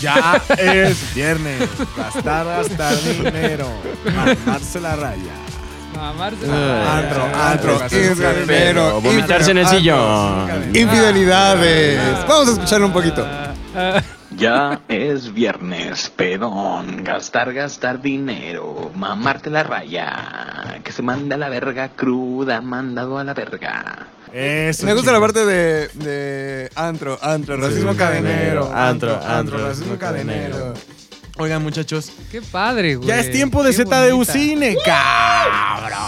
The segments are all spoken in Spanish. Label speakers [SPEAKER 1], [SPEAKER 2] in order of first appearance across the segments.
[SPEAKER 1] Ya es viernes. Gastar, gastar dinero. Armarse la raya.
[SPEAKER 2] Mamarse.
[SPEAKER 1] Antro, antro,
[SPEAKER 3] Gastar
[SPEAKER 1] es galinero.
[SPEAKER 3] Vomitarse en el sillón.
[SPEAKER 4] Infidelidades.
[SPEAKER 2] Ah.
[SPEAKER 4] Vamos a escuchar un poquito.
[SPEAKER 5] Ya es viernes, pedón. Gastar, gastar dinero. Mamarte la raya. Que se manda a la verga cruda, mandado a la verga.
[SPEAKER 1] Eso,
[SPEAKER 4] Me gusta la
[SPEAKER 1] chicos.
[SPEAKER 4] parte de, de antro, antro, racismo
[SPEAKER 1] Sí,
[SPEAKER 4] cadenero.
[SPEAKER 3] antro,
[SPEAKER 4] antro, antro,
[SPEAKER 3] antro,
[SPEAKER 4] racismo
[SPEAKER 3] cadenero.
[SPEAKER 4] cadenero. Oigan, muchachos.
[SPEAKER 2] Qué padre, güey.
[SPEAKER 1] Ya es tiempo de
[SPEAKER 2] Qué
[SPEAKER 1] ZDU
[SPEAKER 2] bonita.
[SPEAKER 1] Cine, cabrón.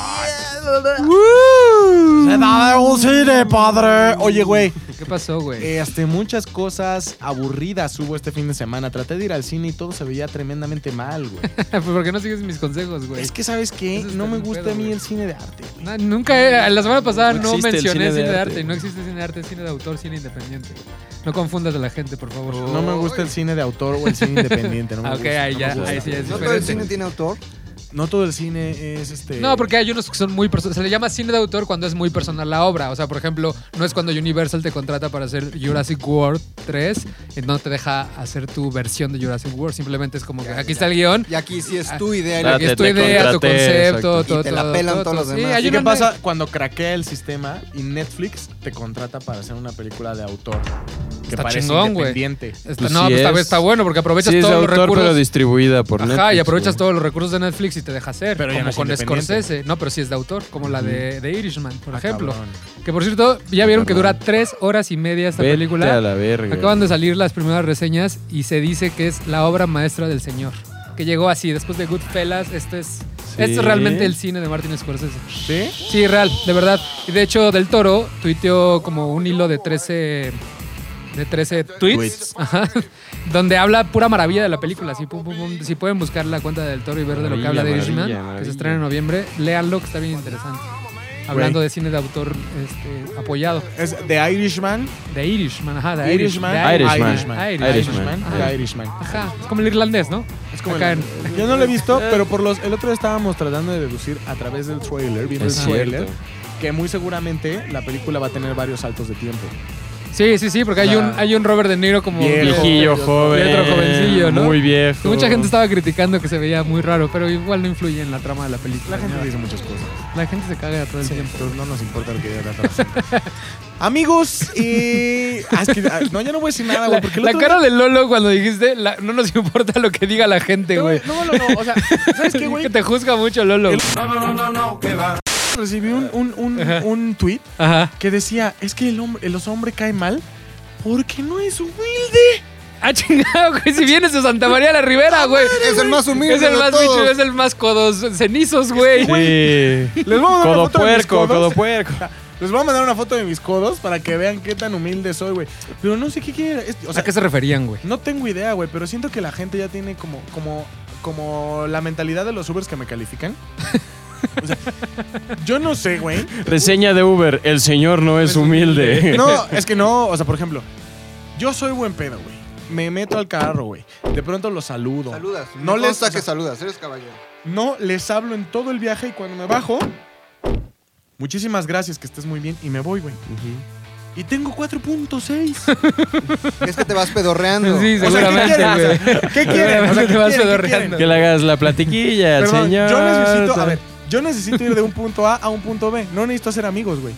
[SPEAKER 1] ZDU Cine, padre. Oye, güey.
[SPEAKER 2] ¿Qué pasó, güey?
[SPEAKER 1] Este, muchas cosas aburridas hubo este fin de semana. Traté de ir al cine y todo se veía tremendamente mal, güey.
[SPEAKER 2] ¿Por qué no sigues mis consejos, güey?
[SPEAKER 1] es que, ¿sabes qué?
[SPEAKER 2] Eso está
[SPEAKER 1] No me
[SPEAKER 2] bien
[SPEAKER 1] gusta
[SPEAKER 2] pedo,
[SPEAKER 1] a mí
[SPEAKER 2] güey.
[SPEAKER 1] el cine de arte, güey.
[SPEAKER 2] No, nunca, era- la semana pasada
[SPEAKER 3] No
[SPEAKER 2] no,
[SPEAKER 3] existe el
[SPEAKER 2] mencioné
[SPEAKER 3] cine de
[SPEAKER 2] cine, de
[SPEAKER 3] arte,
[SPEAKER 2] arte. No existe cine de arte, es cine de autor, cine independiente. No confundas a la gente, por favor.
[SPEAKER 1] No me gusta el cine de autor o el cine independiente. No me
[SPEAKER 2] Ah, ok,
[SPEAKER 1] gusta,
[SPEAKER 2] ahí
[SPEAKER 1] no
[SPEAKER 2] ya,
[SPEAKER 1] me gusta.
[SPEAKER 2] ahí sí ya es
[SPEAKER 4] ¿No todo el
[SPEAKER 2] diferente.
[SPEAKER 4] cine tiene autor?
[SPEAKER 1] No todo el cine es este.
[SPEAKER 2] No, porque hay unos que son muy personales. Se le llama cine de autor cuando es muy personal la obra. O sea, por ejemplo, no es cuando Universal te contrata para hacer Jurassic World 3 y no te deja hacer tu versión de Jurassic World. Simplemente es como que aquí está el guión.
[SPEAKER 4] Y aquí sí es
[SPEAKER 2] Ah,
[SPEAKER 4] tu idea. y lo
[SPEAKER 3] Claro,
[SPEAKER 2] Aquí
[SPEAKER 4] que-
[SPEAKER 3] te-
[SPEAKER 2] es tu
[SPEAKER 3] te
[SPEAKER 2] idea, tu
[SPEAKER 3] contraté,
[SPEAKER 2] concepto,
[SPEAKER 3] exacto.
[SPEAKER 2] todo,
[SPEAKER 4] Y te
[SPEAKER 2] todo,
[SPEAKER 4] la pelan
[SPEAKER 2] todo,
[SPEAKER 4] todos los
[SPEAKER 2] todo.
[SPEAKER 4] demás.
[SPEAKER 2] hay
[SPEAKER 1] ¿Y qué
[SPEAKER 2] una-
[SPEAKER 1] pasa cuando craquea el sistema y Netflix te contrata para hacer una película de autor? Que
[SPEAKER 2] Está
[SPEAKER 1] parece
[SPEAKER 2] chingón, güey.
[SPEAKER 1] independiente.
[SPEAKER 2] Está-
[SPEAKER 3] Pues
[SPEAKER 2] no,
[SPEAKER 3] sí
[SPEAKER 2] pues está,
[SPEAKER 3] es.
[SPEAKER 2] está bueno porque aprovechas
[SPEAKER 3] Sí, es de
[SPEAKER 2] todos los
[SPEAKER 3] autor,
[SPEAKER 2] recursos.
[SPEAKER 3] pero distribuida por Netflix.
[SPEAKER 2] Ajá, y aprovechas
[SPEAKER 3] güey.
[SPEAKER 2] todos los recursos de Netflix y te deja hacer.
[SPEAKER 1] Pero ya
[SPEAKER 2] como
[SPEAKER 1] no es
[SPEAKER 2] con
[SPEAKER 1] independiente.
[SPEAKER 2] Scorsese. No, pero sí es de autor, como la de, de Irishman, por
[SPEAKER 1] Ah,
[SPEAKER 2] ejemplo.
[SPEAKER 1] cabrón.
[SPEAKER 2] Que por cierto, ya vieron que dura
[SPEAKER 3] Cabrón.
[SPEAKER 2] tres horas y media esta
[SPEAKER 3] Vete
[SPEAKER 2] película.
[SPEAKER 3] a la verga.
[SPEAKER 2] Acaban de salir las primeras reseñas y se dice que es la obra maestra del señor. Que llegó así, después de Goodfellas, este es, este es realmente el cine de Martin Scorsese.
[SPEAKER 1] ¿Sí?
[SPEAKER 2] Sí, real, de verdad. Y de hecho, Del Toro tuiteó como un hilo de 13, de 13 tweets,
[SPEAKER 3] Tweets.
[SPEAKER 2] ajá, donde habla pura maravilla de la película. Así, pum, pum, pum. Si pueden buscar la cuenta de Del Toro y ver de lo que
[SPEAKER 3] Maravilla,
[SPEAKER 2] habla de
[SPEAKER 3] maravilla,
[SPEAKER 2] Irishman, que
[SPEAKER 3] maravilla.
[SPEAKER 2] se estrena en noviembre, léanlo, que está bien interesante. Hablando de cine de autor este, apoyado.
[SPEAKER 1] Es The Irishman.
[SPEAKER 2] De Irishman, ajá, de
[SPEAKER 1] Irishman.
[SPEAKER 2] de
[SPEAKER 3] Irishman.
[SPEAKER 2] Irishman.
[SPEAKER 3] Irishman.
[SPEAKER 2] Ajá.
[SPEAKER 1] The Irishman.
[SPEAKER 2] Ajá, es como el irlandés, ¿no?
[SPEAKER 1] Es como
[SPEAKER 2] Acá
[SPEAKER 1] el-
[SPEAKER 2] en-
[SPEAKER 1] Yo no lo he visto, pero por los el otro día estábamos tratando de deducir a través del trailer, viendo
[SPEAKER 3] Es
[SPEAKER 1] el trailer,
[SPEAKER 3] cierto.
[SPEAKER 1] que muy seguramente la película va a tener varios saltos de tiempo.
[SPEAKER 2] Sí, sí, sí, porque hay un, hay un Robert De Niro como
[SPEAKER 1] Viejo.
[SPEAKER 3] Viejillo, joven.
[SPEAKER 2] Pietro jovencillo, ¿no?
[SPEAKER 3] Muy viejo.
[SPEAKER 2] que mucha gente estaba criticando que se veía muy raro, pero igual no influye en la trama de la película.
[SPEAKER 1] La gente
[SPEAKER 2] ¿no?
[SPEAKER 1] dice muchas cosas.
[SPEAKER 2] La gente se caga todo el tiempo.
[SPEAKER 1] Entonces no nos importa lo que diga la gente. Amigos, eh, ah, es que, ah, no, ya no voy a decir nada, güey,
[SPEAKER 2] La,
[SPEAKER 1] porque el
[SPEAKER 2] la
[SPEAKER 1] otro
[SPEAKER 2] cara de Lolo cuando dijiste, la- no nos importa lo que diga la gente, güey.
[SPEAKER 1] No, no, no, o sea, ¿sabes qué, güey?
[SPEAKER 2] que te juzga mucho, Lolo.
[SPEAKER 1] Recibí un, un, un, un tweet
[SPEAKER 2] Ajá.
[SPEAKER 1] que decía, es que el hombre, los hombres caen mal porque no es humilde.
[SPEAKER 2] Ah, chingado, güey. Si vienes de Santa María la
[SPEAKER 1] Ah,
[SPEAKER 2] Rivera, güey.
[SPEAKER 4] Es el más humilde.
[SPEAKER 2] Es el
[SPEAKER 4] de
[SPEAKER 2] más
[SPEAKER 4] todos.
[SPEAKER 2] bicho, es el más codos cenizos, güey.
[SPEAKER 3] Sí.
[SPEAKER 1] Les vamos a dar una
[SPEAKER 3] Codo
[SPEAKER 1] foto de mis
[SPEAKER 3] puerco,
[SPEAKER 1] codos.
[SPEAKER 3] codo puerco.
[SPEAKER 1] Les voy a mandar una foto de mis codos para que vean qué tan humilde soy, güey. Pero no sé qué quiere. es- O
[SPEAKER 2] O
[SPEAKER 1] sea,
[SPEAKER 2] sea, ¿a qué se referían, güey?
[SPEAKER 1] no tengo idea, güey, pero siento que la gente ya tiene como, como, como la mentalidad de los Ubers que me califican. O sea, yo no sé, güey.
[SPEAKER 3] Reseña de Uber. El señor no
[SPEAKER 2] Pues
[SPEAKER 3] es humilde.
[SPEAKER 1] No, es que no, o sea, por ejemplo, yo soy buen pedo, güey. Me meto al carro, güey. De pronto los saludo.
[SPEAKER 4] Saludas.
[SPEAKER 1] No
[SPEAKER 4] No
[SPEAKER 1] les-
[SPEAKER 4] les
[SPEAKER 1] o sea-
[SPEAKER 4] que saludas, eres caballero.
[SPEAKER 1] No les hablo en todo el viaje y cuando me bajo, muchísimas gracias, que estés muy bien y me voy, güey. Y tengo 4.6.
[SPEAKER 4] Es que te vas pedorreando.
[SPEAKER 2] Sí,
[SPEAKER 1] O sea,
[SPEAKER 2] seguramente,
[SPEAKER 1] ¿qué quieren?
[SPEAKER 2] güey.
[SPEAKER 1] O sea, ¿Qué quieren? O sea,
[SPEAKER 2] Seguramente
[SPEAKER 1] ¿qué
[SPEAKER 2] te vas
[SPEAKER 1] quieren? ¿Qué
[SPEAKER 2] pedorreando.
[SPEAKER 3] Que le hagas la platiquilla al
[SPEAKER 1] Perdón,
[SPEAKER 3] señor.
[SPEAKER 1] yo necesito, a ver, yo necesito ir de un punto A a un punto B. No necesito hacer amigos, güey.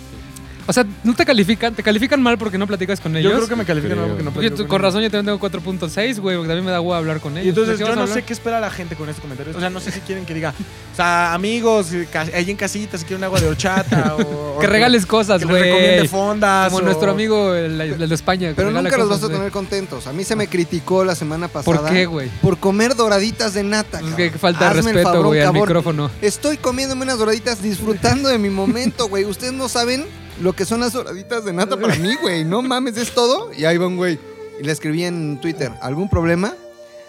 [SPEAKER 2] O sea, no te califican, te califican mal porque no platicas con ellos.
[SPEAKER 1] Yo creo que me califican
[SPEAKER 3] Creo.
[SPEAKER 1] algo que no
[SPEAKER 2] Porque
[SPEAKER 1] platico
[SPEAKER 2] tú-
[SPEAKER 1] con
[SPEAKER 2] con razón yo también tengo 4.6, güey, porque también me da huevo hablar con ellos.
[SPEAKER 1] Y entonces
[SPEAKER 2] ¿De qué
[SPEAKER 1] yo
[SPEAKER 2] vas a
[SPEAKER 1] no
[SPEAKER 2] hablar?
[SPEAKER 1] sé qué espera la gente con este estos comentarios. O sea, no sé si quieren que diga, o sea, amigos, eh, ca- ahí en casita, si quieren agua de horchata o... o
[SPEAKER 2] Que regales
[SPEAKER 1] que
[SPEAKER 2] cosas,
[SPEAKER 1] les recomiende
[SPEAKER 2] güey.
[SPEAKER 1] fondas.
[SPEAKER 2] Como
[SPEAKER 1] o-
[SPEAKER 2] nuestro amigo, el, el de España. que
[SPEAKER 4] Pero
[SPEAKER 2] regala
[SPEAKER 4] nunca los vas
[SPEAKER 2] cosas,
[SPEAKER 4] a
[SPEAKER 2] güey.
[SPEAKER 4] tener contentos. A mí se me criticó la semana pasada.
[SPEAKER 2] ¿Por qué, güey?
[SPEAKER 4] Por comer doraditas de nata.
[SPEAKER 2] Pues
[SPEAKER 4] cabrón.
[SPEAKER 2] que falta de
[SPEAKER 4] Hazme el
[SPEAKER 2] respeto,
[SPEAKER 4] favor,
[SPEAKER 2] güey, al
[SPEAKER 4] cabrón.
[SPEAKER 2] micrófono.
[SPEAKER 4] Estoy comiéndome unas doraditas disfrutando de mi momento, güey. Ustedes no saben lo que son las doraditas de nata para mí, güey. No mames, es todo. Y ahí va un güey. Y le escribí en Twitter, ¿algún problema?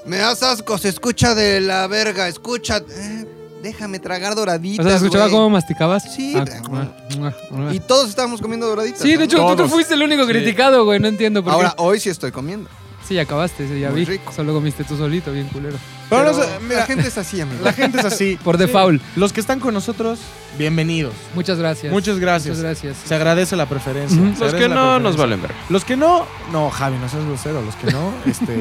[SPEAKER 4] Me das asco, se escucha de la verga, escucha. Eh, déjame tragar
[SPEAKER 2] O
[SPEAKER 4] doraditas.
[SPEAKER 2] sea, ¿se escuchaba
[SPEAKER 4] güey.
[SPEAKER 2] cómo masticabas?
[SPEAKER 4] Sí,
[SPEAKER 2] Ah,
[SPEAKER 4] de-
[SPEAKER 2] mua, mua, mua.
[SPEAKER 4] Y todos estábamos comiendo doraditas.
[SPEAKER 2] Sí,
[SPEAKER 4] ¿no?
[SPEAKER 2] de hecho, tú
[SPEAKER 3] Todos.
[SPEAKER 2] fuiste el único criticado, güey. No entiendo por qué.
[SPEAKER 4] Ahora, hoy sí estoy comiendo.
[SPEAKER 2] Sí, ya acabaste, sí, ya
[SPEAKER 4] Muy
[SPEAKER 2] vi.
[SPEAKER 4] rico.
[SPEAKER 2] Solo comiste tú solito, bien culero.
[SPEAKER 1] Pero no
[SPEAKER 4] Pero
[SPEAKER 1] sé, mira,
[SPEAKER 4] la gente es así, amigo.
[SPEAKER 1] es así.
[SPEAKER 2] Por default.
[SPEAKER 1] Los que están con nosotros, bienvenidos.
[SPEAKER 2] Muchas gracias.
[SPEAKER 1] Muchas gracias.
[SPEAKER 2] Muchas gracias.
[SPEAKER 1] Se agradece la preferencia.
[SPEAKER 2] Ujú.
[SPEAKER 1] Se
[SPEAKER 3] Los
[SPEAKER 1] agradece
[SPEAKER 3] que
[SPEAKER 1] la
[SPEAKER 3] no nos
[SPEAKER 1] preferencia.
[SPEAKER 3] valen verga.
[SPEAKER 1] Los que no, no, Javi, no seas grosero. Los que no, este.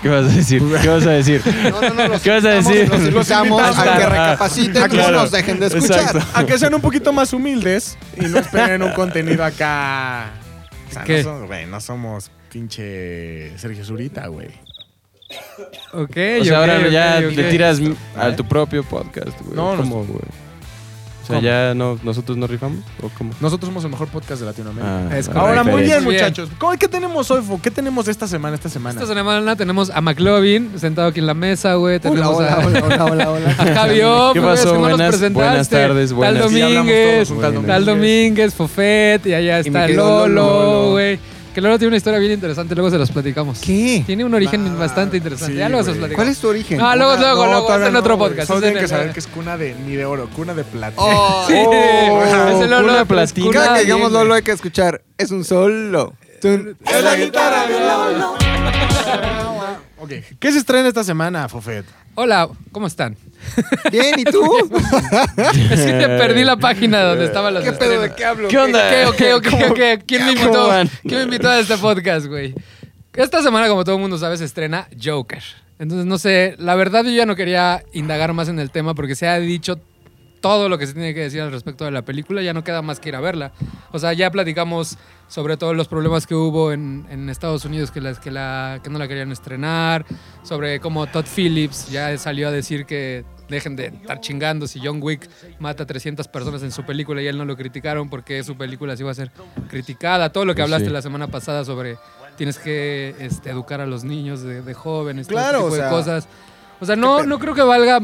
[SPEAKER 3] ¿Qué vas a decir? ¿Qué vas a decir?
[SPEAKER 4] No, no, no, los
[SPEAKER 3] ¿Qué vas a
[SPEAKER 4] invitamos,
[SPEAKER 3] decir?
[SPEAKER 4] Los invitamos a
[SPEAKER 1] Hasta-
[SPEAKER 4] que
[SPEAKER 3] ah,
[SPEAKER 4] recapaciten,
[SPEAKER 1] ah, claro.
[SPEAKER 4] no nos dejen de escuchar.
[SPEAKER 3] Exacto.
[SPEAKER 1] a que sean un poquito más humildes y no esperen un contenido acá. O sea,
[SPEAKER 2] ¿Qué?
[SPEAKER 1] No, somos, güey, no somos pinche Sergio Zurita, güey.
[SPEAKER 2] Ok,
[SPEAKER 3] O sea,
[SPEAKER 2] ok,
[SPEAKER 3] ahora
[SPEAKER 2] ok,
[SPEAKER 3] ya
[SPEAKER 2] ok.
[SPEAKER 3] le tiras a tu propio podcast, güey.
[SPEAKER 1] No, no.
[SPEAKER 3] ¿Cómo, güey? O sea,
[SPEAKER 1] ¿Cómo?
[SPEAKER 3] ya no, nosotros no rifamos o cómo?
[SPEAKER 1] Nosotros somos el mejor podcast de Latinoamérica.
[SPEAKER 3] Ah,
[SPEAKER 2] Es
[SPEAKER 3] ah,
[SPEAKER 1] Ahora, muy bien,
[SPEAKER 2] Muy bien.
[SPEAKER 1] muchachos. ¿Cómo- ¿Qué tenemos hoy, Fo? ¿Qué tenemos esta semana? Esta semana.
[SPEAKER 2] Esta semana tenemos a McLovin sentado aquí en la mesa, güey.
[SPEAKER 4] Hola,
[SPEAKER 2] Tenemos
[SPEAKER 4] hola,
[SPEAKER 2] a,
[SPEAKER 4] hola, hola, hola,
[SPEAKER 2] a
[SPEAKER 4] hola.
[SPEAKER 2] Javi Off,
[SPEAKER 3] ¿Qué
[SPEAKER 2] güey, es
[SPEAKER 3] pasó?
[SPEAKER 2] que no nos
[SPEAKER 3] Buenas-
[SPEAKER 2] presentaste.
[SPEAKER 3] buenas tardes, buenas-
[SPEAKER 2] Tal
[SPEAKER 1] Sí, hablamos
[SPEAKER 2] Domínguez.
[SPEAKER 1] todos un tal
[SPEAKER 3] Buenas.
[SPEAKER 2] Tal Domínguez, Fofet, y allá
[SPEAKER 4] mi
[SPEAKER 2] está Lolo,
[SPEAKER 4] querido Lolo.
[SPEAKER 2] güey. Que Lolo tiene una historia bien interesante, luego se los platicamos.
[SPEAKER 4] ¿Qué?
[SPEAKER 2] Tiene un origen
[SPEAKER 1] Ah,
[SPEAKER 2] bastante interesante.
[SPEAKER 1] sí,
[SPEAKER 2] ya luego se los
[SPEAKER 1] güey.
[SPEAKER 2] platicamos.
[SPEAKER 4] ¿Cuál es tu origen?
[SPEAKER 2] Ah, luego,
[SPEAKER 4] Una-
[SPEAKER 2] luego,
[SPEAKER 1] No,
[SPEAKER 2] luego,
[SPEAKER 1] todavía
[SPEAKER 2] es en
[SPEAKER 1] no,
[SPEAKER 2] otro
[SPEAKER 1] güey.
[SPEAKER 2] podcast.
[SPEAKER 1] Solo
[SPEAKER 2] es
[SPEAKER 1] tienen
[SPEAKER 2] en
[SPEAKER 1] que
[SPEAKER 2] el-
[SPEAKER 1] saber que es cuna de ni de oro, cuna de plata.
[SPEAKER 4] Oh,
[SPEAKER 2] Sí,
[SPEAKER 4] oh,
[SPEAKER 2] es el Lolo
[SPEAKER 3] cuna
[SPEAKER 2] de Platicuna,
[SPEAKER 3] platica.
[SPEAKER 4] Cada que
[SPEAKER 2] bien,
[SPEAKER 4] digamos
[SPEAKER 2] güey.
[SPEAKER 4] Lolo hay que escuchar. Es un solo. Tun.
[SPEAKER 1] Es la guitarra de Lolo. ok. ¿Qué se estrena esta semana, Fofet?
[SPEAKER 2] Hola, ¿cómo están?
[SPEAKER 4] Bien, ¿y tú?
[SPEAKER 2] Es que te perdí la página donde estaban los
[SPEAKER 4] ¿Qué pedo de
[SPEAKER 2] estrenos.
[SPEAKER 4] qué hablo?
[SPEAKER 3] ¿Qué onda?
[SPEAKER 2] ¿Qué, ok, ok,
[SPEAKER 3] ¿Cómo-
[SPEAKER 2] ok? ¿Quién me
[SPEAKER 3] cómo
[SPEAKER 2] invitó?
[SPEAKER 3] van?
[SPEAKER 2] ¿Quién me invitó a este podcast, güey? Esta semana, como todo el mundo sabe, se estrena Joker. Entonces, no sé, la verdad yo ya no quería indagar más en el tema porque se ha dicho todo lo que se tiene que decir al respecto de la película, ya no queda más que ir a verla. O sea, ya platicamos sobre todos los problemas que hubo en, en Estados Unidos que, las, que, la, que no la querían estrenar, sobre cómo Todd Phillips ya salió a decir que dejen de estar chingando si John Wick mata a 300 personas en su película y él no lo criticaron porque su película sí iba a ser criticada. Todo lo que
[SPEAKER 3] Pues
[SPEAKER 2] hablaste
[SPEAKER 3] sí.
[SPEAKER 2] la semana pasada sobre tienes que este, educar a los niños de, de jóvenes,
[SPEAKER 4] Claro,
[SPEAKER 2] todo ese tipo
[SPEAKER 4] o sea,
[SPEAKER 2] de cosas. O sea, no, no creo que valga.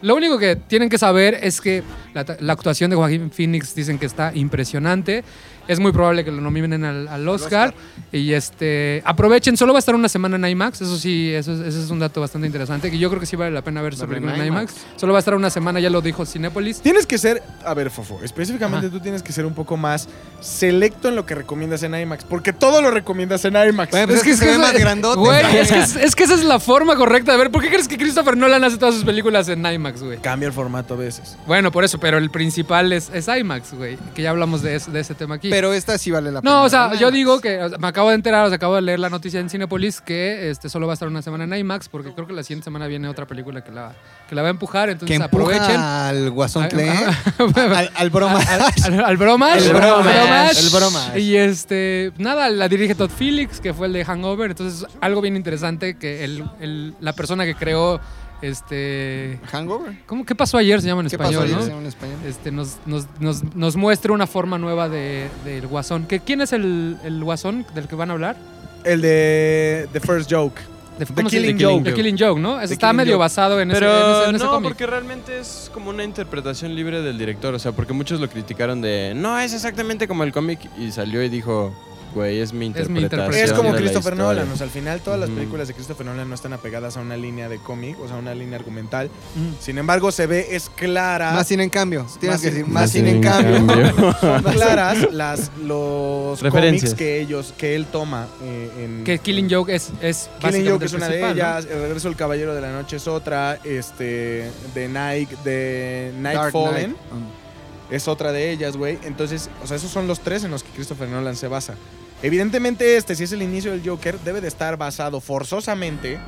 [SPEAKER 2] Lo único que tienen que saber es que la, ta- la actuación de Joaquín Phoenix dicen que está impresionante. Es muy probable que lo nominen al, al Oscar. Y este aprovechen, solo va a estar una semana en IMAX. Eso sí, eso es, ese es un dato bastante interesante. Que yo creo que sí vale la pena ver esta
[SPEAKER 4] Verla en
[SPEAKER 2] película en IMAX.
[SPEAKER 4] IMAX.
[SPEAKER 2] Solo va a estar una semana, ya lo dijo Cinépolis.
[SPEAKER 1] Tienes que ser, a ver, Fofo, específicamente
[SPEAKER 2] Ajá.
[SPEAKER 1] tú tienes que ser un poco más selecto en lo que recomiendas en IMAX, porque todo lo recomiendas en IMAX.
[SPEAKER 4] Bueno, pues es que se ve
[SPEAKER 2] eso-
[SPEAKER 4] más grandote.
[SPEAKER 2] Güey, es que, es- es que esa es la forma correcta de ver. ¿Por qué crees que Christopher Nolan hace todas sus películas en IMAX, güey?
[SPEAKER 1] Cambia el formato a veces.
[SPEAKER 2] Bueno, por eso, pero el principal es, es IMAX, güey. Que ya hablamos de, es- de ese tema aquí.
[SPEAKER 4] Pero esta sí vale la pena.
[SPEAKER 2] no, o sea,
[SPEAKER 4] Nada
[SPEAKER 2] yo
[SPEAKER 4] más.
[SPEAKER 2] digo que o sea, me acabo de enterar, o sea, acabo de leer la noticia en Cinepolis que este, solo va a estar una semana en IMAX porque creo que la siguiente semana viene otra película que la, que la va a empujar,
[SPEAKER 4] Que
[SPEAKER 2] entonces
[SPEAKER 4] empuja
[SPEAKER 2] aprovechen.
[SPEAKER 4] al guasón Clem.
[SPEAKER 2] Ajá.
[SPEAKER 4] Al, al broma.
[SPEAKER 2] al, al bromas. Al
[SPEAKER 4] El bromas,
[SPEAKER 2] bromas.
[SPEAKER 4] el bromas.
[SPEAKER 2] Y este, nada, la dirige Todd Phillips, que fue el de Hangover. Entonces, algo bien interesante que el- el- la persona que creó este.
[SPEAKER 4] Hangover.
[SPEAKER 2] ¿Cómo? ¿Qué pasó ayer? Se llama en
[SPEAKER 4] ¿Qué
[SPEAKER 2] español,
[SPEAKER 4] pasó ayer
[SPEAKER 2] ¿no?
[SPEAKER 4] en español?
[SPEAKER 2] Este, nos, nos, nos, nos muestra una forma nueva de- del guasón. ¿Que, ¿Quién es el, el guasón del que van a hablar?
[SPEAKER 1] El de The First Joke.
[SPEAKER 2] De,
[SPEAKER 1] The
[SPEAKER 2] ¿cómo se-
[SPEAKER 1] Killing
[SPEAKER 2] The Killing
[SPEAKER 1] Joke.
[SPEAKER 2] The Killing Joke, ¿no? Eso
[SPEAKER 1] The
[SPEAKER 2] está
[SPEAKER 1] Killing
[SPEAKER 2] medio
[SPEAKER 1] Joke.
[SPEAKER 2] basado en ese- en ese,
[SPEAKER 3] Pero
[SPEAKER 2] en ese
[SPEAKER 3] no,
[SPEAKER 2] cómic.
[SPEAKER 3] porque realmente es como una interpretación libre del director. O sea, porque muchos lo criticaron de no es exactamente como el cómic y salió y dijo, güey, es mi
[SPEAKER 2] Es mi
[SPEAKER 3] interpretación.
[SPEAKER 2] interpretación.
[SPEAKER 1] Es como
[SPEAKER 3] de la
[SPEAKER 1] Christopher
[SPEAKER 3] historia".
[SPEAKER 1] Nolan. O sea, al final todas las
[SPEAKER 3] Ujú.
[SPEAKER 1] películas de Christopher Nolan no están apegadas a una línea de cómic, o sea, una línea argumental.
[SPEAKER 2] Mm.
[SPEAKER 1] Sin embargo, se ve, es clara.
[SPEAKER 4] Más sin en cambio. Tienes que
[SPEAKER 1] sin-
[SPEAKER 4] decir
[SPEAKER 1] más
[SPEAKER 4] más sin en cambio.
[SPEAKER 1] son claras las, los
[SPEAKER 3] Referencias.
[SPEAKER 1] cómics que ellos, que él toma eh, en.
[SPEAKER 2] Que Killing Joke es, es
[SPEAKER 1] Killing
[SPEAKER 2] básicamente
[SPEAKER 1] Joke
[SPEAKER 2] el
[SPEAKER 1] es una de
[SPEAKER 2] principal, ¿no?
[SPEAKER 1] ellas, El regreso del caballero de la noche es otra, este de Nike de Night
[SPEAKER 4] Dark
[SPEAKER 1] Fallen
[SPEAKER 4] Knight. Ah,
[SPEAKER 1] es otra de ellas, güey. Entonces, o sea, esos son los tres en los que Christopher Nolan se basa. Evidentemente este, si es el inicio del Joker, debe de estar basado forzosamente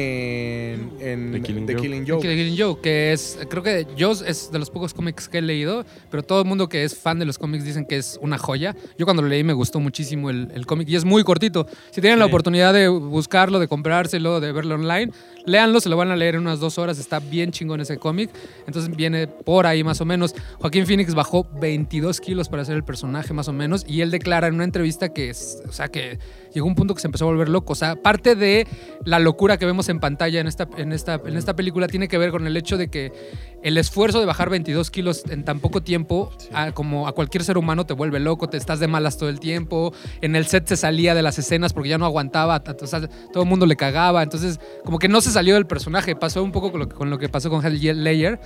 [SPEAKER 1] en, en
[SPEAKER 3] The Killing Joke.
[SPEAKER 2] Que
[SPEAKER 1] Joke.
[SPEAKER 2] Killing Joke, que es, creo que yo es de los pocos cómics que he leído, pero todo el mundo que es fan de los cómics dicen que es una joya. Yo cuando lo leí me gustó muchísimo el, el cómic y es muy cortito. Si tienen la
[SPEAKER 3] Sí.
[SPEAKER 2] oportunidad de buscarlo, de comprárselo, de verlo online, léanlo, se lo van a leer en unas dos horas, está bien chingón ese cómic. Entonces viene por ahí más o menos. Joaquín Phoenix bajó 22 kilos para hacer el personaje más o menos y él declara en una entrevista que, es, o sea, que llegó un punto que se empezó a volver loco. O sea, parte de la locura que vemos en pantalla en esta, en esta, en esta película tiene que ver con el hecho de que el esfuerzo de bajar 22 kilos en tan poco tiempo, a- como a cualquier ser humano, te vuelve loco, te estás de malas todo el tiempo. En el set se salía de las escenas porque ya no aguantaba, t- o sea, todo el mundo le cagaba. Entonces, como que no se salió del personaje. Pasó un poco con lo, que- con lo que pasó con Heath Ledger,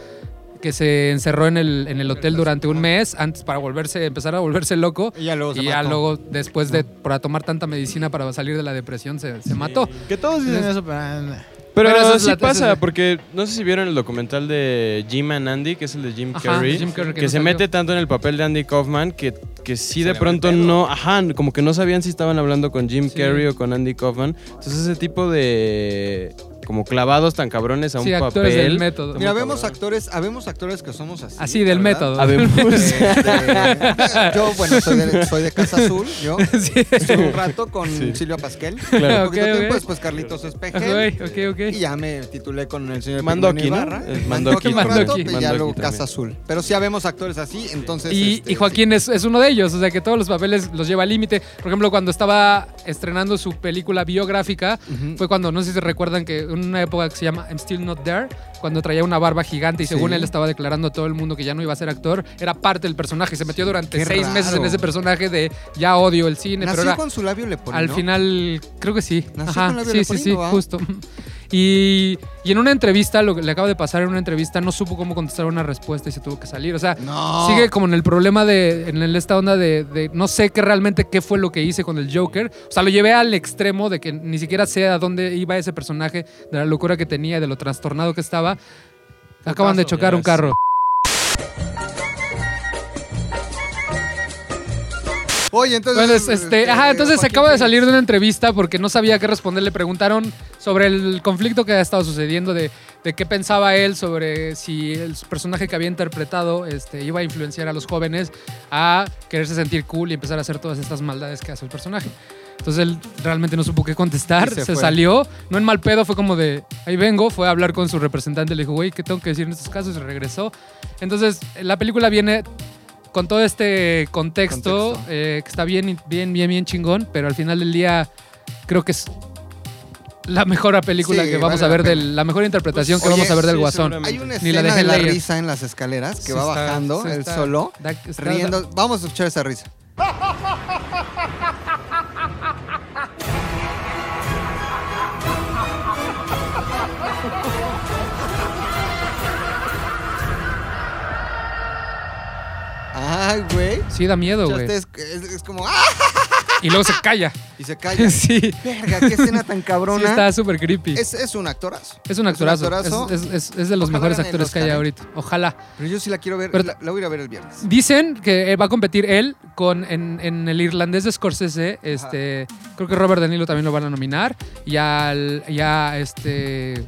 [SPEAKER 2] que se encerró en el, en el hotel durante un mes antes para volverse, empezar a volverse loco.
[SPEAKER 6] Y ya luego se
[SPEAKER 2] Y ya
[SPEAKER 6] mató.
[SPEAKER 2] luego, después de para tomar tanta medicina para salir de la depresión, se, se mató.
[SPEAKER 1] Que todos dicen eso, pero. ah, nah.
[SPEAKER 3] Pero,
[SPEAKER 2] Pero esa es
[SPEAKER 3] sí
[SPEAKER 2] la- esa
[SPEAKER 3] pasa,
[SPEAKER 2] es-
[SPEAKER 3] porque no sé si vieron el documental de Jim and Andy, que es el de Jim
[SPEAKER 2] Ajá,
[SPEAKER 3] Carrey,
[SPEAKER 2] de Jim Carrey, que
[SPEAKER 3] que,
[SPEAKER 2] no
[SPEAKER 3] se
[SPEAKER 2] salió.
[SPEAKER 3] mete tanto en el papel de Andy Kaufman que, que sí de pronto no, ajá, como que no sabían si estaban hablando con Jim
[SPEAKER 2] Sí.
[SPEAKER 3] Carrey o con Andy Kaufman. Entonces ese tipo de como clavados tan cabrones a un
[SPEAKER 2] Sí,
[SPEAKER 3] papel.
[SPEAKER 2] actores del método.
[SPEAKER 3] Está muy
[SPEAKER 4] Mira, vemos
[SPEAKER 3] cabrón.
[SPEAKER 4] actores, habemos actores que somos así.
[SPEAKER 2] Así, del
[SPEAKER 4] ¿verdad?
[SPEAKER 2] método.
[SPEAKER 3] Habemos-
[SPEAKER 4] Este, yo, bueno, soy de, soy de Casa Azul, yo.
[SPEAKER 2] Sí.
[SPEAKER 4] Estuve un rato con Silvia Pasquel.
[SPEAKER 2] Claro.
[SPEAKER 4] Un poquito
[SPEAKER 2] Ok,
[SPEAKER 4] tiempo,
[SPEAKER 2] ok.
[SPEAKER 4] después Carlitos Espejel.
[SPEAKER 2] Ok, ok, ok.
[SPEAKER 4] Y ya me titulé con el señor
[SPEAKER 3] Mandoki,
[SPEAKER 4] Pigmeno
[SPEAKER 3] ¿no?
[SPEAKER 4] Ibarra.
[SPEAKER 2] Eh,
[SPEAKER 3] El
[SPEAKER 4] Mandoki,
[SPEAKER 3] Mandoki.
[SPEAKER 4] un rato,
[SPEAKER 2] Mandoki.
[SPEAKER 4] pues ya
[SPEAKER 3] Mandoki
[SPEAKER 4] luego
[SPEAKER 3] también.
[SPEAKER 4] Casa Azul. Pero sí habemos actores así, entonces...
[SPEAKER 2] Y,
[SPEAKER 4] este,
[SPEAKER 2] y Joaquín es, es uno de ellos, o sea que todos los papeles los lleva al límite. Por ejemplo, cuando estaba estrenando su película biográfica, fue cuando, no sé si se recuerdan que en una época que se llama I'm Still Not There, cuando traía una barba gigante y según él estaba declarando a todo el mundo que ya no iba a ser actor, era parte del personaje. Se metió durante
[SPEAKER 4] qué
[SPEAKER 2] seis meses en
[SPEAKER 4] raro.
[SPEAKER 2] ese personaje de ya odio el
[SPEAKER 4] sí.
[SPEAKER 2] cine,
[SPEAKER 4] Nació
[SPEAKER 2] pero era-
[SPEAKER 4] con su labio leporino.
[SPEAKER 2] al final, creo que sí.
[SPEAKER 4] Nació
[SPEAKER 2] Ajá,
[SPEAKER 4] con ¿ah?
[SPEAKER 2] sí, sí,
[SPEAKER 4] labio
[SPEAKER 2] sí,
[SPEAKER 4] leporino, ¿va?
[SPEAKER 2] justo. Y, y en una entrevista, lo que le acaba de pasar en una entrevista, no supo cómo contestar una respuesta y se tuvo que salir. O sea,
[SPEAKER 4] No.
[SPEAKER 2] sigue como en el problema de, en el- esta onda de, de no sé qué realmente qué fue lo que hice con el Joker. O sea, lo llevé al extremo de que ni siquiera sé a dónde iba ese personaje, de la locura que tenía, de lo trastornado que estaba. Acaban de chocar
[SPEAKER 3] ya
[SPEAKER 2] un
[SPEAKER 3] sé.
[SPEAKER 2] carro.
[SPEAKER 4] Oye, entonces...
[SPEAKER 2] Bueno, es- este, ajá, entonces se
[SPEAKER 4] Joaquín
[SPEAKER 2] acaba de
[SPEAKER 4] Phoenix.
[SPEAKER 2] salir de una entrevista porque no sabía qué responder. Le preguntaron sobre el conflicto que ha estado sucediendo, de, de qué pensaba él sobre si el personaje que había interpretado este, iba a influenciar a los jóvenes a quererse sentir cool y empezar a hacer todas estas maldades que hace el personaje. Entonces él realmente no supo qué contestar,
[SPEAKER 4] Y
[SPEAKER 2] se,
[SPEAKER 4] se fue.
[SPEAKER 2] salió, no en mal pedo, fue como de, ahí vengo, fue a hablar con su representante, le dijo, güey, ¿qué tengo que decir en estos casos? Y regresó. Entonces la película viene con todo este contexto,
[SPEAKER 4] Contexto.
[SPEAKER 2] eh, que está bien, bien, bien, bien chingón, pero al final del día creo que es la mejor película
[SPEAKER 4] Sí,
[SPEAKER 2] que vamos
[SPEAKER 4] vale
[SPEAKER 2] a ver,
[SPEAKER 4] la
[SPEAKER 2] del- la mejor interpretación
[SPEAKER 4] Pues,
[SPEAKER 2] que
[SPEAKER 4] oye,
[SPEAKER 2] vamos a ver del
[SPEAKER 3] sí,
[SPEAKER 2] Guasón.
[SPEAKER 3] seguramente.
[SPEAKER 4] Hay una
[SPEAKER 2] Ni la
[SPEAKER 4] escena
[SPEAKER 2] de
[SPEAKER 4] de la
[SPEAKER 2] Hellraiser.
[SPEAKER 4] risa en las escaleras que
[SPEAKER 2] Sí
[SPEAKER 4] va
[SPEAKER 2] está-
[SPEAKER 4] bajando
[SPEAKER 2] sí
[SPEAKER 4] él
[SPEAKER 2] está-
[SPEAKER 4] solo,
[SPEAKER 2] da- está-
[SPEAKER 4] riendo. Vamos a escuchar esa risa. Ay, güey.
[SPEAKER 2] Sí, da miedo,
[SPEAKER 4] Ya
[SPEAKER 2] güey.
[SPEAKER 4] está, Es, es- es como ¡ah!
[SPEAKER 2] Y luego se calla.
[SPEAKER 4] Y se calla.
[SPEAKER 2] sí.
[SPEAKER 4] Verga, qué escena tan
[SPEAKER 2] Sí,
[SPEAKER 4] cabrona.
[SPEAKER 2] está súper creepy. Es,
[SPEAKER 4] es, es un actorazo.
[SPEAKER 2] un actorazo. Es,
[SPEAKER 4] actorazo.
[SPEAKER 2] es- es- es de los
[SPEAKER 4] Ojalá
[SPEAKER 2] mejores
[SPEAKER 4] gane el
[SPEAKER 2] actores que hay
[SPEAKER 4] Oscar, ¿eh?
[SPEAKER 2] ahorita. Ojalá.
[SPEAKER 4] Pero yo sí la quiero ver.
[SPEAKER 2] Pero-
[SPEAKER 4] la, la voy a ir a ver el viernes.
[SPEAKER 2] Dicen que eh, va a competir él con en, en el irlandés de Scorsese. Este, creo que Robert De Niro también lo van a nominar. Y al, y a, este,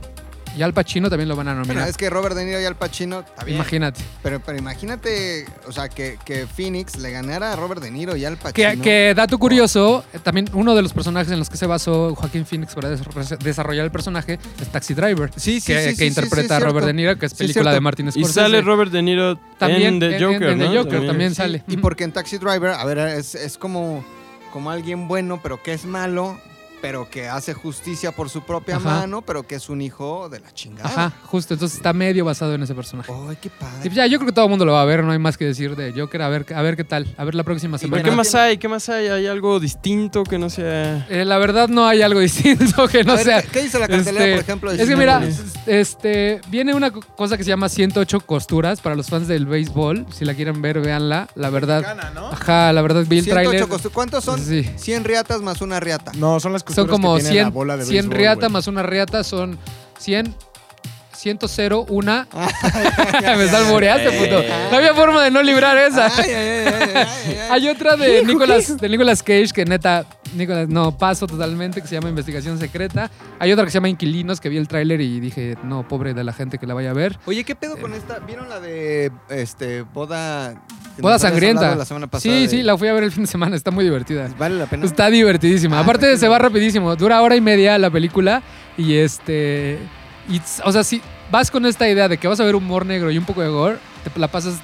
[SPEAKER 2] y al Pacino también lo van a
[SPEAKER 4] Bueno,
[SPEAKER 2] nominar.
[SPEAKER 4] es que Robert De Niro y Al Pacino. Está bien.
[SPEAKER 2] Imagínate.
[SPEAKER 4] Pero, pero imagínate, o sea, que, que Phoenix le ganara a Robert De Niro y Al
[SPEAKER 2] Que,
[SPEAKER 4] Pacino.
[SPEAKER 2] que, dato curioso, eh, también uno de los personajes en los que se basó Joaquín Phoenix para desarro- desarrollar el personaje es Taxi Driver.
[SPEAKER 4] Sí, sí,
[SPEAKER 2] que,
[SPEAKER 4] sí,
[SPEAKER 2] que
[SPEAKER 4] sí, sí,
[SPEAKER 2] interpreta
[SPEAKER 4] sí,
[SPEAKER 2] a
[SPEAKER 4] cierto.
[SPEAKER 2] Robert De Niro, que es
[SPEAKER 4] Sí,
[SPEAKER 2] película
[SPEAKER 4] cierto.
[SPEAKER 2] de Martin
[SPEAKER 3] Y
[SPEAKER 2] Scorsese.
[SPEAKER 3] sale Robert De Niro
[SPEAKER 2] También
[SPEAKER 3] en
[SPEAKER 2] en-
[SPEAKER 3] The
[SPEAKER 2] en
[SPEAKER 3] Joker,
[SPEAKER 2] The
[SPEAKER 3] ¿no?
[SPEAKER 2] Joker también sale.
[SPEAKER 4] Y porque en Taxi Driver, a ver, es, es como, como alguien bueno, pero que es malo, pero que hace justicia por su propia
[SPEAKER 2] Ajá.
[SPEAKER 4] mano, pero que es un hijo de la chingada.
[SPEAKER 2] Ajá, justo. Entonces está medio basado en ese personaje.
[SPEAKER 4] Ay, qué
[SPEAKER 2] Y pues
[SPEAKER 4] padre.
[SPEAKER 2] ya, yo creo que todo el mundo lo va a ver, no hay más que decir de Joker. A ver, a ver qué tal. A ver la próxima
[SPEAKER 3] ¿Pero
[SPEAKER 2] semana.
[SPEAKER 3] qué más hay? ¿Qué más hay? ¿Hay algo distinto que no sea...?
[SPEAKER 2] Eh, la verdad no hay algo distinto que no
[SPEAKER 4] A ver,
[SPEAKER 2] sea.
[SPEAKER 4] ¿qué, qué dice la cartelera,
[SPEAKER 2] este,
[SPEAKER 4] por ejemplo? de
[SPEAKER 2] Es que mira,
[SPEAKER 4] Cinépolis?
[SPEAKER 2] este, viene una co- cosa que se llama 108 costuras para los fans del béisbol. Si la quieren ver, véanla. La verdad.
[SPEAKER 1] Mexicana, ¿no?
[SPEAKER 2] Ajá, la verdad, vi el
[SPEAKER 4] 108
[SPEAKER 2] tráiler.
[SPEAKER 4] costu- ¿Cuántos son?
[SPEAKER 2] Sí.
[SPEAKER 4] 100 riatas más una riata.
[SPEAKER 1] No, son las
[SPEAKER 2] Son
[SPEAKER 1] costuras
[SPEAKER 2] como
[SPEAKER 1] que tiene
[SPEAKER 2] 100,
[SPEAKER 1] la bola de
[SPEAKER 2] 100
[SPEAKER 1] béisbol,
[SPEAKER 2] riata
[SPEAKER 1] güey.
[SPEAKER 2] más una riata, son 100, 100, 1. Me salmoreaste, puto. No había forma de no librar esa.
[SPEAKER 4] Ay, ay, ay, ay, ay, ay.
[SPEAKER 2] Hay otra de Nicolas, de Nicolas Cage que neta, Nicolas, no, paso totalmente, que se llama Investigación Secreta. Hay otra que se llama Inquilinos, que vi el tráiler y dije, no, pobre de la gente que la vaya a ver.
[SPEAKER 4] Oye, ¿qué pedo con esta? ¿Vieron la de este boda que
[SPEAKER 2] Boda
[SPEAKER 4] nos habías
[SPEAKER 2] sangrienta.
[SPEAKER 4] hablado La semana pasada
[SPEAKER 2] sí,
[SPEAKER 4] de-
[SPEAKER 2] sí, la fui a ver el fin de semana, está muy divertida.
[SPEAKER 4] vale la pena.
[SPEAKER 2] Está divertidísima.
[SPEAKER 4] Ah,
[SPEAKER 2] Aparte
[SPEAKER 4] imagino.
[SPEAKER 2] se va rapidísimo. Dura hora y media la película y este y, o sea, si vas con esta idea de que vas a ver humor negro y un poco de gore, te la pasas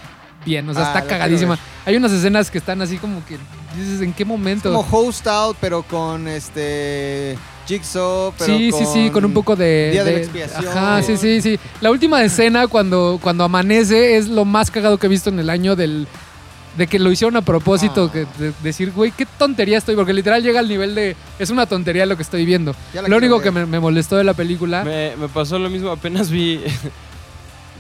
[SPEAKER 2] bien, o sea,
[SPEAKER 4] Ah, la
[SPEAKER 2] está
[SPEAKER 4] quiero
[SPEAKER 2] cagadísima.
[SPEAKER 4] ver.
[SPEAKER 2] Hay unas escenas que están así como que dices, ¿en qué momento?
[SPEAKER 4] como host out, pero con este Jigsaw, pero
[SPEAKER 2] sí, sí, sí, con un poco de.
[SPEAKER 4] Día de la
[SPEAKER 2] de-
[SPEAKER 4] Expiación.
[SPEAKER 2] Ajá, sí, sí, sí. La última escena cuando, cuando amanece es lo más cagado que he visto en el año del. De que lo hicieron a propósito,
[SPEAKER 4] Ah.
[SPEAKER 2] que, de- decir, güey, qué tontería estoy, porque literal llega al nivel de. Es una tontería lo que estoy viendo.
[SPEAKER 4] Ya la
[SPEAKER 2] Lo
[SPEAKER 4] quiero
[SPEAKER 2] único
[SPEAKER 4] ver.
[SPEAKER 2] que me, me molestó de la película.
[SPEAKER 3] Me, me pasó lo mismo, apenas vi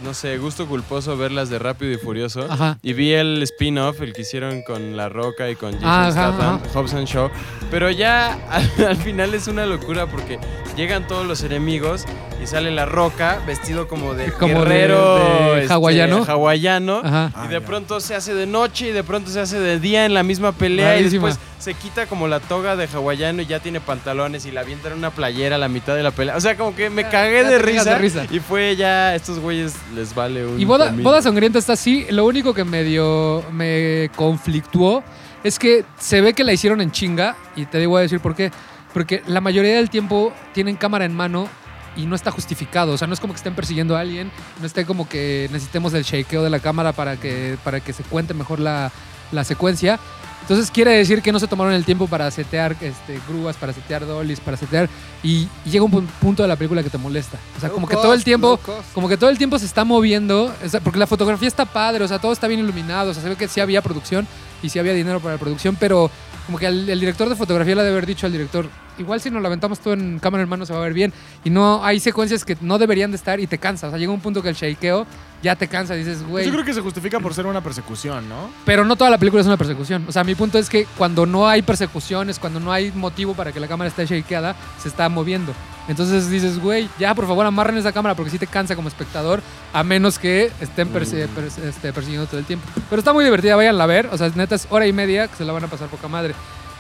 [SPEAKER 3] no sé, gusto culposo ver las de Rápido y Furioso.
[SPEAKER 2] Ajá.
[SPEAKER 3] Y vi el spin-off, el que hicieron con La Roca y con Jason
[SPEAKER 2] Ajá,
[SPEAKER 3] Statham,
[SPEAKER 2] ajá.
[SPEAKER 3] Hobbs and Shaw. Pero ya al, al final es una locura porque llegan todos los enemigos y sale La Roca vestido como de
[SPEAKER 2] Como de-
[SPEAKER 3] guerrero
[SPEAKER 2] de
[SPEAKER 3] este,
[SPEAKER 2] hawaiano.
[SPEAKER 3] hawaiano.
[SPEAKER 2] Ajá.
[SPEAKER 3] Y de pronto se hace de noche y de pronto se hace de día en la misma pelea
[SPEAKER 2] Rarísima.
[SPEAKER 3] y después se quita como la toga de hawaiano y ya tiene pantalones y la avienta en una playera a la mitad de la pelea. O sea, como que me cagué
[SPEAKER 2] ya
[SPEAKER 3] de
[SPEAKER 2] te cagas
[SPEAKER 3] risa,
[SPEAKER 2] de risa.
[SPEAKER 3] y fue ya, estos güeyes les vale un
[SPEAKER 2] Y Boda,
[SPEAKER 3] comino.
[SPEAKER 2] Boda Sangrienta está así. Lo único que medio me conflictuó es que se ve que la hicieron en chinga. Y te digo a decir por qué. Porque la mayoría del tiempo tienen cámara en mano y no está justificado. O sea, no es como que estén persiguiendo a alguien. No esté como que necesitemos el shakeo de la cámara para que, para que se cuente mejor la, la secuencia. Entonces quiere decir que no se tomaron el tiempo para setear este, grúas, para setear dollies, para setear... Y, y llega un pu- punto de la película que te molesta. O sea, como que todo el tiempo como que todo el tiempo se está moviendo, o sea, porque la fotografía está padre, o sea, todo está bien iluminado, o sea, se ve que sí había producción y sí había dinero para la producción, pero como que al- el director de fotografía le ha de haber dicho al director, igual si nos lo aventamos todo en cámara en mano se va a ver bien, y no, hay secuencias que no deberían de estar y te cansa, o sea, llega un punto que el shakeo ya te cansa, dices,
[SPEAKER 1] Pues
[SPEAKER 2] güey,
[SPEAKER 1] Yo creo que se justifica por ser una persecución, ¿no?
[SPEAKER 2] pero no toda la película es una persecución, o sea, mi punto es que cuando no hay persecuciones, cuando no hay motivo para que la cámara esté shakeada, se está moviendo. Entonces dices, güey, ya por favor amarren esa cámara porque sí te cansa como espectador, a menos que estén perse- pers- este, persiguiendo todo el tiempo. Pero está muy divertida, váyanla a ver. O sea, neta es hora y media que se la van a pasar poca madre.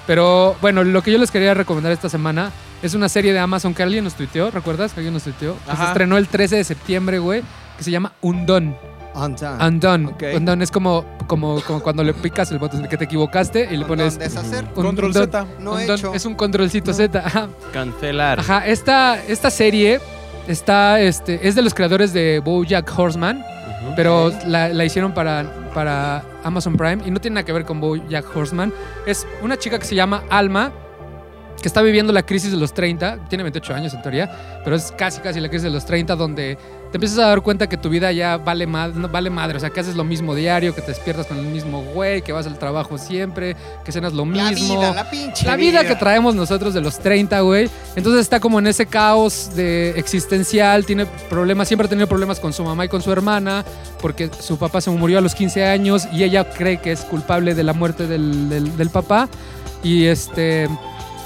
[SPEAKER 2] Pero bueno, lo que yo les quería recomendar esta semana es una serie de Amazon que alguien nos tuiteó, ¿recuerdas? Que alguien nos tuiteó. Que se
[SPEAKER 3] Ajá.
[SPEAKER 2] estrenó el 13 de septiembre, güey, que se llama Undone.
[SPEAKER 4] Undone.
[SPEAKER 2] Undone.
[SPEAKER 4] Ok.
[SPEAKER 2] Undone es como, como, como cuando le picas el botón de que te equivocaste y le pones...
[SPEAKER 4] deshacer.
[SPEAKER 2] un-
[SPEAKER 1] Control
[SPEAKER 2] un-
[SPEAKER 1] Z.
[SPEAKER 4] No
[SPEAKER 2] un
[SPEAKER 4] he
[SPEAKER 2] don-
[SPEAKER 4] hecho.
[SPEAKER 2] Es un controlcito
[SPEAKER 4] No.
[SPEAKER 2] Z. Ajá.
[SPEAKER 3] Cancelar.
[SPEAKER 2] Ajá, esta, esta serie está, este, es de los creadores de BoJack Horseman,
[SPEAKER 3] Ujú.
[SPEAKER 2] pero la, la hicieron para, para Amazon Prime y no tiene nada que ver con BoJack Horseman. Es una chica que se llama Alma, que está viviendo la crisis de los 30, tiene 28 años en teoría, pero es casi casi la crisis de los 30 donde te empiezas a dar cuenta que tu vida ya vale, ma- no, vale madre, o sea, que haces lo mismo diario, que te despiertas con el mismo güey, que vas al trabajo siempre, que cenas lo
[SPEAKER 4] La
[SPEAKER 2] mismo.
[SPEAKER 4] vida, la pinche
[SPEAKER 2] La vida que traemos nosotros de los 30, güey. Entonces está como en ese caos de existencial, tiene problemas, siempre ha tenido problemas con su mamá y con su hermana, porque su papá se murió a los 15 años y ella cree que es culpable de la muerte del, del- del papá. Y este...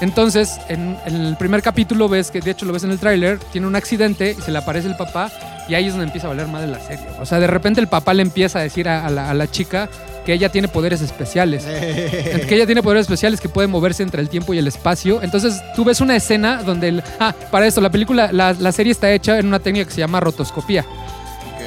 [SPEAKER 2] Entonces, en, en el primer capítulo ves que, de hecho lo ves en el tráiler, tiene un accidente y se le aparece el papá y ahí es donde empieza a valer madre la serie. O sea, de repente el papá le empieza a decir a- a la- a la chica que ella tiene poderes especiales que ella tiene poderes especiales que pueden moverse entre el tiempo y el espacio. Entonces tú ves una escena donde... el- ah, para esto, la película, la, la serie está hecha en una técnica que se llama rotoscopía,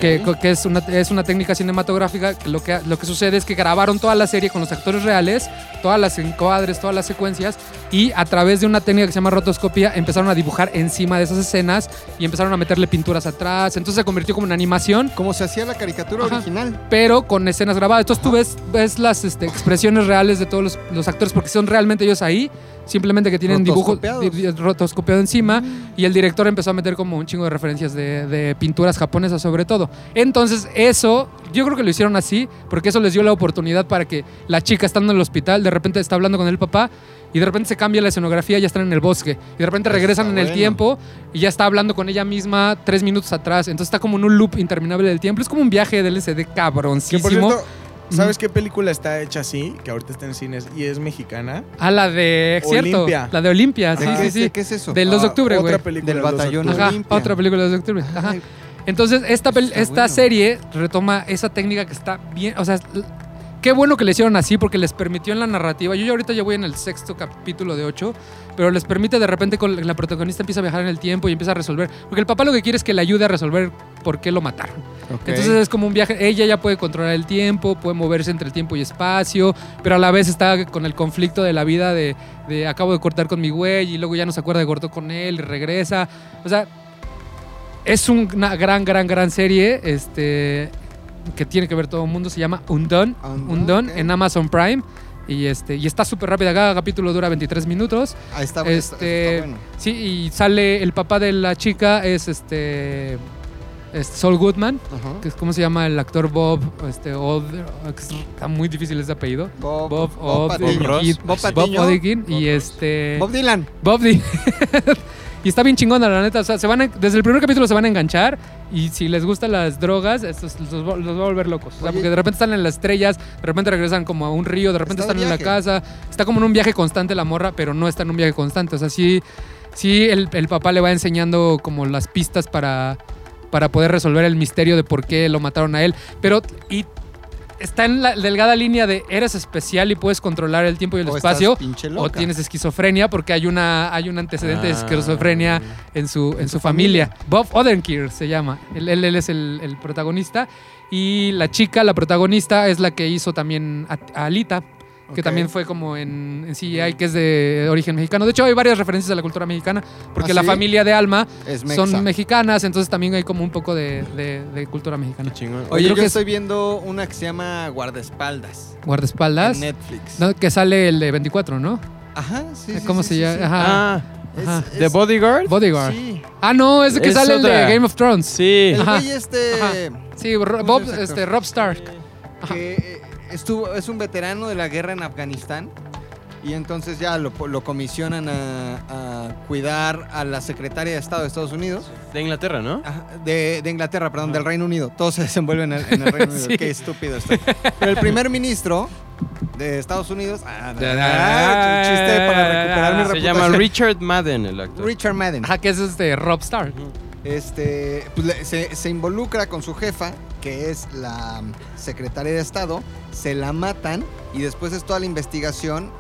[SPEAKER 2] que, co- que es, una, es una técnica cinematográfica que lo, que lo que sucede es que grabaron toda la serie con los actores reales, todas las encuadres, todas las secuencias, y a través de una técnica que se llama rotoscopía empezaron a dibujar encima de esas escenas y empezaron a meterle pinturas atrás. Entonces se convirtió como en animación
[SPEAKER 4] Como se hacía la caricatura
[SPEAKER 2] Ajá.
[SPEAKER 4] original.
[SPEAKER 2] pero con escenas grabadas. Entonces tú ves, ves las este, expresiones reales de todos los, los actores porque son realmente ellos ahí, simplemente que tienen dibujos
[SPEAKER 4] Rotoscopiados. Mm.
[SPEAKER 2] di- di- rotoscopiado encima y el director empezó a meter como un chingo de referencias de, de pinturas japonesas sobre todo. Entonces eso, yo creo que lo hicieron así porque eso les dio la oportunidad para que la chica estando en el hospital de repente está hablando con el papá y de repente se cambia la escenografía, ya están en el bosque. Y de repente regresan en el
[SPEAKER 4] bueno.
[SPEAKER 2] tiempo y ya está hablando con ella misma tres minutos atrás. Entonces está como en un loop interminable del tiempo. Es como un viaje de LSD
[SPEAKER 1] Que por
[SPEAKER 2] cabroncísimo.
[SPEAKER 1] cierto, ¿sabes qué película está hecha así? Que ahorita está en cines y es mexicana.
[SPEAKER 2] A la de. Cierto.
[SPEAKER 1] Olimpia.
[SPEAKER 2] La de Olimpia, Ah, sí,
[SPEAKER 4] Ajá.
[SPEAKER 2] sí, sí.
[SPEAKER 4] ¿Qué es eso?
[SPEAKER 2] Del 2 de
[SPEAKER 1] Ah,
[SPEAKER 2] octubre, güey.
[SPEAKER 1] Otra película
[SPEAKER 4] Del
[SPEAKER 1] dos de
[SPEAKER 4] batallón.
[SPEAKER 1] octubre.
[SPEAKER 2] Ajá,
[SPEAKER 4] Olimpia.
[SPEAKER 2] otra película del 2 de octubre. Ajá.
[SPEAKER 4] Ay,
[SPEAKER 2] Entonces, esta, pel-
[SPEAKER 4] Está
[SPEAKER 2] esta
[SPEAKER 4] bueno.
[SPEAKER 2] serie retoma esa técnica que está bien. O sea, l- qué bueno que le hicieron así porque les permitió en la narrativa. Yo ya ahorita ya voy en el sexto capítulo de ocho, pero les permite de repente con la protagonista empieza a viajar en el tiempo y empieza a resolver. Porque el papá lo que quiere es que le ayude a resolver por qué lo mataron.
[SPEAKER 4] ok.
[SPEAKER 2] Entonces es como un viaje. Ella ya puede controlar el tiempo, puede moverse entre el tiempo y espacio, pero a la vez está con el conflicto de la vida de, de acabo de cortar con mi güey y luego ya no se acuerda de cortó con él y regresa. O sea, es un- una gran, gran, gran serie este, que tiene que ver todo el mundo. Se llama Undone.
[SPEAKER 4] Undone,
[SPEAKER 2] Undone
[SPEAKER 4] ok.
[SPEAKER 2] en Amazon Prime. Y, este, y está súper rápida. Cada capítulo dura 23 minutos.
[SPEAKER 4] Ahí está,
[SPEAKER 2] este-
[SPEAKER 4] está- está bueno.
[SPEAKER 2] Sí, y sale el papá de la chica, es este. es Saul Goodman,
[SPEAKER 4] Ajá.
[SPEAKER 2] que es como se llama el actor Bob, este, Od- que es- está muy difícil ese apellido.
[SPEAKER 4] Bob,
[SPEAKER 2] Bob,
[SPEAKER 4] Bob
[SPEAKER 2] Od-
[SPEAKER 4] Patiño.
[SPEAKER 3] Ross.
[SPEAKER 2] y-
[SPEAKER 4] Bob
[SPEAKER 2] Bob
[SPEAKER 4] Patiño.
[SPEAKER 2] Odekin y este.
[SPEAKER 4] Bob Dylan.
[SPEAKER 2] Bob Di- Y está bien chingona, la neta. O sea, se van a- desde el primer capítulo se van a enganchar. Y si les gustan las drogas, estos los, va- los va a volver locos. O sea,
[SPEAKER 4] Oye.
[SPEAKER 2] porque de repente están en las estrellas, de repente regresan como a un río, de repente
[SPEAKER 4] Está
[SPEAKER 2] están
[SPEAKER 4] de
[SPEAKER 2] en la
[SPEAKER 4] viaje.
[SPEAKER 2] casa. Está como en un viaje constante la morra, pero no está en un viaje constante. O sea, sí, sí el, el papá le va enseñando como las pistas para, para poder resolver el misterio de por qué lo mataron a él. Pero, y está en la delgada línea de eres especial y puedes controlar el tiempo y el
[SPEAKER 4] O estás
[SPEAKER 2] espacio.
[SPEAKER 4] pinche
[SPEAKER 2] O
[SPEAKER 4] loca.
[SPEAKER 2] tienes esquizofrenia porque hay una hay un antecedente de
[SPEAKER 3] Ah.
[SPEAKER 2] esquizofrenia en su, en su familia. Bob Odenkirk se llama. Él, él- él es el, el protagonista. Y la chica, la protagonista, es la que hizo también a, a Alita, que
[SPEAKER 4] Ok.
[SPEAKER 2] también fue como en, en CGI, que es de origen mexicano. De hecho, hay varias referencias a la cultura mexicana, porque
[SPEAKER 4] ¿Ah,
[SPEAKER 2] la
[SPEAKER 4] sí?
[SPEAKER 2] familia de Alma
[SPEAKER 4] Es mexa.
[SPEAKER 2] son mexicanas, entonces también hay como un poco de, de- de cultura mexicana.
[SPEAKER 3] Chingón.
[SPEAKER 4] Oye,
[SPEAKER 2] Creo
[SPEAKER 4] yo
[SPEAKER 2] que es-
[SPEAKER 4] estoy viendo una que se llama Guardaespaldas.
[SPEAKER 2] Guardaespaldas.
[SPEAKER 4] En Netflix.
[SPEAKER 2] No, que sale el de 24, ¿no?
[SPEAKER 4] Ajá, sí. sí,
[SPEAKER 2] ¿Cómo
[SPEAKER 4] sí,
[SPEAKER 2] se
[SPEAKER 4] sí,
[SPEAKER 2] llama?
[SPEAKER 4] sí.
[SPEAKER 2] Ajá.
[SPEAKER 3] Ah,
[SPEAKER 4] Es-
[SPEAKER 2] Ajá.
[SPEAKER 4] es-
[SPEAKER 3] ¿The Bodyguard?
[SPEAKER 2] Bodyguard.
[SPEAKER 4] Sí.
[SPEAKER 2] Ah, no, es el que
[SPEAKER 3] Es
[SPEAKER 2] sale el
[SPEAKER 3] otra.
[SPEAKER 2] de Game of Thrones.
[SPEAKER 3] Sí.
[SPEAKER 4] El
[SPEAKER 2] Ajá.
[SPEAKER 4] güey este.
[SPEAKER 2] Ajá. Sí, Ro-
[SPEAKER 4] ¿Cómo
[SPEAKER 2] Bob,
[SPEAKER 4] se llama ese actor?
[SPEAKER 2] este, Rob Stark.
[SPEAKER 4] que eh, estuvo, es un veterano de la guerra en Afganistán y entonces ya lo, lo comisionan a, a cuidar a la secretaria de Estado de Estados Unidos,
[SPEAKER 3] De Inglaterra, ¿no?
[SPEAKER 4] ajá, de, de Inglaterra, perdón, del Reino Unido. Todos se desenvuelven en, el- en el Reino Unido.
[SPEAKER 2] Sí.
[SPEAKER 4] Qué estúpido estoy. Pero el primer ministro de Estados Unidos, ah,
[SPEAKER 2] Da, da,
[SPEAKER 4] ah, chiste para recuperar mi
[SPEAKER 3] Se llama
[SPEAKER 4] reputación.
[SPEAKER 3] Richard Madden el actor.
[SPEAKER 4] Richard Madden.
[SPEAKER 2] Ajá, que es este Rob Stark.
[SPEAKER 4] Este, pues, le- se, se involucra con su jefa, que es la mm, secretaria de Estado, se la matan y después es toda la investigación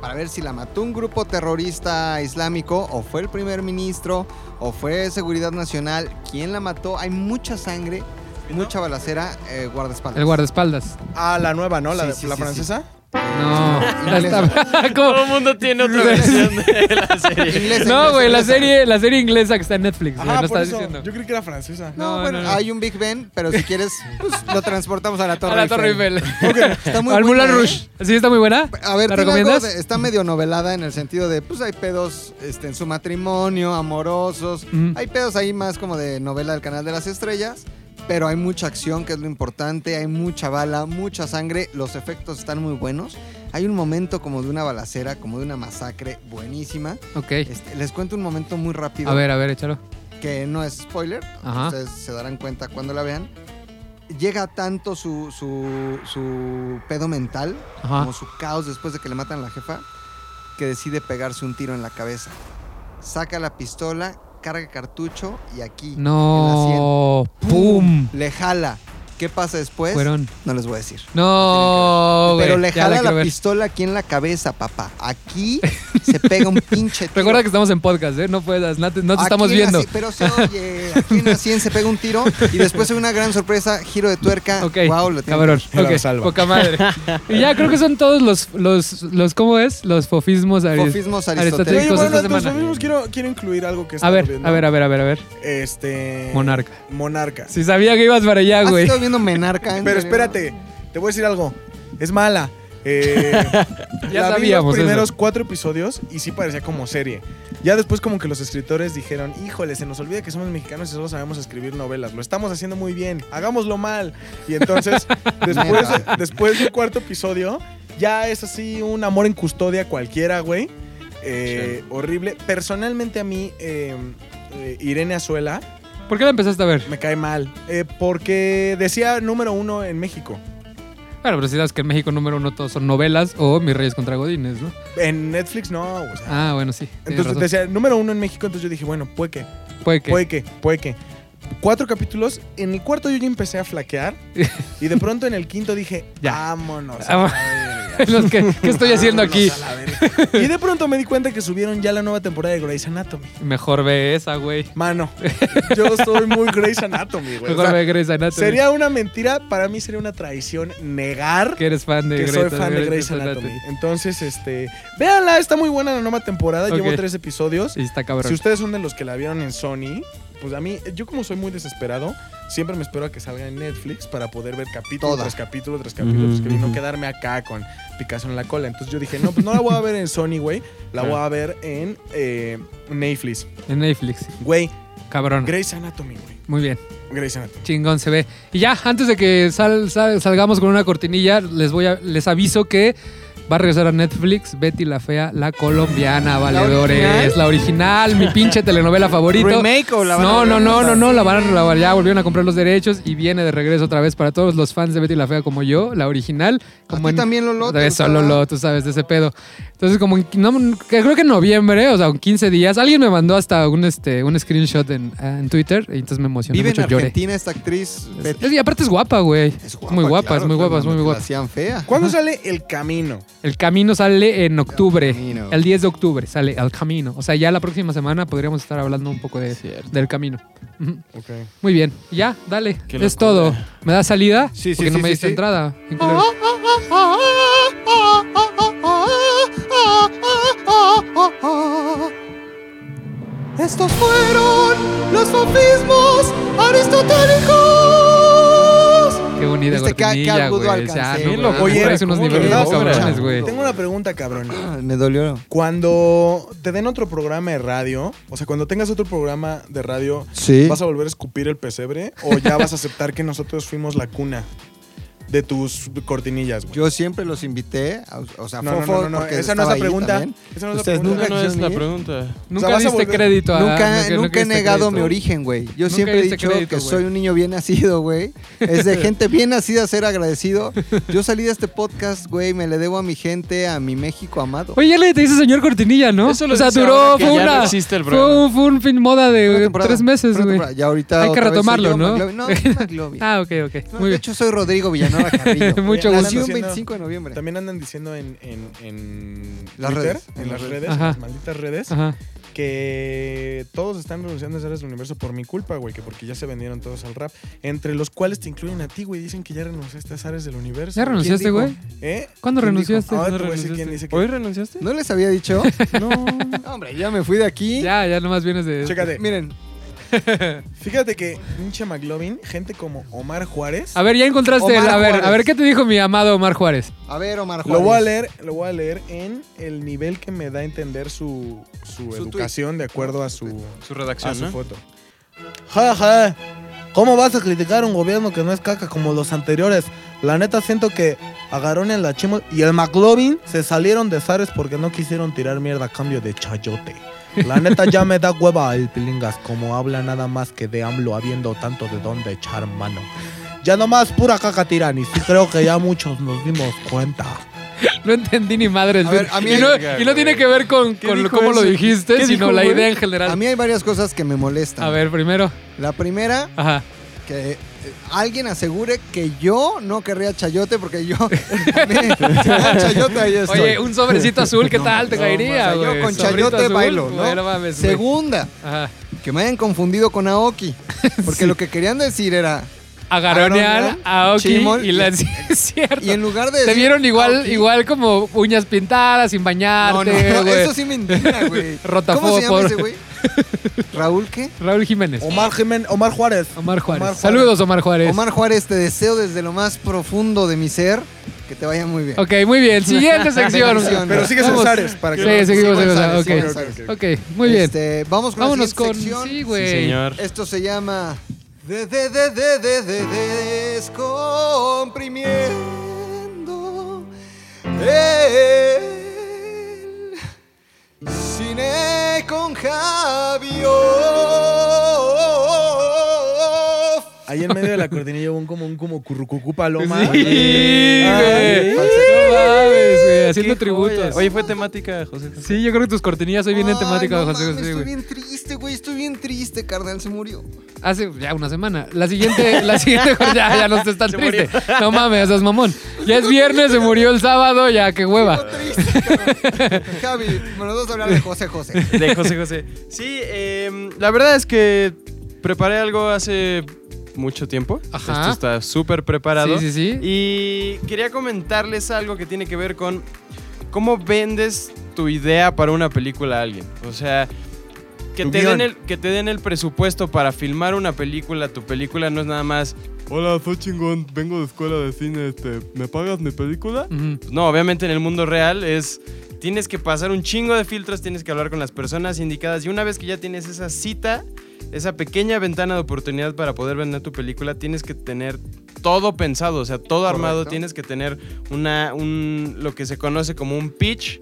[SPEAKER 4] para ver si la mató un grupo terrorista islámico o fue el primer ministro o fue Seguridad Nacional. ¿Quién la mató? Hay mucha sangre, mucha balacera, eh, guardaespaldas.
[SPEAKER 2] El guardaespaldas.
[SPEAKER 1] Ah, la nueva, ¿no? La,
[SPEAKER 4] Sí,
[SPEAKER 1] de-
[SPEAKER 4] sí,
[SPEAKER 1] la
[SPEAKER 4] sí,
[SPEAKER 1] francesa.
[SPEAKER 2] No. la
[SPEAKER 4] Inglesa.
[SPEAKER 2] está- ¿Cómo?
[SPEAKER 3] el mundo tiene otra
[SPEAKER 2] versión
[SPEAKER 3] de la serie.
[SPEAKER 4] Inglesa,
[SPEAKER 2] No,
[SPEAKER 4] inglesa,
[SPEAKER 2] güey, la
[SPEAKER 4] inglesa.
[SPEAKER 2] serie, la serie inglesa que está en Netflix, güey,
[SPEAKER 1] Ajá,
[SPEAKER 2] no
[SPEAKER 1] por
[SPEAKER 2] estás
[SPEAKER 1] eso.
[SPEAKER 2] diciendo.
[SPEAKER 1] Yo creí que era francesa.
[SPEAKER 4] No,
[SPEAKER 2] No,
[SPEAKER 4] bueno,
[SPEAKER 2] no, no.
[SPEAKER 4] hay un Big Ben, pero si quieres, pues, lo transportamos a la Torre
[SPEAKER 2] A la Torre
[SPEAKER 4] Eiffel.
[SPEAKER 2] Eiffel.
[SPEAKER 4] Está muy
[SPEAKER 2] Al
[SPEAKER 4] buena,
[SPEAKER 2] Moulin
[SPEAKER 4] ¿eh?
[SPEAKER 2] Rouge. ¿Sí está muy buena?
[SPEAKER 4] A ver,
[SPEAKER 2] ¿La
[SPEAKER 4] tiene algo
[SPEAKER 2] recomiendas?
[SPEAKER 4] de- está medio novelada en el sentido de, pues hay pedos este, en su matrimonio, amorosos.
[SPEAKER 2] Ujú.
[SPEAKER 4] Hay pedos ahí más como de novela del Canal de las Estrellas. Pero hay mucha acción, que es lo importante. Hay mucha bala, mucha sangre. Los efectos están muy buenos. Hay un momento como de una balacera, como de una masacre buenísima.
[SPEAKER 2] Ok.
[SPEAKER 4] Este, les cuento un momento muy rápido
[SPEAKER 2] A ver, a ver, échalo.
[SPEAKER 4] que no es spoiler,
[SPEAKER 2] Ajá.
[SPEAKER 4] ustedes se darán cuenta cuando la vean. Llega tanto su, su, su pedo mental,
[SPEAKER 2] Ajá.
[SPEAKER 4] como su caos después de que le matan a la jefa, que decide pegarse un tiro en la cabeza. Saca la pistola, carga cartucho y aquí.
[SPEAKER 2] No. Pum.
[SPEAKER 4] Le jala. ¿Qué pasa después?
[SPEAKER 2] Fueron.
[SPEAKER 4] No les voy a decir.
[SPEAKER 2] No, güey.
[SPEAKER 4] Pero le
[SPEAKER 2] ya la
[SPEAKER 4] jala la,
[SPEAKER 2] quiero ver.
[SPEAKER 4] pistola aquí en la cabeza, papá. Aquí se pega un pinche tiro.
[SPEAKER 2] Recuerda que estamos en podcast, ¿eh? No puedes, no te, no te
[SPEAKER 4] Aquí
[SPEAKER 2] estamos
[SPEAKER 4] en la
[SPEAKER 2] viendo.
[SPEAKER 4] ci- pero se oye, aquí en la 100 se pega un tiro y después hay una gran sorpresa, giro de tuerca.
[SPEAKER 2] Ok.
[SPEAKER 4] Wow, lo tiene.
[SPEAKER 2] Cabrón.
[SPEAKER 1] Claro,
[SPEAKER 2] ok,
[SPEAKER 1] salva.
[SPEAKER 2] Poca madre. Y ya creo que son todos los, los, los ¿cómo es? Los fofismos. aris-
[SPEAKER 4] Fofismos
[SPEAKER 1] Oye,
[SPEAKER 2] Tres
[SPEAKER 4] aristotélicos.
[SPEAKER 2] cosas
[SPEAKER 1] bueno,
[SPEAKER 2] esta
[SPEAKER 1] entonces,
[SPEAKER 2] semana.
[SPEAKER 1] amigos, quiero, quiero incluir algo que
[SPEAKER 2] A
[SPEAKER 1] está
[SPEAKER 2] ver, a ver, a ver, a ver, a ver.
[SPEAKER 1] Este.
[SPEAKER 2] Monarca.
[SPEAKER 1] Monarca.
[SPEAKER 2] Si sabía que ibas para allá,
[SPEAKER 1] Ah,
[SPEAKER 4] ¿Has
[SPEAKER 2] güey.
[SPEAKER 4] estado viendo Menarca? en
[SPEAKER 1] Pero
[SPEAKER 4] serio?
[SPEAKER 1] espérate, te voy a decir algo. Es mala. Eh,
[SPEAKER 2] Ya
[SPEAKER 1] la vi
[SPEAKER 2] sabíamos
[SPEAKER 1] los primeros
[SPEAKER 2] eso.
[SPEAKER 1] cuatro episodios y sí parecía como serie. Ya después como que los escritores dijeron, híjole, se nos olvida que somos mexicanos y solo sabemos escribir novelas. Lo estamos haciendo muy bien, hagámoslo mal. Y entonces, después,
[SPEAKER 4] Neta.
[SPEAKER 1] después del cuarto episodio, ya es así un amor en custodia cualquiera, güey. Eh, Horrible. Personalmente a mí, eh, eh, Irene Azuela,
[SPEAKER 2] ¿Por qué la empezaste a ver?
[SPEAKER 1] me cae mal. eh, porque decía número uno en México.
[SPEAKER 2] Claro, pero si sabes que en México número uno todos son novelas o Mis Reyes contra Godines, ¿no?
[SPEAKER 1] En Netflix no, o sea.
[SPEAKER 2] Ah, bueno, sí. tienes
[SPEAKER 1] entonces
[SPEAKER 2] razón.
[SPEAKER 1] decía, número uno en México, entonces yo dije, bueno, puede que,
[SPEAKER 2] Puede que.
[SPEAKER 1] puede que, puede que. Cuatro capítulos, en el cuarto yo ya empecé a flaquear y de pronto en el quinto dije,
[SPEAKER 2] Ya.
[SPEAKER 1] vámonos. a
[SPEAKER 2] Ah,
[SPEAKER 1] la verga,
[SPEAKER 2] Los que- ¿Qué estoy haciendo aquí?
[SPEAKER 1] vámonos a la verga". Y de pronto me di cuenta que subieron ya la nueva temporada de Grey's Anatomy.
[SPEAKER 2] Mejor ve esa, güey.
[SPEAKER 1] Mano, yo soy muy Grey's Anatomy, güey. Pues, O
[SPEAKER 2] Mejor
[SPEAKER 1] sea,
[SPEAKER 2] ve Grey's Anatomy.
[SPEAKER 1] sería una mentira, para mí sería una traición negar
[SPEAKER 2] que eres fan de
[SPEAKER 1] que
[SPEAKER 2] Grey's
[SPEAKER 1] soy fan de Grey's Anatomy. Entonces, este, véanla, está muy buena la nueva temporada,
[SPEAKER 2] Ok.
[SPEAKER 1] llevo tres episodios.
[SPEAKER 2] Y está cabrón.
[SPEAKER 1] Si ustedes son de los que la vieron en Sony, pues a mí, yo como soy muy desesperado, siempre me espero a que salga en Netflix para poder ver capítulo
[SPEAKER 4] Toda.
[SPEAKER 1] tras capítulo tras capítulo
[SPEAKER 2] Mm.
[SPEAKER 1] tras capítulo y no quedarme acá con Picasso en la cola. Entonces yo dije, no, pues no la voy a ver en Sony, güey, la voy
[SPEAKER 2] Ah.
[SPEAKER 1] a ver en eh, Netflix.
[SPEAKER 2] En Netflix.
[SPEAKER 1] Güey,
[SPEAKER 2] Cabrón.
[SPEAKER 1] Grey's Anatomy, güey.
[SPEAKER 2] Muy bien.
[SPEAKER 1] Grey's Anatomy.
[SPEAKER 2] Chingón se ve. Y ya, antes de que sal- sal- salgamos con una cortinilla, les voy a, les aviso que Va a regresar a Netflix Betty la Fea, la colombiana, valedores. La original, mi pinche telenovela favorito.
[SPEAKER 4] ¿Remake o la van a
[SPEAKER 2] No, no, no, no,
[SPEAKER 4] relanzar?
[SPEAKER 2] no, la van a la van- ya volvieron a comprar los derechos y viene de regreso otra vez para todos los fans de Betty la Fea como yo, la original. Como
[SPEAKER 4] ti también, Lolo, te
[SPEAKER 2] De
[SPEAKER 4] gustaba.
[SPEAKER 2] solo Lolo, tú sabes de ese pedo. Entonces, como en, no, que creo que en noviembre, o sea, en 15 días, alguien me mandó hasta un, este, un screenshot en, en Twitter y entonces me emocioné
[SPEAKER 4] Vive en
[SPEAKER 2] mucho, lloré.
[SPEAKER 4] Argentina esta actriz. Betty.
[SPEAKER 2] Es- y aparte es guapa, güey.
[SPEAKER 4] Es
[SPEAKER 2] muy guapa,
[SPEAKER 4] claro,
[SPEAKER 2] es muy guapa, es muy
[SPEAKER 4] la
[SPEAKER 2] guapa.
[SPEAKER 4] hacían fea.
[SPEAKER 2] Ah.
[SPEAKER 1] ¿Cuándo sale El Camino?
[SPEAKER 2] El camino sale en octubre.
[SPEAKER 4] El
[SPEAKER 2] El,
[SPEAKER 4] Camino.
[SPEAKER 2] 10 de octubre sale El camino. O sea, ya la próxima semana podríamos estar hablando un poco de,
[SPEAKER 3] Cierto.
[SPEAKER 2] del camino. Ujú.
[SPEAKER 1] Ok.
[SPEAKER 2] Muy bien. Ya, dale.
[SPEAKER 3] Qué
[SPEAKER 2] Es
[SPEAKER 3] locura.
[SPEAKER 2] todo. ¿Me da salida?
[SPEAKER 4] Sí, sí,
[SPEAKER 2] Porque no
[SPEAKER 4] sí,
[SPEAKER 2] me
[SPEAKER 4] sí,
[SPEAKER 2] diste
[SPEAKER 4] sí.
[SPEAKER 2] entrada. Qué culero.
[SPEAKER 4] Estos fueron los sofismos aristotélicos.
[SPEAKER 2] Qué bonita
[SPEAKER 4] Viste, Este, qué- qué
[SPEAKER 2] cortinilla,
[SPEAKER 4] agudo
[SPEAKER 2] güey.
[SPEAKER 4] alcancé.
[SPEAKER 2] Ya,
[SPEAKER 4] Sí,
[SPEAKER 2] no,
[SPEAKER 4] lo
[SPEAKER 2] mames,
[SPEAKER 1] voy a-
[SPEAKER 2] traes unos
[SPEAKER 1] ¿cómo
[SPEAKER 2] niveles
[SPEAKER 1] lo
[SPEAKER 2] muy
[SPEAKER 1] logra?
[SPEAKER 2] cabrones, güey.
[SPEAKER 1] Tengo una pregunta, cabrón.
[SPEAKER 4] Me dolió.
[SPEAKER 1] Cuando te den otro programa de radio, o sea, cuando tengas otro programa de radio,
[SPEAKER 4] Sí.
[SPEAKER 1] ¿vas a volver a escupir el pesebre o ya vas a aceptar que nosotros fuimos la cuna de tus cortinillas, güey?
[SPEAKER 4] Yo siempre los invité, a- o sea,
[SPEAKER 1] No, no,
[SPEAKER 4] Fofo,
[SPEAKER 1] no, no, no,
[SPEAKER 4] porque
[SPEAKER 1] esa no es la
[SPEAKER 4] estaba ahí
[SPEAKER 1] pregunta.
[SPEAKER 4] también.
[SPEAKER 1] Esa no es la
[SPEAKER 4] Ustedes
[SPEAKER 1] pregunta.
[SPEAKER 3] Esa
[SPEAKER 4] nunca
[SPEAKER 3] no es la
[SPEAKER 4] ni-
[SPEAKER 3] pregunta.
[SPEAKER 2] Nunca
[SPEAKER 1] vas a
[SPEAKER 2] diste
[SPEAKER 1] volver-
[SPEAKER 2] crédito a...
[SPEAKER 4] Nunca, nunca he
[SPEAKER 2] ah, diste
[SPEAKER 4] negado mi
[SPEAKER 2] crédito.
[SPEAKER 4] origen, güey. Yo
[SPEAKER 2] Nunca
[SPEAKER 4] siempre he
[SPEAKER 2] diste
[SPEAKER 4] dicho
[SPEAKER 2] crédito,
[SPEAKER 4] que
[SPEAKER 2] güey.
[SPEAKER 4] soy un niño bien nacido, güey. Es de gente bien nacida ser agradecido. Yo salí de este podcast, güey, me le debo a mi gente, a mi México amado.
[SPEAKER 2] Oye, ya le te dice señor Cortinilla, ¿no?
[SPEAKER 3] Eso lo
[SPEAKER 2] o sea,
[SPEAKER 3] dice
[SPEAKER 2] duró,
[SPEAKER 3] ahora que
[SPEAKER 2] fue
[SPEAKER 3] ya no
[SPEAKER 2] una,
[SPEAKER 3] existe el
[SPEAKER 2] fue
[SPEAKER 3] programa.
[SPEAKER 2] un, fue un fin moda
[SPEAKER 4] Una
[SPEAKER 2] de
[SPEAKER 4] temporada,
[SPEAKER 2] tres meses,
[SPEAKER 4] una
[SPEAKER 2] güey.
[SPEAKER 4] temporada. Ya ahorita
[SPEAKER 2] Hay que
[SPEAKER 4] otra vez soy
[SPEAKER 2] retomarlo,
[SPEAKER 4] yo,
[SPEAKER 2] ¿no?
[SPEAKER 4] McLovin. No, soy McLovin.
[SPEAKER 2] Ah, ok, ok.
[SPEAKER 4] No,
[SPEAKER 2] Muy
[SPEAKER 4] de
[SPEAKER 2] bien.
[SPEAKER 4] hecho, soy Rodrigo Villanueva Carrillo.
[SPEAKER 2] Mucho
[SPEAKER 4] Nací
[SPEAKER 1] gusto.
[SPEAKER 4] un 25 de noviembre.
[SPEAKER 1] También andan diciendo en, en, en
[SPEAKER 4] Las
[SPEAKER 1] Twitter,
[SPEAKER 4] redes.
[SPEAKER 1] en las redes, en
[SPEAKER 2] Ajá.
[SPEAKER 1] las malditas redes,
[SPEAKER 2] Ajá.
[SPEAKER 1] que todos están renunciando a ser del universo por mi culpa, güey, que porque ya se vendieron todos al rap, entre los cuales te incluyen a ti, güey, dicen que ya renunciaste a Zares del universo.
[SPEAKER 2] ¿Ya renunciaste,
[SPEAKER 4] dijo?
[SPEAKER 2] güey?
[SPEAKER 1] ¿Eh?
[SPEAKER 2] ¿Cuándo
[SPEAKER 4] ¿Quién
[SPEAKER 2] renunciaste?
[SPEAKER 1] dijo? Ah,
[SPEAKER 3] ¿No
[SPEAKER 1] te voy a decir quién dice que-
[SPEAKER 3] ¿Hoy renunciaste?
[SPEAKER 4] ¿No les había dicho?
[SPEAKER 3] No.
[SPEAKER 4] No, hombre, ya me fui de aquí.
[SPEAKER 2] Ya, ya nomás vienes de...
[SPEAKER 1] Chécate.
[SPEAKER 4] Miren,
[SPEAKER 1] Fíjate que pinche McLovin, gente como Omar Juárez.
[SPEAKER 2] A ver, ya encontraste... el-
[SPEAKER 4] Omar
[SPEAKER 2] a ver,
[SPEAKER 4] Juárez.
[SPEAKER 2] a ver, ¿qué te dijo mi amado Omar Juárez?
[SPEAKER 4] a ver, Omar Juárez.
[SPEAKER 1] Lo voy a leer, lo voy a leer en el nivel que me da a entender su, su,
[SPEAKER 4] Su
[SPEAKER 1] educación de acuerdo a su,
[SPEAKER 3] Su
[SPEAKER 1] a
[SPEAKER 2] Ah,
[SPEAKER 3] redacción,
[SPEAKER 1] Ah, su
[SPEAKER 3] ¿no?
[SPEAKER 1] foto. Ja, ja. ¿Cómo vas a criticar un gobierno que no es caca como los anteriores? La neta siento que agarraron en la chimo y el McLovin se salieron de Zares porque no quisieron tirar mierda a cambio de chayote. La neta ya me da hueva el pilingas como habla nada más que de AMLO habiendo tanto de dónde echar mano. Ya nomás pura caca tiran y sí creo que ya muchos nos dimos cuenta.
[SPEAKER 2] No entendí ni madres.
[SPEAKER 4] A ver, a mí-
[SPEAKER 2] y, no, y no tiene que ver con,
[SPEAKER 3] ¿Qué
[SPEAKER 2] con
[SPEAKER 3] dijo
[SPEAKER 2] cómo lo
[SPEAKER 3] eso?
[SPEAKER 2] dijiste,
[SPEAKER 3] ¿Qué
[SPEAKER 2] sino
[SPEAKER 3] dijo,
[SPEAKER 2] la
[SPEAKER 3] güey?
[SPEAKER 2] idea en general.
[SPEAKER 4] A
[SPEAKER 2] A,
[SPEAKER 4] mí hay varias cosas que me molestan.
[SPEAKER 2] ver, primero.
[SPEAKER 4] La primera,
[SPEAKER 2] Ajá.
[SPEAKER 4] que eh, alguien asegure que yo no querría chayote porque yo también, si me dan chayote ahí estoy.
[SPEAKER 2] Oye, un sobrecito azul, ¿qué
[SPEAKER 4] No,
[SPEAKER 2] tal te
[SPEAKER 4] no,
[SPEAKER 2] caería,
[SPEAKER 4] o sea, yo
[SPEAKER 2] güey?
[SPEAKER 4] con
[SPEAKER 2] Sobrito
[SPEAKER 4] chayote
[SPEAKER 2] azul,
[SPEAKER 4] bailo, ¿no?
[SPEAKER 2] güey, mames, güey.
[SPEAKER 4] Segunda,
[SPEAKER 2] Ajá.
[SPEAKER 4] que me hayan confundido con Aoki, porque lo que querían decir era
[SPEAKER 2] Agaronear
[SPEAKER 4] Agaronear,
[SPEAKER 2] a Oki
[SPEAKER 4] Chimol,
[SPEAKER 2] y la...
[SPEAKER 4] y-
[SPEAKER 2] Sí, es cierto.
[SPEAKER 4] y en lugar de
[SPEAKER 2] Te
[SPEAKER 4] decir
[SPEAKER 2] vieron igual,
[SPEAKER 4] Aoki,
[SPEAKER 2] igual como uñas pintadas, sin
[SPEAKER 4] no,
[SPEAKER 2] bañarte,
[SPEAKER 4] Ah, no,
[SPEAKER 2] güey.
[SPEAKER 4] no, eso sí me indigna, güey. ¿Cómo
[SPEAKER 2] Rotafobo,
[SPEAKER 4] se llama ese
[SPEAKER 2] pobre.
[SPEAKER 4] güey? Raúl qué?
[SPEAKER 2] Raúl Jiménez.
[SPEAKER 1] Omar Jiménez, Omar Juárez.
[SPEAKER 2] Omar Juárez.
[SPEAKER 1] Omar Juárez.
[SPEAKER 2] Saludos, Omar Juárez.
[SPEAKER 4] Omar Juárez, te deseo desde lo más profundo de mi ser que te vaya muy bien.
[SPEAKER 2] Ok, muy bien. Siguiente sección.
[SPEAKER 4] Sección.
[SPEAKER 1] Pero sigues en
[SPEAKER 2] Vamos.
[SPEAKER 1] Zares para
[SPEAKER 2] Sí,
[SPEAKER 1] que
[SPEAKER 2] sí, seguimos,
[SPEAKER 4] Sí,
[SPEAKER 2] seguimos,
[SPEAKER 4] González,
[SPEAKER 2] ok.
[SPEAKER 4] sí, González.
[SPEAKER 1] Ok,
[SPEAKER 2] Ok, muy bien.
[SPEAKER 4] Este, vamos con
[SPEAKER 2] Vámonos
[SPEAKER 4] la
[SPEAKER 2] con...
[SPEAKER 4] siguiente sección.
[SPEAKER 2] Sí,
[SPEAKER 3] Sí,
[SPEAKER 2] güey.
[SPEAKER 3] señor.
[SPEAKER 4] Esto se llama de, de, de, de, de, de- descomprimiendo el cine con Javio.
[SPEAKER 1] Ahí en medio de la cortinilla hubo un como un como currucucú paloma.
[SPEAKER 2] Sí, güey. No mames, güey. Haciendo tributos.
[SPEAKER 3] Oye, fue temática, José.
[SPEAKER 2] sí, yo creo que tus cortinillas hoy vienen temática de
[SPEAKER 4] Ay, no
[SPEAKER 2] José
[SPEAKER 4] mames,
[SPEAKER 2] José,
[SPEAKER 4] Estoy
[SPEAKER 2] güey.
[SPEAKER 4] bien triste, güey. Estoy bien triste, carnal. Se murió.
[SPEAKER 2] Hace ya una semana. La siguiente, la siguiente ya, ya no estés tan triste. No mames, seas mamón. Ya es viernes, se murió el sábado, ya qué hueva.
[SPEAKER 4] Estoy triste, carnal. Javi, me nos vas a hablar de José José.
[SPEAKER 3] De José José. Sí, eh, la verdad es que preparé algo hace mucho tiempo.
[SPEAKER 2] Ajá.
[SPEAKER 3] Esto está súper preparado.
[SPEAKER 2] Sí, sí, sí.
[SPEAKER 3] Y quería comentarles algo que tiene que ver con cómo vendes tu idea para una película a alguien. O sea, que
[SPEAKER 1] Tu
[SPEAKER 3] te,
[SPEAKER 1] guión.
[SPEAKER 3] den el, que te den el presupuesto para filmar una película. Tu película no es nada más, hola, soy chingón, vengo de escuela de cine, este, ¿me pagas mi película?
[SPEAKER 2] Ujú.
[SPEAKER 3] No, obviamente en el mundo real es Tienes que pasar un chingo de filtros, tienes que hablar con las personas indicadas y una vez que ya tienes esa cita, esa pequeña ventana de oportunidad para poder vender tu película, tienes que tener todo pensado, o sea, todo armado,
[SPEAKER 4] Correcto.
[SPEAKER 3] tienes que tener una un lo que se conoce como un pitch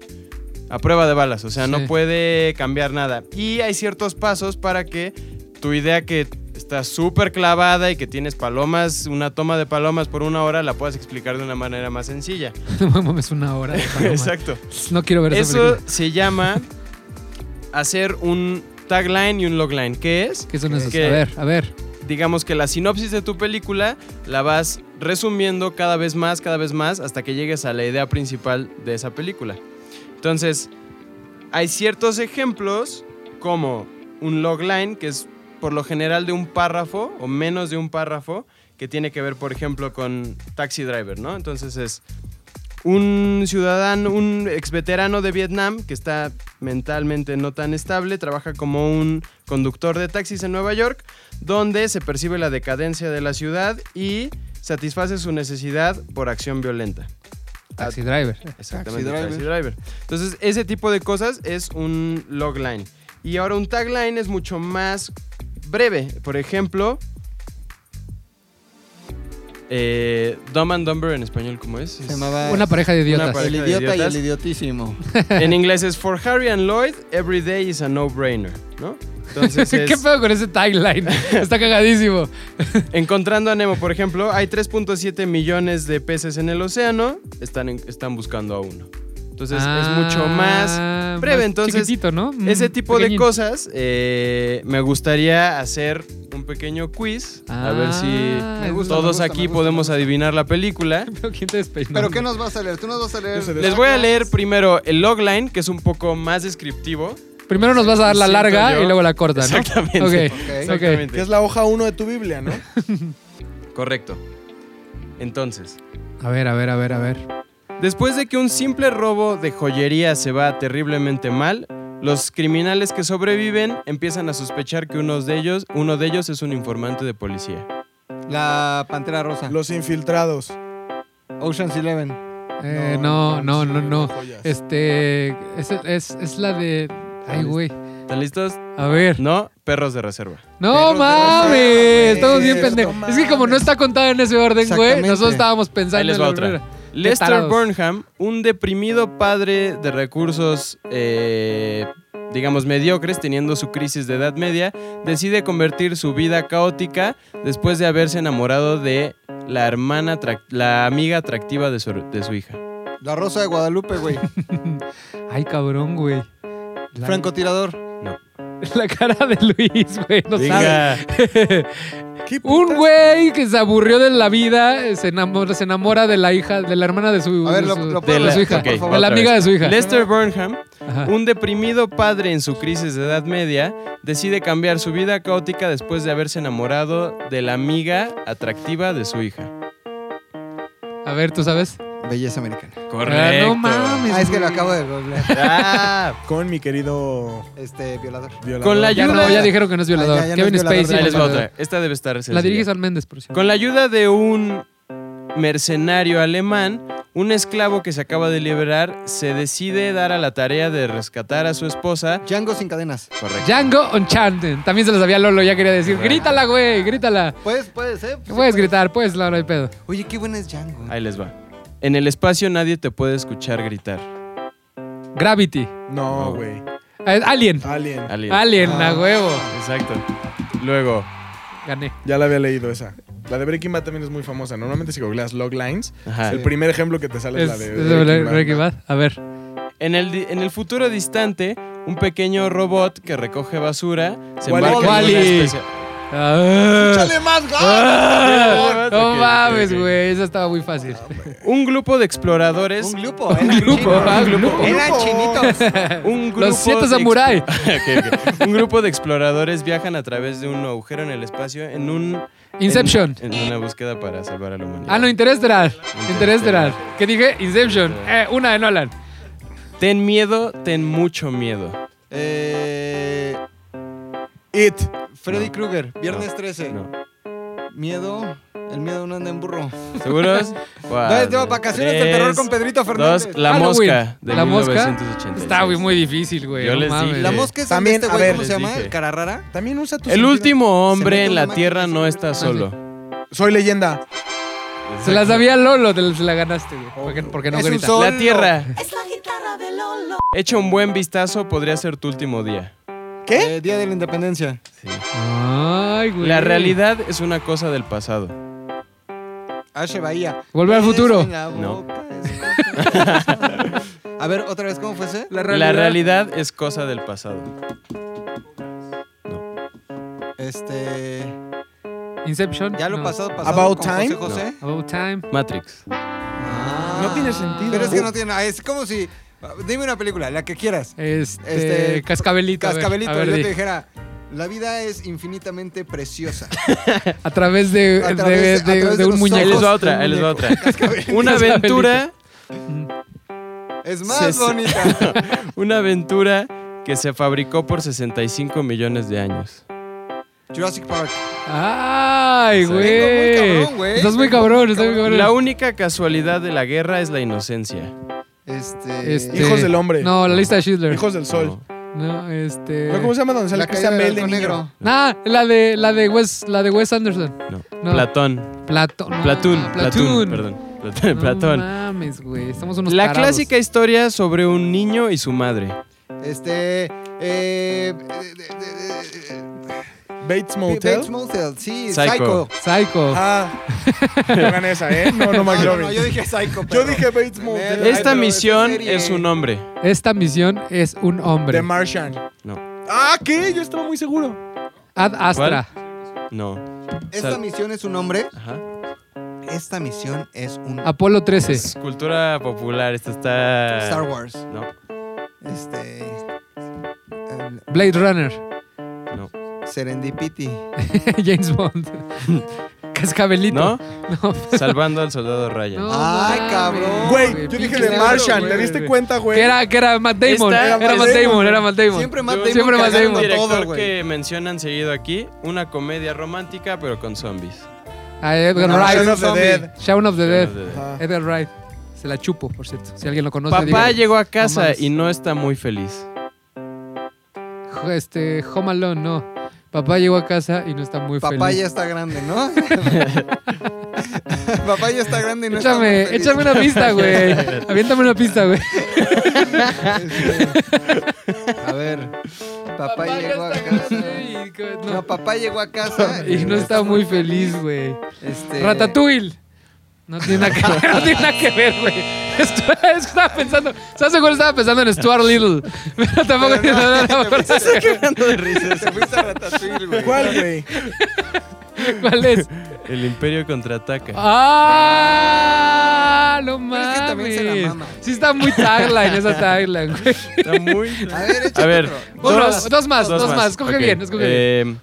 [SPEAKER 3] a prueba de balas, o sea,
[SPEAKER 2] Sí.
[SPEAKER 3] no puede cambiar nada. Y hay ciertos pasos para que tu idea que está súper clavada y que tienes palomas, una toma de palomas por una hora, la puedas explicar de una manera más sencilla.
[SPEAKER 2] No mames, una hora. de paloma.
[SPEAKER 3] Exacto.
[SPEAKER 2] No quiero ver esa
[SPEAKER 3] Eso
[SPEAKER 2] película.
[SPEAKER 3] se llama hacer un tagline y un logline. ¿Qué es?
[SPEAKER 2] ¿Qué son esos?
[SPEAKER 3] que-
[SPEAKER 2] A ver, a ver.
[SPEAKER 3] Digamos que la sinopsis de tu película la vas resumiendo cada vez más, cada vez más, hasta que llegues a la idea principal de esa película. Entonces, hay ciertos ejemplos como un logline, que es por lo general de un párrafo o menos de un párrafo, que tiene que ver, por ejemplo, con Taxi Driver, ¿no? Entonces es un ciudadano, un ex veterano de Vietnam que está mentalmente no tan estable, trabaja como un conductor de taxis en Nueva York, donde se percibe la decadencia de la ciudad y satisface su necesidad por acción violenta.
[SPEAKER 2] Taxi Driver.
[SPEAKER 3] Exactamente,
[SPEAKER 4] Taxi
[SPEAKER 3] Taxi Driver. Entonces, ese tipo de cosas es un logline. Y ahora un tagline es mucho más breve. Por ejemplo, eh, Dumb and Dumber en español, ¿cómo es?
[SPEAKER 4] Se
[SPEAKER 3] Es-
[SPEAKER 4] llamaba
[SPEAKER 2] Una pareja de idiotas.
[SPEAKER 3] Ah, pareja
[SPEAKER 4] El
[SPEAKER 3] de
[SPEAKER 4] idiota y
[SPEAKER 3] idiotas.
[SPEAKER 4] el idiotísimo.
[SPEAKER 3] En inglés es For Harry and Lloyd, every day is a no-brainer, ¿no? Entonces es-
[SPEAKER 2] ¿Qué pedo con ese tagline? Está cagadísimo.
[SPEAKER 3] Encontrando a Nemo, por ejemplo, hay 3.7 millones de peces en el océano, están, en- están buscando a uno. Entonces es mucho más
[SPEAKER 2] Ah,
[SPEAKER 3] breve,
[SPEAKER 2] más
[SPEAKER 3] entonces,
[SPEAKER 2] Chiquitito, ¿no? Mm,
[SPEAKER 3] Ese tipo
[SPEAKER 2] pequeñín.
[SPEAKER 3] de cosas, eh, me gustaría hacer un pequeño quiz. a ver
[SPEAKER 2] Ah,
[SPEAKER 3] si
[SPEAKER 2] me
[SPEAKER 4] gusta,
[SPEAKER 3] todos
[SPEAKER 4] me gusta,
[SPEAKER 3] aquí
[SPEAKER 4] me gusta, me
[SPEAKER 3] podemos
[SPEAKER 4] gusta.
[SPEAKER 3] adivinar la película.
[SPEAKER 2] Pero ¿quién te despeinó?
[SPEAKER 4] ¿Pero qué nos vas a leer? ¿Tú nos vas a leer?
[SPEAKER 1] Yo sé de
[SPEAKER 3] Les voy a leer primero el logline, que es un poco más descriptivo.
[SPEAKER 2] Primero nos vas a dar la
[SPEAKER 3] Siento
[SPEAKER 2] larga
[SPEAKER 3] yo.
[SPEAKER 2] y luego la corta, ¿no?
[SPEAKER 3] Exactamente.
[SPEAKER 2] Ok.
[SPEAKER 4] Ok.
[SPEAKER 3] Exactamente.
[SPEAKER 1] Que es la hoja 1 de tu Biblia, ¿no?
[SPEAKER 3] Correcto. Entonces,
[SPEAKER 2] A ver, a ver, a ver, a ver.
[SPEAKER 3] después de que un simple robo de joyería se va terriblemente mal, los criminales que sobreviven empiezan a sospechar que unos de ellos, uno de ellos es un informante de policía.
[SPEAKER 4] La Pantera Rosa.
[SPEAKER 1] Los infiltrados.
[SPEAKER 4] Ocean's Eleven.
[SPEAKER 2] Eh, no, no, no, no.
[SPEAKER 1] joyas.
[SPEAKER 2] Este. Es, es, es la de. Ay, güey.
[SPEAKER 3] ¿Están listos?
[SPEAKER 2] A ver.
[SPEAKER 3] No, perros de reserva.
[SPEAKER 2] No
[SPEAKER 1] Perros de reserva,
[SPEAKER 2] mames.
[SPEAKER 1] güey.
[SPEAKER 2] Estamos bien
[SPEAKER 1] No
[SPEAKER 2] pendejos. Es que como no
[SPEAKER 1] mames.
[SPEAKER 2] está contada en ese orden, güey,
[SPEAKER 4] Exactamente.
[SPEAKER 2] nosotros estábamos
[SPEAKER 3] Ahí
[SPEAKER 2] pensando
[SPEAKER 3] les
[SPEAKER 2] en
[SPEAKER 3] va
[SPEAKER 2] la
[SPEAKER 3] otra.
[SPEAKER 2] primera.
[SPEAKER 3] Lester
[SPEAKER 2] tarados.
[SPEAKER 3] Burnham, un deprimido padre de recursos, eh, digamos, mediocres, teniendo su crisis de edad media, decide convertir su vida caótica después de haberse enamorado de la hermana, atrac- la amiga atractiva de su, de su hija.
[SPEAKER 4] La Rosa de Guadalupe, güey.
[SPEAKER 2] Ay, cabrón, güey. La-
[SPEAKER 4] Francotirador.
[SPEAKER 2] La cara de Luis, güey. No sabe.
[SPEAKER 3] Venga,
[SPEAKER 1] ¿Qué
[SPEAKER 2] Un
[SPEAKER 1] putas?
[SPEAKER 2] güey que se aburrió de la vida eh, se enamora, se enamora de la hija, de la hermana de su,
[SPEAKER 4] A ver,
[SPEAKER 2] de
[SPEAKER 4] lo-
[SPEAKER 2] su-
[SPEAKER 4] lo
[SPEAKER 2] de
[SPEAKER 4] puedo
[SPEAKER 2] la, su
[SPEAKER 4] leer,
[SPEAKER 2] hija,
[SPEAKER 4] ok, por favor.
[SPEAKER 2] de la
[SPEAKER 3] otra
[SPEAKER 2] amiga de
[SPEAKER 3] vez.
[SPEAKER 2] su hija.
[SPEAKER 3] Lester Burnham,
[SPEAKER 2] Ajá.
[SPEAKER 3] un deprimido padre en su crisis de edad media, decide cambiar su vida caótica después de haberse enamorado de la amiga atractiva de su hija.
[SPEAKER 2] A ver, ¿tú sabes?
[SPEAKER 4] Belleza americana.
[SPEAKER 2] Ah, no mames.
[SPEAKER 4] Ah, es que lo
[SPEAKER 2] güey.
[SPEAKER 4] acabo de googlear.
[SPEAKER 3] Ah,
[SPEAKER 1] Con mi querido
[SPEAKER 4] Este, violador.
[SPEAKER 1] violador.
[SPEAKER 3] Con la
[SPEAKER 2] Ya
[SPEAKER 3] ayuda-
[SPEAKER 2] no, ya dijeron que no es violador.
[SPEAKER 4] Ah, ya, ya no
[SPEAKER 2] Kevin
[SPEAKER 4] es violador,
[SPEAKER 2] Spacey.
[SPEAKER 3] ahí les
[SPEAKER 2] no
[SPEAKER 3] va
[SPEAKER 2] es
[SPEAKER 3] otra.
[SPEAKER 2] violador.
[SPEAKER 3] Esta debe estar
[SPEAKER 2] La
[SPEAKER 3] sencilla.
[SPEAKER 2] dirige San Méndez, por cierto.
[SPEAKER 3] Con la ayuda de un mercenario alemán, un esclavo que se acaba de liberar se decide dar a la tarea de rescatar a su esposa.
[SPEAKER 4] Django sin cadenas.
[SPEAKER 3] Correcto.
[SPEAKER 2] Django Unchained. También se lo sabía Lolo, ya quería decir.
[SPEAKER 3] Correcto.
[SPEAKER 2] Grítala, güey, grítala.
[SPEAKER 4] Puedes, puedes, ¿eh? Sí,
[SPEAKER 2] Puedes gritar, pues, no, no hay pedo.
[SPEAKER 4] Oye, qué buena es Django.
[SPEAKER 3] Ahí les va. En el espacio nadie te puede escuchar gritar.
[SPEAKER 2] Gravity.
[SPEAKER 1] No, güey.
[SPEAKER 2] Eh, Alien.
[SPEAKER 1] Alien.
[SPEAKER 3] Alien.
[SPEAKER 2] Alien, a
[SPEAKER 1] Ah.
[SPEAKER 2] huevo.
[SPEAKER 3] Exacto. Luego.
[SPEAKER 2] Gané.
[SPEAKER 1] Ya la había leído esa. La de Breaking Bad también es muy famosa. Normalmente si googleas loglines,
[SPEAKER 3] Ajá.
[SPEAKER 1] el primer ejemplo que te sale es,
[SPEAKER 2] Es,
[SPEAKER 1] la de
[SPEAKER 2] es de
[SPEAKER 1] Breaking Bad.
[SPEAKER 2] Breaking Bad. A ver.
[SPEAKER 3] En el, di- en el futuro distante, un pequeño robot que recoge basura se
[SPEAKER 1] Wall-E.
[SPEAKER 3] embarca en
[SPEAKER 2] Wall-E.
[SPEAKER 3] una especie-
[SPEAKER 2] Ah.
[SPEAKER 4] ¡Échale más
[SPEAKER 2] Ah.
[SPEAKER 3] ganas!
[SPEAKER 2] No
[SPEAKER 3] Ok, ok,
[SPEAKER 2] mames,
[SPEAKER 3] ok.
[SPEAKER 2] güey. Esa estaba muy fácil.
[SPEAKER 3] Un grupo de exploradores.
[SPEAKER 4] Un grupo, era
[SPEAKER 2] grupo,
[SPEAKER 4] Ah, chino.
[SPEAKER 2] ah, un grupo.
[SPEAKER 4] Eran chinitos.
[SPEAKER 3] un grupo
[SPEAKER 2] Los siete
[SPEAKER 3] de
[SPEAKER 2] samurái.
[SPEAKER 3] Ok, ok. Un grupo de exploradores viajan a través de un agujero en el espacio en un...
[SPEAKER 2] Inception.
[SPEAKER 3] En, en una búsqueda para salvar a la humanidad.
[SPEAKER 2] Ah, no, Interestelar.
[SPEAKER 3] Interestelar.
[SPEAKER 2] Interestelar. ¿Qué dije? Inception. Eh, una de Nolan.
[SPEAKER 3] Ten miedo, ten mucho miedo.
[SPEAKER 4] eh,
[SPEAKER 1] It.
[SPEAKER 4] Freddy Krueger, viernes 13.
[SPEAKER 3] No.
[SPEAKER 4] Miedo. El miedo no anda en burro.
[SPEAKER 3] ¿Seguros?
[SPEAKER 4] Entonces, de vacaciones de
[SPEAKER 3] del
[SPEAKER 4] terror con Pedrito Fernández.
[SPEAKER 3] Dos, La
[SPEAKER 2] Halloween.
[SPEAKER 3] Mosca de
[SPEAKER 2] La Mosca
[SPEAKER 3] 1986.
[SPEAKER 2] Está güey, muy difícil, güey.
[SPEAKER 3] Yo
[SPEAKER 2] no
[SPEAKER 3] les dije.
[SPEAKER 2] mames.
[SPEAKER 4] La
[SPEAKER 3] Sí.
[SPEAKER 4] mosca es
[SPEAKER 1] También,
[SPEAKER 4] También, este
[SPEAKER 1] a
[SPEAKER 4] güey,
[SPEAKER 1] ver,
[SPEAKER 4] ¿cómo
[SPEAKER 3] les
[SPEAKER 4] se llama?
[SPEAKER 3] dije.
[SPEAKER 4] ¿El cara rara?
[SPEAKER 1] También usa tu
[SPEAKER 3] El
[SPEAKER 1] sentido.
[SPEAKER 3] último
[SPEAKER 4] mete
[SPEAKER 3] hombre en
[SPEAKER 4] una
[SPEAKER 3] la
[SPEAKER 4] mano
[SPEAKER 3] tierra
[SPEAKER 4] y se
[SPEAKER 3] no
[SPEAKER 4] mete
[SPEAKER 3] está
[SPEAKER 4] una
[SPEAKER 3] solo.
[SPEAKER 1] Soy leyenda.
[SPEAKER 2] Se la sabía Lolo, te la se la ganaste, güey. Porque, porque no
[SPEAKER 4] Es un
[SPEAKER 2] grita.
[SPEAKER 4] sol.
[SPEAKER 3] La
[SPEAKER 4] Solo.
[SPEAKER 3] tierra. Echa un buen vistazo, podría ser tu último día.
[SPEAKER 1] ¿Qué?
[SPEAKER 4] Eh, Día de la Independencia.
[SPEAKER 2] Ay, güey.
[SPEAKER 3] La realidad es una cosa del pasado.
[SPEAKER 4] H. Bahía.
[SPEAKER 2] Volver al
[SPEAKER 4] Beso
[SPEAKER 2] futuro.
[SPEAKER 4] en la
[SPEAKER 3] No.
[SPEAKER 4] boca, es- A ver, otra vez, ¿cómo fue ese?
[SPEAKER 2] La realidad.
[SPEAKER 3] La realidad es cosa del pasado.
[SPEAKER 4] Este.
[SPEAKER 2] Inception.
[SPEAKER 4] Ya lo
[SPEAKER 2] No.
[SPEAKER 4] pasado, pasado.
[SPEAKER 1] About
[SPEAKER 4] con
[SPEAKER 1] Time?
[SPEAKER 4] José José.
[SPEAKER 2] About time.
[SPEAKER 3] Matrix.
[SPEAKER 4] Ah.
[SPEAKER 1] No tiene sentido.
[SPEAKER 4] Pero es que no tiene nada. Es como si. Dime una película, la que quieras.
[SPEAKER 2] Este,
[SPEAKER 4] Este,
[SPEAKER 2] cascabelito. a ver,
[SPEAKER 4] Cascabelito,
[SPEAKER 2] a, ver,
[SPEAKER 4] yo
[SPEAKER 2] di.
[SPEAKER 4] te dijera. La vida es infinitamente preciosa.
[SPEAKER 2] A través de,
[SPEAKER 4] A
[SPEAKER 2] de- de-
[SPEAKER 4] través- a través
[SPEAKER 2] de
[SPEAKER 4] de
[SPEAKER 2] un
[SPEAKER 4] los
[SPEAKER 3] Ahí
[SPEAKER 2] muñeco.
[SPEAKER 3] les
[SPEAKER 4] ojos.
[SPEAKER 3] va otra, ahí les va otra. Una
[SPEAKER 2] Cascabelito.
[SPEAKER 3] aventura,
[SPEAKER 4] Es
[SPEAKER 3] Sí,
[SPEAKER 4] más
[SPEAKER 3] sí.
[SPEAKER 4] bonita.
[SPEAKER 3] una aventura que se fabricó por 65 millones de años.
[SPEAKER 4] Jurassic Park.
[SPEAKER 2] Ay,
[SPEAKER 3] Vengo muy
[SPEAKER 2] güey.
[SPEAKER 4] cabrón, güey.
[SPEAKER 2] Estás muy
[SPEAKER 4] Vengo muy
[SPEAKER 2] cabrón, estás muy cabrón.
[SPEAKER 3] La única casualidad de la guerra es la inocencia.
[SPEAKER 4] Este.
[SPEAKER 2] Este-
[SPEAKER 1] Hijos del hombre.
[SPEAKER 2] No, la lista de Schindler.
[SPEAKER 1] Hijos del sol.
[SPEAKER 2] No, este.
[SPEAKER 1] No, ¿Cómo se llama donde sale
[SPEAKER 4] La
[SPEAKER 1] Christian
[SPEAKER 4] caída
[SPEAKER 1] Bale
[SPEAKER 4] del
[SPEAKER 1] de
[SPEAKER 4] halcón
[SPEAKER 1] negro?
[SPEAKER 4] negro.
[SPEAKER 2] Ah, la de la de Wes, la de Wes Anderson.
[SPEAKER 3] No.
[SPEAKER 2] No.
[SPEAKER 3] Platón.
[SPEAKER 2] Platón. no, Ah,
[SPEAKER 3] Platón.
[SPEAKER 2] no,
[SPEAKER 3] Platón. Perdón. Platón.
[SPEAKER 2] No
[SPEAKER 3] Platón.
[SPEAKER 2] mames, güey. Estamos unos
[SPEAKER 3] La
[SPEAKER 2] tarados.
[SPEAKER 3] clásica historia sobre un niño y su madre.
[SPEAKER 4] Este. Eh, de- de- de-
[SPEAKER 1] Bates Motel.
[SPEAKER 4] Bates Motel, sí,
[SPEAKER 3] Psycho.
[SPEAKER 4] Psycho.
[SPEAKER 2] Psycho.
[SPEAKER 1] Ah, yo gané esa, ¿eh? No, no,
[SPEAKER 4] No, Ah, no,
[SPEAKER 1] McLovin.
[SPEAKER 4] no, yo
[SPEAKER 1] yo,
[SPEAKER 4] dije Psycho. pero-
[SPEAKER 1] dije Bates Motel.
[SPEAKER 4] Ay,
[SPEAKER 3] Esta
[SPEAKER 4] pero
[SPEAKER 3] misión
[SPEAKER 4] esta serie-
[SPEAKER 3] es un hombre.
[SPEAKER 2] Esta misión es un hombre.
[SPEAKER 1] De Martian.
[SPEAKER 3] No.
[SPEAKER 1] Ah, ¿qué? Yo estaba muy seguro.
[SPEAKER 2] Ad Astra.
[SPEAKER 3] No.
[SPEAKER 4] Esta
[SPEAKER 3] Sal-
[SPEAKER 4] misión es un hombre.
[SPEAKER 3] Ajá.
[SPEAKER 4] Esta misión es un
[SPEAKER 2] Apolo 13.
[SPEAKER 3] Es cultura popular. Esta está.
[SPEAKER 4] Star Wars.
[SPEAKER 3] No.
[SPEAKER 4] Este. el
[SPEAKER 2] Blade Runner.
[SPEAKER 3] No.
[SPEAKER 4] Serendipity.
[SPEAKER 2] James Bond. Cascabelito.
[SPEAKER 3] ¿No?
[SPEAKER 2] No.
[SPEAKER 3] Salvando al soldado Ryan.
[SPEAKER 2] No
[SPEAKER 4] Ay,
[SPEAKER 2] mames,
[SPEAKER 4] cabrón.
[SPEAKER 1] Güey, yo dije
[SPEAKER 2] pinche
[SPEAKER 1] de
[SPEAKER 2] negro,
[SPEAKER 1] Martian. ¿Te
[SPEAKER 2] güey.
[SPEAKER 1] diste cuenta, güey?
[SPEAKER 2] Que era, que era Matt Damon.
[SPEAKER 3] Esta-
[SPEAKER 2] Era Matt Damon, era Matt Damon.
[SPEAKER 4] Siempre Matt
[SPEAKER 3] Yo-
[SPEAKER 4] Damon.
[SPEAKER 2] siempre Matt
[SPEAKER 4] cagando
[SPEAKER 3] Un
[SPEAKER 2] Damon.
[SPEAKER 3] director
[SPEAKER 4] todo, güey.
[SPEAKER 3] que mencionan seguido aquí, una comedia romántica pero con zombies.
[SPEAKER 2] Ah, Edgar
[SPEAKER 1] No,
[SPEAKER 2] Wright.
[SPEAKER 1] Shaun of the Dead.
[SPEAKER 2] Shaun of the Dead.
[SPEAKER 1] Ajá.
[SPEAKER 2] Edgar Wright. Se la chupo, por cierto. Si alguien lo conoce.
[SPEAKER 3] Papá
[SPEAKER 2] díganle.
[SPEAKER 3] llegó a casa
[SPEAKER 2] mames.
[SPEAKER 3] y no está muy feliz.
[SPEAKER 2] Jo- Este, Home Alone, no. Papá llegó a casa y no está muy
[SPEAKER 4] Papá ya
[SPEAKER 2] feliz.
[SPEAKER 4] está grande, ¿no? Papá ya está grande y no está muy
[SPEAKER 2] Échame,
[SPEAKER 4] feliz.
[SPEAKER 2] échame una pista, güey. Aviéntame una pista, güey.
[SPEAKER 4] A ver. Papá, llegó a
[SPEAKER 2] está
[SPEAKER 4] casa.
[SPEAKER 2] y co-
[SPEAKER 4] No.
[SPEAKER 2] no.
[SPEAKER 4] papá llegó a casa.
[SPEAKER 2] Y no está muy feliz, güey.
[SPEAKER 4] Este,
[SPEAKER 2] Ratatouille. No tiene nada que ver, no tiene nada que ver, güey. Esto- es que estaba pensando, ¿sabes seguro estaba pensando en Stuart Little? Pero tampoco tiene nada que ver.
[SPEAKER 4] Te fuiste a Ratatouille, güey.
[SPEAKER 1] ¿Cuál, güey?
[SPEAKER 2] ¿Cuál es?
[SPEAKER 3] El imperio contraataca.
[SPEAKER 2] ¡Ah! No
[SPEAKER 4] Pero
[SPEAKER 2] mames.
[SPEAKER 4] es que también se la mama.
[SPEAKER 2] Sí está muy tagline esa tagline, güey.
[SPEAKER 3] Está muy...
[SPEAKER 4] A ver, échate
[SPEAKER 3] A ver,
[SPEAKER 4] otro.
[SPEAKER 2] Uno,
[SPEAKER 3] dos,
[SPEAKER 2] dos más, dos más. Escoge
[SPEAKER 3] Ok.
[SPEAKER 2] bien, escoge
[SPEAKER 3] Eh,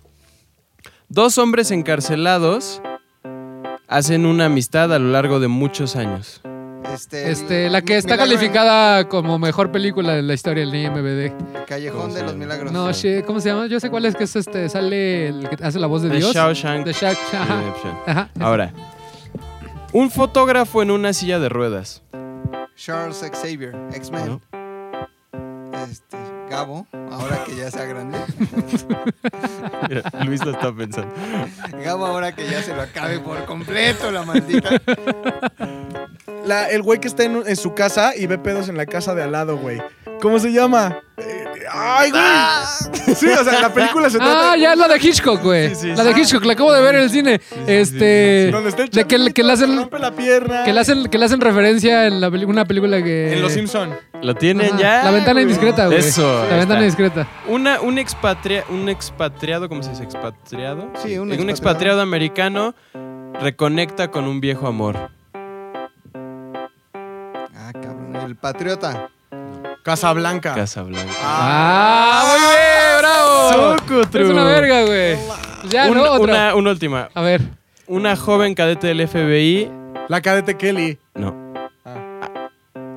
[SPEAKER 3] Dos hombres encarcelados hacen una amistad a lo largo de muchos años.
[SPEAKER 4] Este,
[SPEAKER 2] Este, la que está
[SPEAKER 4] Milagro en
[SPEAKER 2] calificada como mejor película de la historia del IMBD.
[SPEAKER 4] el Callejón de los Milagros.
[SPEAKER 2] No, shit, ¿cómo se llama? Yo sé cuál es que es este, sale el que hace la voz de
[SPEAKER 3] The Ah,
[SPEAKER 2] Dios.
[SPEAKER 3] Shawshank
[SPEAKER 2] The Shawshank. Ajá.
[SPEAKER 3] Redemption.
[SPEAKER 2] Ajá.
[SPEAKER 3] Ahora, un fotógrafo en una silla de ruedas.
[SPEAKER 4] Charles Xavier, X-Men. Este, Gabo, ahora que ya sea grande.
[SPEAKER 3] Mira, Luis lo está pensando.
[SPEAKER 4] Gabo, ahora que ya se lo acabe por completo la maldita.
[SPEAKER 1] La- el güey que está en, en su casa y ve pedos en la casa de al lado, güey. ¿Cómo se llama? Eh, ¡Ay, güey! Sí, o sea, la película se trata...
[SPEAKER 2] Ah, ya es la de Hitchcock, güey.
[SPEAKER 3] Sí, sí,
[SPEAKER 2] la de
[SPEAKER 3] sí.
[SPEAKER 2] Hitchcock, la acabo de ver en el cine. este.
[SPEAKER 1] Donde está el
[SPEAKER 2] de que, que le
[SPEAKER 1] se
[SPEAKER 2] hacen,
[SPEAKER 1] rompe la pierna.
[SPEAKER 2] que le hacen, Eh, que le hacen referencia en la peli- una película que.
[SPEAKER 1] En Los Simpson.
[SPEAKER 3] ¿Lo tienen
[SPEAKER 2] Ajá,
[SPEAKER 3] ya?
[SPEAKER 2] La ventana
[SPEAKER 3] güey?
[SPEAKER 2] indiscreta, güey.
[SPEAKER 3] Eso.
[SPEAKER 2] La
[SPEAKER 3] ahí
[SPEAKER 2] ventana
[SPEAKER 3] está.
[SPEAKER 2] indiscreta.
[SPEAKER 3] Una, un, expatria, un expatriado, ¿cómo se dice? ¿Expatriado?
[SPEAKER 4] Sí, un
[SPEAKER 3] expatriado.
[SPEAKER 4] expatriado.
[SPEAKER 3] americano reconecta con un viejo amor.
[SPEAKER 4] Ah, cabrón, el patriota.
[SPEAKER 1] Casablanca. Eh,
[SPEAKER 3] Casablanca.
[SPEAKER 2] Ah, muy bien, bravo.
[SPEAKER 3] Sucutru.
[SPEAKER 2] Es una verga, güey. Pues Ya,
[SPEAKER 3] Un-
[SPEAKER 2] ¿no? Otra.
[SPEAKER 3] Una, una última.
[SPEAKER 2] A ver.
[SPEAKER 3] Una joven cadete del FBI.
[SPEAKER 1] La cadete Kelly.
[SPEAKER 4] Ah.
[SPEAKER 3] No.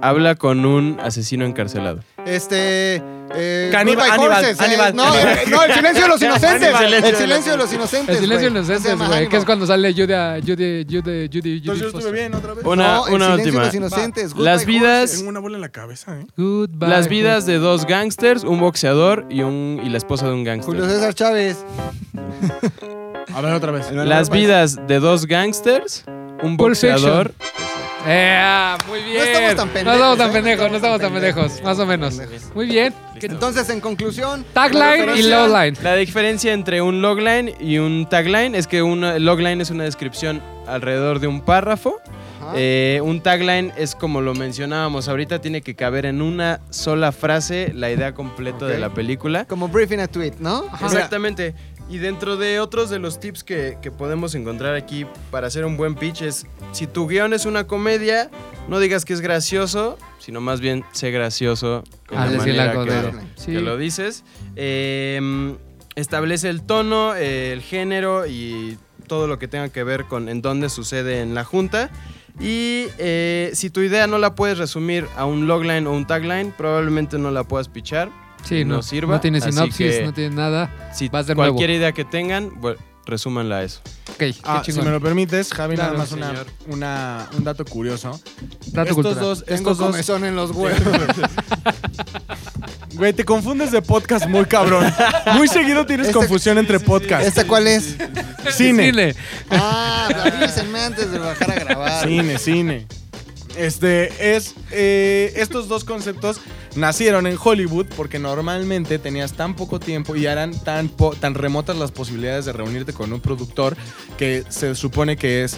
[SPEAKER 3] Habla con un asesino encarcelado.
[SPEAKER 4] Este, Eh,
[SPEAKER 1] Caníbal,
[SPEAKER 4] Goodbye
[SPEAKER 1] Hannibal,
[SPEAKER 4] Horses, eh,
[SPEAKER 1] Hannibal,
[SPEAKER 4] no,
[SPEAKER 1] Hannibal.
[SPEAKER 4] eh, no, el silencio de los inocentes.
[SPEAKER 3] Hannibal.
[SPEAKER 4] el silencio de los inocentes.
[SPEAKER 2] El silencio de los
[SPEAKER 4] güey. Se llama
[SPEAKER 2] inocentes, güey. Que
[SPEAKER 4] Hannibal.
[SPEAKER 2] es cuando sale Judy, Judy, Judy, Judy, Judy.
[SPEAKER 1] Entonces yo estuve
[SPEAKER 2] Foster.
[SPEAKER 1] bien otra vez.
[SPEAKER 3] Una,
[SPEAKER 4] No, el
[SPEAKER 3] una
[SPEAKER 4] silencio
[SPEAKER 3] última.
[SPEAKER 4] de los inocentes. Goodbye
[SPEAKER 3] Las vidas,
[SPEAKER 1] Tengo una bola en la cabeza, ¿eh?
[SPEAKER 2] Goodbye.
[SPEAKER 3] las vidas de dos gángsters, un boxeador y, un, y la esposa de un
[SPEAKER 4] Horses. Julio
[SPEAKER 3] gángster.
[SPEAKER 4] César Chávez.
[SPEAKER 1] A ver, otra vez.
[SPEAKER 3] Las vidas de dos gángsters, un
[SPEAKER 2] Pulp
[SPEAKER 3] boxeador.
[SPEAKER 2] Eh, muy bien.
[SPEAKER 4] estamos tan pendejos,
[SPEAKER 2] No estamos tan
[SPEAKER 4] ¿eh?
[SPEAKER 2] pendejos, no estamos tan pendejos. Más o menos.
[SPEAKER 4] Pendejos.
[SPEAKER 2] Muy bien. ¿Qué-
[SPEAKER 4] Entonces, en conclusión. la
[SPEAKER 2] Tagline y
[SPEAKER 4] referencia-
[SPEAKER 2] lowline.
[SPEAKER 3] La diferencia entre un logline y un tagline es que una logline es una descripción alrededor de un párrafo.
[SPEAKER 4] Ajá.
[SPEAKER 3] Eh, un tagline es como lo mencionábamos ahorita, tiene que caber en una sola frase la idea completa de
[SPEAKER 4] Ok.
[SPEAKER 3] la película.
[SPEAKER 4] Como briefing a tweet, ¿no?
[SPEAKER 3] Exactamente. Y dentro de otros de los tips que, que podemos encontrar aquí para hacer un buen pitch es, si tu guión es una comedia, no digas que es gracioso, sino más bien sé gracioso en
[SPEAKER 2] Al
[SPEAKER 3] la
[SPEAKER 2] Ah, decir la
[SPEAKER 3] manera que
[SPEAKER 2] comedia.
[SPEAKER 3] lo-
[SPEAKER 2] Sí.
[SPEAKER 3] que lo dices. Eh, establece el tono, eh, el género y todo lo que tenga que ver con en dónde sucede en la junta. Y eh, si tu idea no la puedes resumir a un logline o un tagline, probablemente no la puedas pichar.
[SPEAKER 2] Sí, no,
[SPEAKER 3] no sirva,
[SPEAKER 2] no tiene
[SPEAKER 3] así
[SPEAKER 2] sinopsis,
[SPEAKER 3] que-
[SPEAKER 2] no tiene nada.
[SPEAKER 3] Si
[SPEAKER 2] Vas de
[SPEAKER 3] cualquier
[SPEAKER 2] nuevo.
[SPEAKER 3] idea que tengan, bueno, resúmanla a eso.
[SPEAKER 2] Ok, qué
[SPEAKER 1] Ah, si
[SPEAKER 2] chingón.
[SPEAKER 1] me lo permites, Javi,
[SPEAKER 2] Claro,
[SPEAKER 1] nada más una,
[SPEAKER 3] señor.
[SPEAKER 1] una- un dato curioso.
[SPEAKER 2] Dato
[SPEAKER 1] estos
[SPEAKER 2] cultural.
[SPEAKER 1] dos,
[SPEAKER 4] Tengo
[SPEAKER 1] estos dos,
[SPEAKER 4] comezón en los huevos.
[SPEAKER 1] güey, te confundes de podcast muy cabrón. Muy seguido tienes
[SPEAKER 4] Este-
[SPEAKER 1] confusión entre podcasts.
[SPEAKER 4] ¿Esta cuál es?
[SPEAKER 1] Cine.
[SPEAKER 4] Ah, avísenme antes de bajar a grabar.
[SPEAKER 1] Cine, cine. Este es. eh, estos dos conceptos nacieron en Hollywood porque normalmente tenías tan poco tiempo y eran tan, po- tan remotas las posibilidades de reunirte con un productor que se supone que es.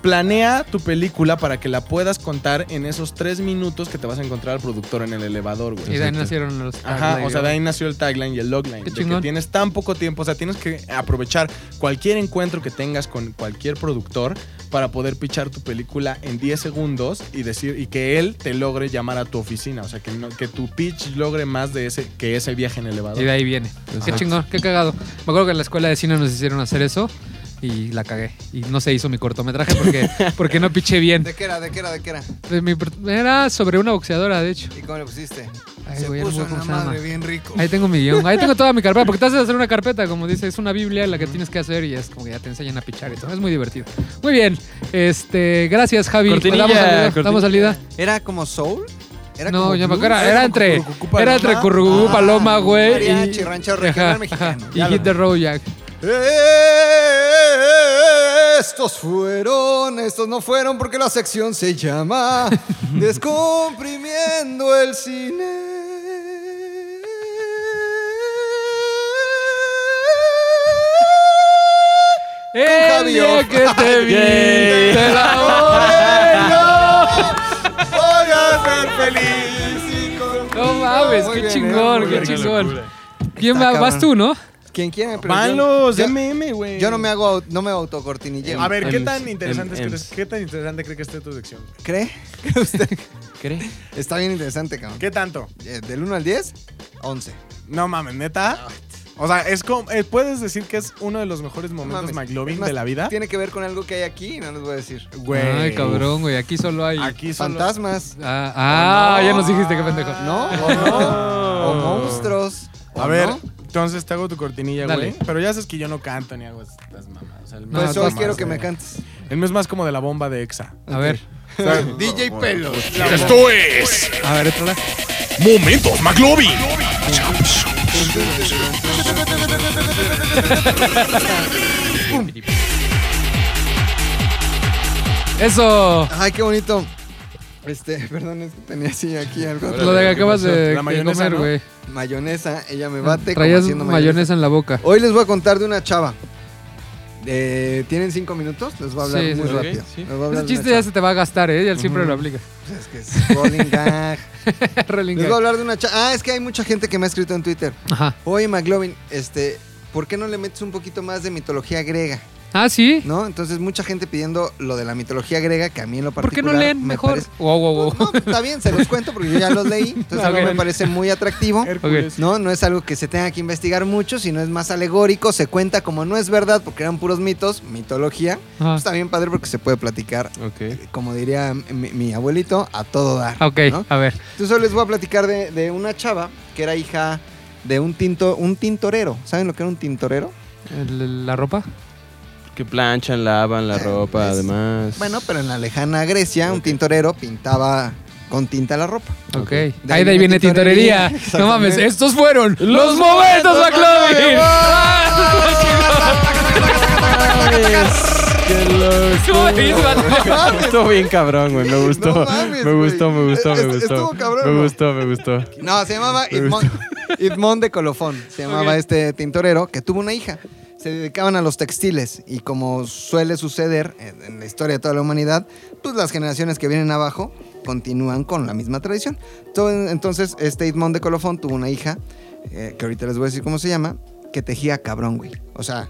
[SPEAKER 1] Planea tu película para que la puedas contar en esos tres minutos que te vas a encontrar al productor en el elevador, güey.
[SPEAKER 2] Y de ahí nacieron los.
[SPEAKER 1] Ajá,
[SPEAKER 2] tagline,
[SPEAKER 1] o sea, de
[SPEAKER 2] güey.
[SPEAKER 1] ahí nació el tagline y el logline.
[SPEAKER 2] Qué
[SPEAKER 1] de que
[SPEAKER 2] chingón.
[SPEAKER 1] tienes tan poco tiempo, o sea, tienes que aprovechar cualquier encuentro que tengas con cualquier productor para poder pichar tu película en 10 segundos y decir y que él te logre llamar a tu oficina, o sea, que no- que tu pitch logre más de ese que ese viaje en elevador.
[SPEAKER 2] Y de ahí viene. Qué chingón, qué cagado. Me acuerdo que en la escuela de cine nos hicieron hacer eso y la cagué. Y no se hizo mi cortometraje porque, porque no piché bien.
[SPEAKER 4] ¿De qué era? ¿De qué era? ¿De qué era?
[SPEAKER 2] De mi pr- Era sobre una boxeadora, de hecho.
[SPEAKER 4] ¿Y cómo le pusiste?
[SPEAKER 2] Ay,
[SPEAKER 4] Se
[SPEAKER 2] güey, no me acuerdo
[SPEAKER 4] puso en la
[SPEAKER 2] cómo se
[SPEAKER 4] madre
[SPEAKER 2] llama.
[SPEAKER 4] bien rico.
[SPEAKER 2] Ahí tengo mi guión, ahí tengo toda mi carpeta, porque te haces hacer una carpeta, como dice, es una Biblia la que tienes que hacer y es como que ya te enseñan a pichar y todo, es muy divertido. Muy bien, este, gracias Javi, Pues
[SPEAKER 3] Cortinilla,
[SPEAKER 2] damos salida,
[SPEAKER 3] cortinilla.
[SPEAKER 2] damos salida.
[SPEAKER 4] ¿Era como soul? ¿Era
[SPEAKER 2] No,
[SPEAKER 4] como
[SPEAKER 2] ya me
[SPEAKER 4] blues?
[SPEAKER 2] acuerdo, era entre,
[SPEAKER 1] Cucurucucu Paloma.
[SPEAKER 2] era entre Currucú,
[SPEAKER 4] Ah,
[SPEAKER 2] Paloma, güey,
[SPEAKER 4] mariachi,
[SPEAKER 2] y,
[SPEAKER 4] ranchero regional
[SPEAKER 2] Ajá,
[SPEAKER 4] mexicano.
[SPEAKER 2] y Hit the Road Jack.
[SPEAKER 4] Estos fueron, estos no fueron porque la sección se llama Descomprimiendo el cine.
[SPEAKER 2] El
[SPEAKER 4] Javi
[SPEAKER 2] día
[SPEAKER 4] Off.
[SPEAKER 2] que te vi,
[SPEAKER 3] Yay.
[SPEAKER 2] te la odio.
[SPEAKER 4] Voy a ser feliz. y con-
[SPEAKER 2] No mames,
[SPEAKER 4] Muy
[SPEAKER 2] qué
[SPEAKER 4] bien,
[SPEAKER 2] chingón,
[SPEAKER 4] ¿eh?
[SPEAKER 2] qué
[SPEAKER 4] Muy bien.
[SPEAKER 2] chingón. ¿Quién
[SPEAKER 4] Está
[SPEAKER 2] va? ¿Vas
[SPEAKER 4] cabrón.
[SPEAKER 2] tú, no?
[SPEAKER 4] Quien quiera, pero
[SPEAKER 1] Van
[SPEAKER 4] yo,
[SPEAKER 1] los
[SPEAKER 4] yo-
[SPEAKER 1] MM, güey.
[SPEAKER 4] yo no me hago, au- no me autocortinilleo.
[SPEAKER 1] A ver, ¿qué
[SPEAKER 3] Ems,
[SPEAKER 1] tan interesante es que
[SPEAKER 3] Ems.
[SPEAKER 1] te- qué tan interesante cree que esté tu sección? güey?
[SPEAKER 4] ¿cree? ¿Cree usted?
[SPEAKER 3] ¿Cree?
[SPEAKER 4] Está bien interesante, cabrón.
[SPEAKER 1] ¿Qué tanto?
[SPEAKER 4] Eh, Del 1 al 10, 11.
[SPEAKER 1] No mames, neta. O sea, es como eh, puedes decir que es uno de los mejores momentos
[SPEAKER 4] mames.
[SPEAKER 1] McLovin
[SPEAKER 4] Es más,
[SPEAKER 1] de la vida.
[SPEAKER 4] Tiene que ver con algo que hay aquí, no les voy a decir.
[SPEAKER 1] Güey.
[SPEAKER 2] Ay, cabrón, güey, aquí solo hay...
[SPEAKER 1] Aquí son los-
[SPEAKER 4] Fantasmas.
[SPEAKER 2] Ah, ah,
[SPEAKER 4] No.
[SPEAKER 2] ya nos dijiste qué pendejo.
[SPEAKER 4] ¿No? O, no, o monstruos.
[SPEAKER 1] A
[SPEAKER 4] o
[SPEAKER 1] ver,
[SPEAKER 4] no.
[SPEAKER 1] entonces te hago tu cortinilla,
[SPEAKER 2] Dale.
[SPEAKER 1] güey. Pero ya sabes que yo no canto ni hago estas mamadas. O sea, el mío
[SPEAKER 2] No,
[SPEAKER 4] Pues
[SPEAKER 1] es
[SPEAKER 2] tú
[SPEAKER 4] hoy
[SPEAKER 1] más
[SPEAKER 2] amas,
[SPEAKER 4] quiero que
[SPEAKER 1] de-
[SPEAKER 4] me cantes.
[SPEAKER 1] El mío es más como de la bomba de Exa.
[SPEAKER 2] A ver,
[SPEAKER 4] DJ Pelos.
[SPEAKER 6] Esto es
[SPEAKER 2] a ver, otra vez.
[SPEAKER 6] Momentos McLovin.
[SPEAKER 2] Eso.
[SPEAKER 4] Ay, qué bonito. Este, perdón, es que tenía así aquí algo.
[SPEAKER 2] Lo de que acabas
[SPEAKER 1] pasó?
[SPEAKER 2] de,
[SPEAKER 1] La
[SPEAKER 2] de
[SPEAKER 1] mayonesa,
[SPEAKER 2] comer,
[SPEAKER 1] ¿no?
[SPEAKER 2] güey.
[SPEAKER 4] Mayonesa, ella me bate. como
[SPEAKER 2] Traías
[SPEAKER 4] haciendo
[SPEAKER 2] mayonesa en la boca.
[SPEAKER 4] Hoy les voy a contar de una chava. Eh, ¿Tienen cinco minutos? Les voy a hablar
[SPEAKER 2] Sí, sí,
[SPEAKER 4] muy
[SPEAKER 2] sí.
[SPEAKER 4] rápido.
[SPEAKER 3] Sí.
[SPEAKER 4] Les voy a hablar
[SPEAKER 2] Ese
[SPEAKER 4] de una
[SPEAKER 2] chiste ya
[SPEAKER 4] chava.
[SPEAKER 2] se te va a gastar, ¿eh? Ya siempre lo aplica.
[SPEAKER 4] Pues es que es rolling gag.
[SPEAKER 2] Rolling
[SPEAKER 4] Les voy a
[SPEAKER 2] gag.
[SPEAKER 4] hablar de una chava. Ah, es que hay mucha gente que me ha escrito en Twitter.
[SPEAKER 2] Ajá.
[SPEAKER 4] Oye, McLovin, este, ¿por qué no le metes un poquito más de mitología griega?
[SPEAKER 2] Ah, sí.
[SPEAKER 4] ¿no? Entonces mucha gente pidiendo lo de la mitología griega que a mí en lo
[SPEAKER 2] ¿Por qué
[SPEAKER 4] particular
[SPEAKER 2] no leen
[SPEAKER 4] me
[SPEAKER 2] mejor?
[SPEAKER 4] parece- Pues,
[SPEAKER 2] Wow, wow, wow.
[SPEAKER 4] No, está bien, se los cuento porque yo ya los leí, entonces
[SPEAKER 2] Ok.
[SPEAKER 4] no me parece muy atractivo.
[SPEAKER 1] Hércules.
[SPEAKER 4] No, no es algo que se tenga que investigar mucho, sino es más alegórico, se cuenta como no es verdad porque eran puros mitos, mitología.
[SPEAKER 2] Ajá.
[SPEAKER 4] Está bien padre porque se puede platicar,
[SPEAKER 3] Ok.
[SPEAKER 4] como diría mi, mi abuelito, a todo dar.
[SPEAKER 2] Ok,
[SPEAKER 4] ¿no?
[SPEAKER 2] a ver.
[SPEAKER 4] Entonces hoy les voy a platicar de, de una chava que era hija de un tinto, un tintorero. ¿Saben lo que era un tintorero?
[SPEAKER 2] el- ¿La ropa?
[SPEAKER 3] Que planchan, lavan la
[SPEAKER 4] Eh,
[SPEAKER 3] ropa,
[SPEAKER 4] es-
[SPEAKER 3] además.
[SPEAKER 4] Bueno, pero en la lejana Grecia, un tintorero pintaba con tinta la ropa.
[SPEAKER 2] Ok.
[SPEAKER 3] Ok.
[SPEAKER 2] Ahí, de ahí viene tintorería. No mames,
[SPEAKER 4] Exactamente.
[SPEAKER 2] estos fueron los momentos, McLovin. ¿Cómo le hizo, Antonio?
[SPEAKER 3] Estuvo bien cabrón, güey. Me gustó.
[SPEAKER 4] No mames,
[SPEAKER 3] me gustó,
[SPEAKER 4] güey.
[SPEAKER 3] me gustó, me
[SPEAKER 4] Est-
[SPEAKER 3] gustó.
[SPEAKER 4] estuvo cabrón,
[SPEAKER 3] me
[SPEAKER 4] ¿no?
[SPEAKER 3] gustó, me gustó.
[SPEAKER 4] No, se llamaba Idmón, Idmón de Colofón. Se llamaba este tintorero que tuvo una hija. Se dedicaban a los textiles y como suele suceder en, en la historia de toda la humanidad, pues las generaciones que vienen abajo continúan con la misma tradición. To- Entonces, este Idmón de Colofón tuvo una hija, eh, que ahorita les voy a decir cómo se llama, que tejía cabrón, güey. O sea,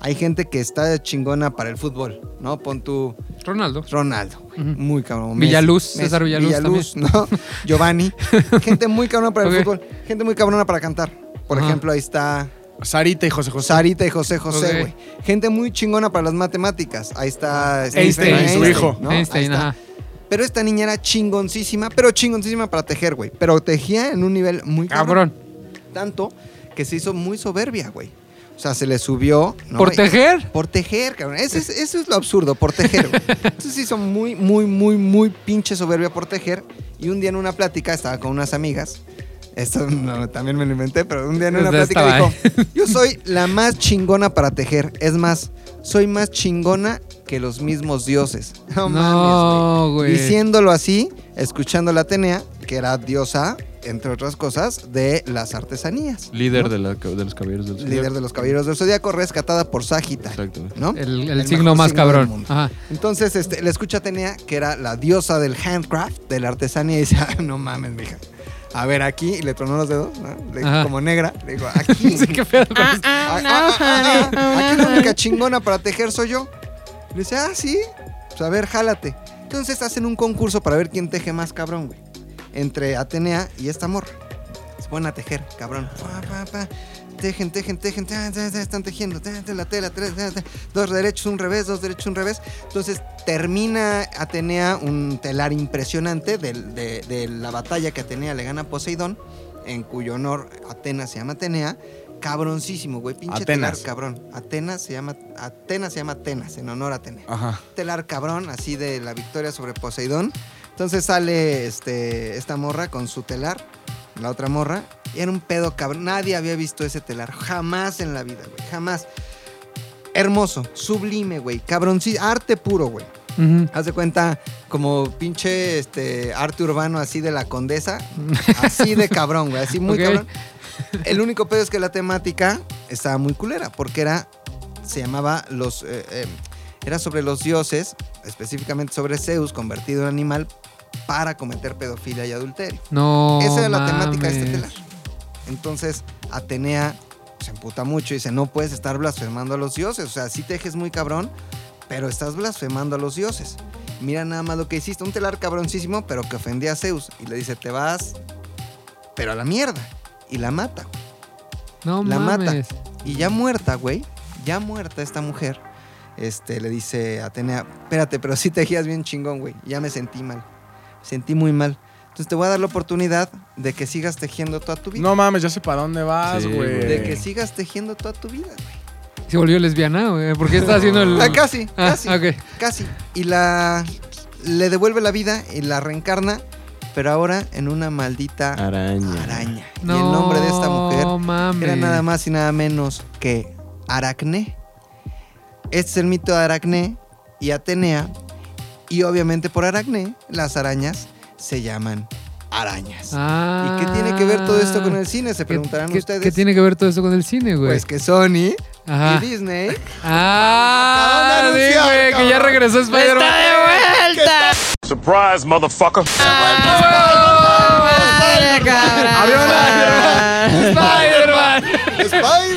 [SPEAKER 4] hay gente que está chingona para el fútbol, ¿no? Pon tu...
[SPEAKER 2] Ronaldo.
[SPEAKER 4] Ronaldo, güey.
[SPEAKER 2] Ujú.
[SPEAKER 4] muy cabrón.
[SPEAKER 2] Villaluz, César Villaluz
[SPEAKER 4] ¿no? Giovanni. Gente muy cabrona para
[SPEAKER 2] Ok.
[SPEAKER 4] el fútbol. Gente muy cabrona para cantar. Por
[SPEAKER 2] Ajá.
[SPEAKER 4] ejemplo, ahí está
[SPEAKER 1] Sarita y José José.
[SPEAKER 4] Sarita y José José,
[SPEAKER 2] Ok.
[SPEAKER 4] güey. Gente muy chingona para las matemáticas. Ahí está
[SPEAKER 1] Einstein,
[SPEAKER 4] Stephen
[SPEAKER 1] su hijo.
[SPEAKER 4] ¿no? Ahí
[SPEAKER 2] Einstein,
[SPEAKER 4] está.
[SPEAKER 2] ajá.
[SPEAKER 4] Pero esta niña era chingoncísima, pero chingoncísima para tejer, güey. Pero tejía en un nivel muy cabrón.
[SPEAKER 2] Cabrón.
[SPEAKER 4] Tanto que se hizo muy soberbia, güey. O sea, se le subió. ¿no?
[SPEAKER 2] ¿Por
[SPEAKER 4] Y-
[SPEAKER 2] tejer?
[SPEAKER 4] por tejer, cabrón. Ese es- eso es lo absurdo, por tejer. güey. Entonces se hizo muy, muy, muy, muy pinche soberbia por tejer. Y un día en una plática estaba con unas amigas. Esto no, también me lo inventé, pero un día en una
[SPEAKER 2] Entonces,
[SPEAKER 4] plática
[SPEAKER 2] Pues estaba ¿eh?
[SPEAKER 4] dijo: Yo soy la más chingona para tejer. Es más, soy más chingona que los mismos dioses. No, mames,
[SPEAKER 2] No,
[SPEAKER 4] güey.
[SPEAKER 2] güey.
[SPEAKER 4] Diciéndolo así, escuchando la Atenea, que era diosa, entre otras cosas, de las artesanías.
[SPEAKER 3] Líder de, la- de los caballeros del
[SPEAKER 4] Líder de los caballeros del zodiaco, rescatada por Sagita.
[SPEAKER 3] Exacto. güey.
[SPEAKER 4] ¿No?
[SPEAKER 2] El, el
[SPEAKER 4] mejor
[SPEAKER 2] signo más
[SPEAKER 4] signo del
[SPEAKER 2] cabrón.
[SPEAKER 4] mundo.
[SPEAKER 2] Ajá.
[SPEAKER 4] Entonces, este, la escucha tenía que era la diosa del handcraft, de la artesanía, y dice, "Ah, no mames, mija. A ver, aquí, y le tronó los dedos, ¿no? Le-
[SPEAKER 2] Ajá.
[SPEAKER 4] como negra, le digo, aquí.
[SPEAKER 2] Sí, qué pedo con esto.
[SPEAKER 4] ah, ah, ah, ah, aquí la única chingona para tejer soy yo. Le dice, ah, sí, pues a ver, jálate. Entonces hacen un concurso para ver quién teje más cabrón, güey. Entre Atenea y esta morra. Es buena a tejer, cabrón. Pa, pa, pa. Tejen, tejen, tejen, ta, ta, ta, están tejiendo, ta, ta, la tela, tres, ta, ta. dos derechos, un revés, dos derechos, un revés. Entonces termina Atenea un telar impresionante del- de, de la batalla que Atenea le gana a Poseidón, en cuyo honor Atenas se llama Atenea. Cabroncísimo, güey, pinche
[SPEAKER 1] Atenas.
[SPEAKER 4] telar, cabrón. Atenas se llama Atenas se llama Atenas en honor a Atenea
[SPEAKER 1] Ajá.
[SPEAKER 4] telar cabrón, así de la victoria sobre Poseidón. Entonces sale este, esta morra con su telar, la otra morra, y era un pedo cabrón. Nadie había visto ese telar, jamás en la vida, güey, jamás. Hermoso, sublime, güey, cabrón, arte puro, güey.
[SPEAKER 2] Ujú.
[SPEAKER 4] Haz de cuenta como pinche este, arte urbano así de la condesa, así de cabrón, güey, así muy
[SPEAKER 2] Ok.
[SPEAKER 4] cabrón. El único pedo es que la temática estaba muy culera, porque era, se llamaba los, eh, eh, era sobre los dioses, específicamente sobre Zeus convertido en animal para cometer pedofilia y adulterio.
[SPEAKER 2] No.
[SPEAKER 4] Esa era la temática de este
[SPEAKER 2] mames.
[SPEAKER 4] telar. Entonces, Atenea se emputa mucho y dice, no puedes estar blasfemando a los dioses. O sea, sí tejes muy cabrón, pero estás blasfemando a los dioses. Mira nada más lo que hiciste, un telar cabroncísimo, pero que ofendía a Zeus. Y le dice, te vas, pero a la mierda. Y la mata. güey.
[SPEAKER 2] No
[SPEAKER 4] La mata.
[SPEAKER 2] mames.
[SPEAKER 4] Y ya muerta, güey, ya muerta esta mujer, este, le dice a Atenea, espérate, pero sí tejías bien chingón, güey. Ya me sentí mal. Sentí muy mal. Entonces te voy a dar la oportunidad de que sigas tejiendo toda tu vida.
[SPEAKER 1] No mames, ya sé para dónde vas,
[SPEAKER 3] Sí,
[SPEAKER 1] güey.
[SPEAKER 3] güey.
[SPEAKER 2] Eh.
[SPEAKER 4] De que sigas tejiendo toda tu vida, güey.
[SPEAKER 2] Se volvió lesbiana, güey. ¿Por qué está haciendo el.
[SPEAKER 4] Ah, casi,
[SPEAKER 2] Ah,
[SPEAKER 4] casi,
[SPEAKER 2] ok.
[SPEAKER 4] casi. Y la le devuelve la vida y la reencarna, pero ahora en una maldita
[SPEAKER 3] Araña.
[SPEAKER 4] araña.
[SPEAKER 2] No.
[SPEAKER 4] Y el nombre de esta mujer
[SPEAKER 2] mames.
[SPEAKER 4] era nada más y nada menos que Aracne. Este es el mito de Aracne y Atenea. Y obviamente por Aracne, las arañas se llaman arañas.
[SPEAKER 2] Ah.
[SPEAKER 4] ¿Y qué tiene que ver todo esto con el cine? Se
[SPEAKER 2] ¿Qué-
[SPEAKER 4] preguntarán
[SPEAKER 2] qué-
[SPEAKER 4] ustedes.
[SPEAKER 2] ¿Qué tiene que ver todo esto con el cine, güey?
[SPEAKER 4] Pues que Sony
[SPEAKER 2] Ajá.
[SPEAKER 4] y Disney
[SPEAKER 2] Ah,
[SPEAKER 4] Acaban de
[SPEAKER 2] sí,
[SPEAKER 4] anunciar,
[SPEAKER 2] güey, que ya
[SPEAKER 4] cabrón.
[SPEAKER 2] regresó Spider-Man.
[SPEAKER 6] Surprise, motherfucker.
[SPEAKER 2] Ah, ¡Spider-Man!
[SPEAKER 4] Spider-Man.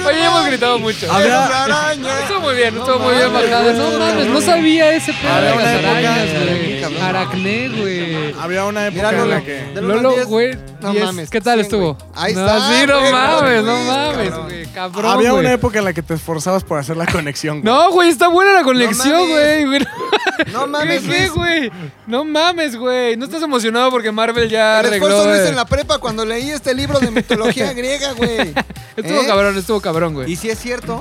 [SPEAKER 2] Oye, hemos gritado mucho.
[SPEAKER 4] Habrá araña.
[SPEAKER 2] Estuvo muy bien, estuvo muy bien
[SPEAKER 4] mames,
[SPEAKER 2] bajado.
[SPEAKER 4] güey.
[SPEAKER 2] No mames, no sabía ese pedo de
[SPEAKER 4] Habrá una
[SPEAKER 2] las
[SPEAKER 4] época
[SPEAKER 2] arañas,
[SPEAKER 4] de-
[SPEAKER 2] güey.
[SPEAKER 4] cabrón.
[SPEAKER 2] Aracné, güey.
[SPEAKER 1] Había una época
[SPEAKER 4] Mira,
[SPEAKER 1] en la
[SPEAKER 4] Lolo.
[SPEAKER 1] que.
[SPEAKER 4] Del uno al
[SPEAKER 2] Lolo,
[SPEAKER 4] diez,
[SPEAKER 2] güey.
[SPEAKER 4] no
[SPEAKER 2] diez.
[SPEAKER 4] mames,
[SPEAKER 2] ¿Qué tal
[SPEAKER 4] cien,
[SPEAKER 2] estuvo?
[SPEAKER 4] güey. Ahí
[SPEAKER 2] no,
[SPEAKER 4] está,
[SPEAKER 2] Sí, no
[SPEAKER 4] güey,
[SPEAKER 2] mames,
[SPEAKER 4] Rodríguez,
[SPEAKER 2] no mames,
[SPEAKER 4] cabrón.
[SPEAKER 2] güey. Cabrón.
[SPEAKER 1] Había
[SPEAKER 2] güey.
[SPEAKER 1] una época en la que te esforzabas por hacer la conexión. güey.
[SPEAKER 2] No, güey, está buena la conexión, güey.
[SPEAKER 4] mames.
[SPEAKER 2] güey.
[SPEAKER 4] No mames,
[SPEAKER 2] ¿Qué,
[SPEAKER 4] Luis.
[SPEAKER 2] güey? No mames, güey. No estás emocionado porque Marvel ya
[SPEAKER 4] El
[SPEAKER 2] arregló.
[SPEAKER 4] esfuerzo lo hice
[SPEAKER 2] eh.
[SPEAKER 4] en la prepa cuando leí este libro de mitología griega, güey.
[SPEAKER 2] Estuvo
[SPEAKER 4] ¿Eh?
[SPEAKER 2] cabrón, estuvo cabrón, güey.
[SPEAKER 4] Y si es cierto,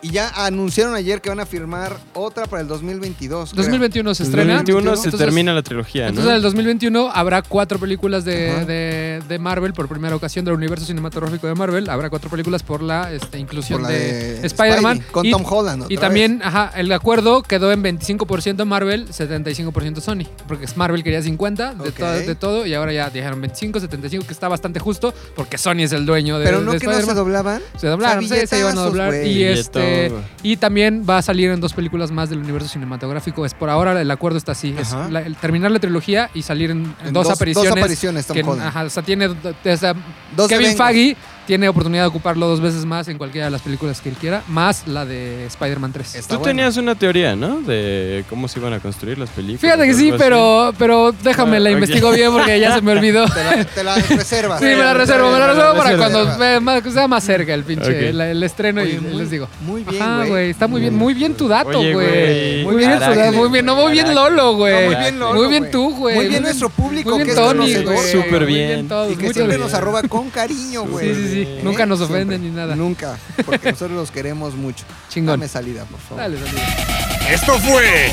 [SPEAKER 4] y ya anunciaron ayer que van a firmar otra para el 2022. creo.
[SPEAKER 2] 2021 se estrena.
[SPEAKER 3] 2021 se
[SPEAKER 2] Pues Entonces-
[SPEAKER 3] termina la trilogía, ¿no?
[SPEAKER 2] Entonces en el 2021 habrá cuatro películas de,
[SPEAKER 4] Ajá.
[SPEAKER 2] de- de Marvel por primera ocasión del universo cinematográfico de Marvel. Habrá cuatro películas por la este, inclusión
[SPEAKER 4] Por la
[SPEAKER 2] de,
[SPEAKER 4] de
[SPEAKER 2] Spider-Man.
[SPEAKER 4] Spidey, con
[SPEAKER 2] y,
[SPEAKER 4] Tom Holland.
[SPEAKER 2] y
[SPEAKER 4] otra
[SPEAKER 2] también, ajá, el acuerdo quedó en 25% Marvel, 75% Sony. Porque Marvel quería 50 de,
[SPEAKER 4] Ok.
[SPEAKER 2] todo, de todo y ahora ya dijeron 25, 75, que está bastante justo porque Sony es el dueño de,
[SPEAKER 4] vez. Pero no
[SPEAKER 2] de
[SPEAKER 4] que no se
[SPEAKER 2] Spider-Man.
[SPEAKER 4] doblaban.
[SPEAKER 2] Se doblaron, sí, se iban a
[SPEAKER 4] Billetazos,
[SPEAKER 2] doblar.
[SPEAKER 4] güey.
[SPEAKER 2] Y, este,
[SPEAKER 3] Billetón,
[SPEAKER 2] y también va a salir en dos películas más del universo cinematográfico. Es por ahora el acuerdo está así. Es
[SPEAKER 4] Ajá.
[SPEAKER 2] la- el terminar la trilogía y salir en, en
[SPEAKER 4] En
[SPEAKER 2] dos, apariciones.
[SPEAKER 4] Dos apariciones, Tom
[SPEAKER 2] que-
[SPEAKER 4] Holland.
[SPEAKER 2] ajá, o sea, tiene, o sea,
[SPEAKER 4] Dos
[SPEAKER 2] Kevin
[SPEAKER 4] Avengers.
[SPEAKER 2] Feige tiene oportunidad de ocuparlo dos veces más en cualquiera de las películas que él quiera, más la de Spider-Man 3.
[SPEAKER 4] Está
[SPEAKER 3] Pues Tú
[SPEAKER 4] bueno.
[SPEAKER 3] tenías una teoría, ¿no? De cómo se iban a construir las películas.
[SPEAKER 2] Fíjate que
[SPEAKER 3] o
[SPEAKER 2] sí,
[SPEAKER 3] algo así.
[SPEAKER 2] pero, pero déjame, la
[SPEAKER 3] Pues Ah, ok.
[SPEAKER 2] investigo bien porque ya se me olvidó.
[SPEAKER 4] Te la, te la reservas.
[SPEAKER 2] Sí, me la reservo, me la reservo para
[SPEAKER 3] reservo.
[SPEAKER 2] cuando ve- más- que sea más cerca el pinche,
[SPEAKER 3] Ok.
[SPEAKER 2] la- el estreno
[SPEAKER 4] Oye,
[SPEAKER 2] y
[SPEAKER 4] muy-
[SPEAKER 2] les digo.
[SPEAKER 4] Muy
[SPEAKER 2] Ajá,
[SPEAKER 4] bien,
[SPEAKER 2] güey.
[SPEAKER 4] güey.
[SPEAKER 2] Está muy bien, muy bien tu dato,
[SPEAKER 3] Oye,
[SPEAKER 2] güey.
[SPEAKER 3] güey.
[SPEAKER 2] Muy bien,
[SPEAKER 4] Caray,
[SPEAKER 2] tu dato, muy bien. No, muy bien
[SPEAKER 3] caray.
[SPEAKER 2] Lolo, güey.
[SPEAKER 4] No, muy bien Lolo,
[SPEAKER 2] Muy bien
[SPEAKER 4] güey.
[SPEAKER 2] tú, güey.
[SPEAKER 4] Muy bien nuestro público
[SPEAKER 2] Muy
[SPEAKER 4] que
[SPEAKER 2] bien
[SPEAKER 4] es
[SPEAKER 2] Tony,
[SPEAKER 4] conocedor.
[SPEAKER 2] güey.
[SPEAKER 3] Súper
[SPEAKER 2] Muy
[SPEAKER 3] bien.
[SPEAKER 2] todos,
[SPEAKER 4] Y que
[SPEAKER 2] muchas
[SPEAKER 4] siempre
[SPEAKER 2] gracias.
[SPEAKER 4] nos arroba con cariño,
[SPEAKER 2] sí,
[SPEAKER 4] güey.
[SPEAKER 2] sí.
[SPEAKER 4] ¿Eh?
[SPEAKER 2] Nunca nos ofenden ni
[SPEAKER 4] Siempre.
[SPEAKER 2] nada.
[SPEAKER 4] Nunca, porque nosotros los queremos mucho.
[SPEAKER 2] Chingón.
[SPEAKER 4] Dame salida, por favor.
[SPEAKER 2] Dale, dale.
[SPEAKER 6] Esto fue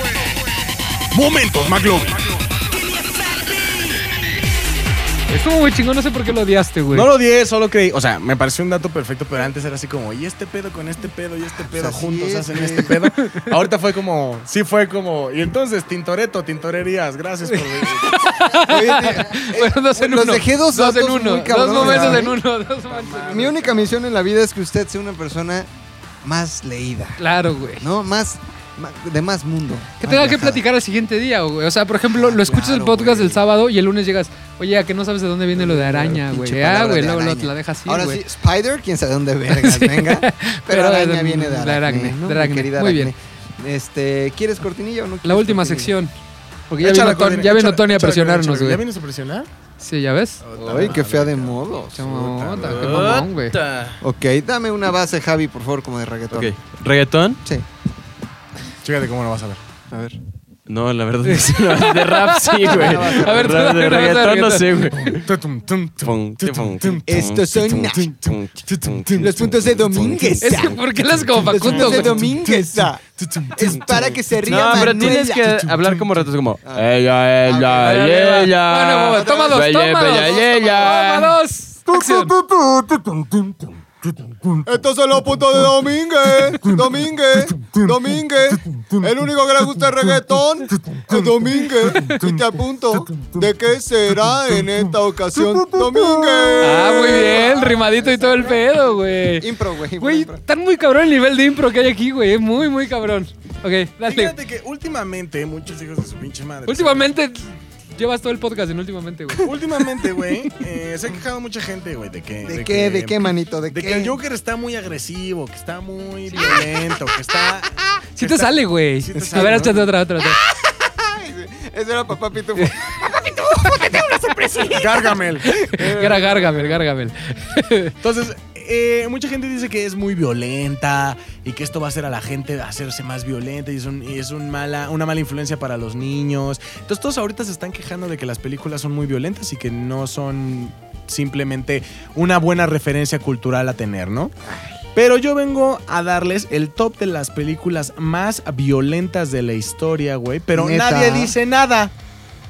[SPEAKER 6] Momentos McLovin.
[SPEAKER 2] Estuvo muy chingón, no sé por qué lo odiaste, güey.
[SPEAKER 1] No lo odié, solo creí. O sea, me pareció un dato perfecto, pero antes era así como, y este pedo con este pedo, y este pedo,
[SPEAKER 4] así
[SPEAKER 1] juntos
[SPEAKER 4] es,
[SPEAKER 1] hacen
[SPEAKER 4] güey.
[SPEAKER 1] este pedo. Ahorita fue como, sí fue como, y entonces, Tintoretto, Tintorerías, gracias por venir.
[SPEAKER 4] Oye, te-
[SPEAKER 2] Bueno, dos en
[SPEAKER 4] eh, los
[SPEAKER 2] uno.
[SPEAKER 4] dejé dos
[SPEAKER 2] dos en
[SPEAKER 4] datos
[SPEAKER 2] uno.
[SPEAKER 4] muy cabrones,
[SPEAKER 2] dos momentos
[SPEAKER 4] ¿eh?
[SPEAKER 2] en uno. Dos momentos en uno.
[SPEAKER 4] Mi única misión en la vida es que usted sea una persona más leída,
[SPEAKER 2] Claro, güey.
[SPEAKER 4] ¿no? Más, ma- de más mundo.
[SPEAKER 2] Que
[SPEAKER 4] más
[SPEAKER 2] tenga que
[SPEAKER 4] viajada.
[SPEAKER 2] platicar al siguiente día, güey. O sea, por ejemplo, lo escuchas el
[SPEAKER 4] claro,
[SPEAKER 2] podcast
[SPEAKER 4] güey.
[SPEAKER 2] el sábado y el lunes llegas, oye, a que no sabes de dónde viene lo de araña,
[SPEAKER 4] Pinche
[SPEAKER 2] güey. Ah,
[SPEAKER 4] palabra
[SPEAKER 2] güey,
[SPEAKER 4] de
[SPEAKER 2] luego luego
[SPEAKER 4] araña.
[SPEAKER 2] te la dejas así,
[SPEAKER 4] Ahora
[SPEAKER 2] güey.
[SPEAKER 4] sí, Spider, quién sabe dónde vergas venga. Pero,
[SPEAKER 2] Pero de-
[SPEAKER 4] araña viene de
[SPEAKER 2] de
[SPEAKER 4] aracne,
[SPEAKER 2] aracne,
[SPEAKER 4] ¿no?
[SPEAKER 2] de
[SPEAKER 4] Mi
[SPEAKER 2] aracne.
[SPEAKER 4] querida
[SPEAKER 2] Muy
[SPEAKER 4] aracne. Este, ¿quieres cortinilla o no?
[SPEAKER 2] La
[SPEAKER 4] quieres
[SPEAKER 2] última
[SPEAKER 4] cortinilla?
[SPEAKER 2] sección. Porque ya
[SPEAKER 1] Échala,
[SPEAKER 2] vino, Tony-
[SPEAKER 1] Corina,
[SPEAKER 2] ya vino
[SPEAKER 1] échala,
[SPEAKER 2] Tony a
[SPEAKER 1] échala,
[SPEAKER 2] presionarnos,
[SPEAKER 1] échala. ¿Ya
[SPEAKER 2] güey.
[SPEAKER 1] vienes a presionar?
[SPEAKER 2] Sí, ¿ya ves?
[SPEAKER 4] Ay, qué fea de modo.
[SPEAKER 2] Qué mamón,
[SPEAKER 4] Puta,
[SPEAKER 2] qué mamón, güey.
[SPEAKER 3] Puta.
[SPEAKER 4] Ok, dame una base, Javi, por favor, como de reggaetón.
[SPEAKER 3] Ok. ¿Reggaetón?
[SPEAKER 4] Sí.
[SPEAKER 1] Chécate cómo lo vas a ver.
[SPEAKER 4] A ver.
[SPEAKER 3] No, la verdad es que no, de rap sí, güey.
[SPEAKER 2] A ver, tú
[SPEAKER 3] Rap,
[SPEAKER 2] dame
[SPEAKER 3] de
[SPEAKER 2] una
[SPEAKER 3] reggaetón no
[SPEAKER 2] base
[SPEAKER 3] sé,
[SPEAKER 2] de
[SPEAKER 3] güey.
[SPEAKER 1] Tutum, tum, tum.
[SPEAKER 4] Estos son los puntos de Domínguez.
[SPEAKER 2] Es que, ¿por qué las como Facundo,
[SPEAKER 4] puntos de
[SPEAKER 2] güey?
[SPEAKER 4] Domínguez. ah. Es para que se ría
[SPEAKER 3] No, pero
[SPEAKER 4] Manuela.
[SPEAKER 3] tienes que hablar como ratos como ella,
[SPEAKER 4] Ah,
[SPEAKER 2] Dale,
[SPEAKER 3] ella,
[SPEAKER 2] dale, va.
[SPEAKER 3] ella.
[SPEAKER 2] Bueno, toma dos,
[SPEAKER 3] Bella,
[SPEAKER 2] toma
[SPEAKER 3] bella, ella.
[SPEAKER 2] dos. Toma dos. Acción.
[SPEAKER 4] Estos son los puntos de Domínguez. Domínguez. Domínguez. El único que le gusta el reggaetón es Domínguez. Y te apunto de qué será en esta ocasión Domínguez.
[SPEAKER 2] Ah, muy bien, rimadito y todo el pedo, güey.
[SPEAKER 4] Impro, güey.
[SPEAKER 2] Güey,
[SPEAKER 4] impro.
[SPEAKER 2] tan muy cabrón el nivel de impro que hay aquí, güey. eh, Muy, muy cabrón. Ok, dale.
[SPEAKER 1] Fíjate que últimamente, muchos hijos de su pinche madre.
[SPEAKER 2] Últimamente llevas todo el podcast en últimamente, güey.
[SPEAKER 1] Últimamente, güey, eh, se ha quejado mucha gente, güey, de que.
[SPEAKER 4] ¿De qué? ¿De qué, manito? ¿De
[SPEAKER 1] De
[SPEAKER 4] qué?
[SPEAKER 1] que el Joker está muy agresivo, que está muy violento, que está. que
[SPEAKER 2] Sí te
[SPEAKER 1] está-
[SPEAKER 2] sale, güey.
[SPEAKER 1] Sí te
[SPEAKER 2] A
[SPEAKER 1] sale,
[SPEAKER 2] ver,
[SPEAKER 1] ¿no?
[SPEAKER 2] échate otra, otra, otra.
[SPEAKER 4] Ese era papá Pitufo.
[SPEAKER 1] Gargamel.
[SPEAKER 2] Era Gargamel, Gargamel.
[SPEAKER 1] Entonces, eh, mucha gente dice que es muy violenta y que esto va a hacer a la gente hacerse más violenta y es, un, y es un mala, una mala influencia para los niños. Entonces, todos ahorita se están quejando de que las películas son muy violentas y que no son simplemente una buena referencia cultural a tener, ¿no? Pero yo vengo a darles el top de las películas más violentas de la historia, güey. Pero
[SPEAKER 4] Neta.
[SPEAKER 1] nadie dice nada.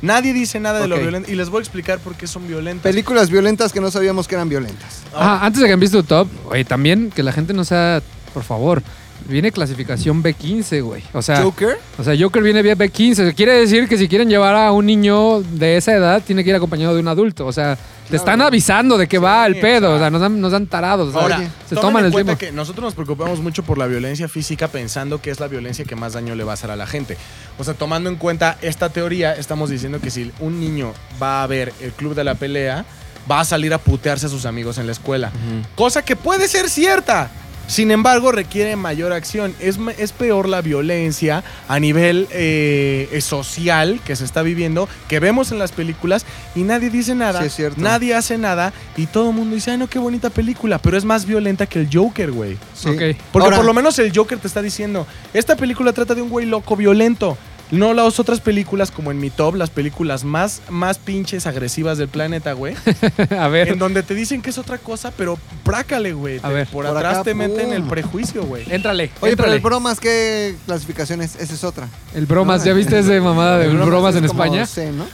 [SPEAKER 1] Nadie dice nada de lo
[SPEAKER 4] Ok.
[SPEAKER 1] violento. Y les voy a explicar por qué son violentas.
[SPEAKER 4] Películas violentas que no sabíamos que eran violentas.
[SPEAKER 2] Ah, antes de que envíes tu top, oye, también que la gente no sea, por favor, viene clasificación B15, güey. O sea,
[SPEAKER 4] Joker.
[SPEAKER 2] o sea, Joker viene vía B15. Quiere decir que si quieren llevar a un niño de esa edad, tiene que ir acompañado de un adulto. O sea, te están avisando de que va el pedo. O sea, nos dan, nos dan tarados. o sea,
[SPEAKER 1] Ahora,
[SPEAKER 2] se
[SPEAKER 1] tomen
[SPEAKER 2] toman
[SPEAKER 1] en
[SPEAKER 2] el
[SPEAKER 1] cuenta
[SPEAKER 2] tiempo.
[SPEAKER 1] que nosotros nos preocupamos mucho por la violencia física pensando que es la violencia que más daño le va a hacer a la gente. O sea, tomando en cuenta esta teoría, estamos diciendo que si un niño va a ver el club de la pelea, va a salir a putearse a sus amigos en la escuela. Cosa que puede ser cierta. Sin embargo, requiere mayor acción. Es, me- es peor la violencia a nivel eh, eh, social que se está viviendo, que vemos en las películas y nadie dice nada.
[SPEAKER 4] Sí, es cierto.
[SPEAKER 1] Nadie hace nada y todo el mundo dice, ay, no, qué bonita película. Pero es más violenta que el Joker, güey.
[SPEAKER 4] Sí.
[SPEAKER 2] Ok.
[SPEAKER 1] Porque
[SPEAKER 4] Ahora-
[SPEAKER 1] por lo menos el Joker te está diciendo, esta película trata de un güey loco, violento. No las otras películas como en mi top, las películas más, más pinches agresivas del planeta, güey.
[SPEAKER 2] a ver,
[SPEAKER 1] en donde te dicen que es otra cosa, pero prácale, güey.
[SPEAKER 2] A
[SPEAKER 1] Te-
[SPEAKER 2] ver.
[SPEAKER 1] por,
[SPEAKER 4] Por
[SPEAKER 1] atrás
[SPEAKER 4] acá,
[SPEAKER 1] te meten
[SPEAKER 4] pum.
[SPEAKER 1] el prejuicio, güey.
[SPEAKER 2] éntrale.
[SPEAKER 4] Oye, pero
[SPEAKER 2] éntrale.
[SPEAKER 4] el bromas, ¿qué clasificación es? Esa es otra.
[SPEAKER 2] El bromas, ¿ya viste esa mamada de bromas, en
[SPEAKER 4] es como
[SPEAKER 2] España?
[SPEAKER 4] C, ¿no?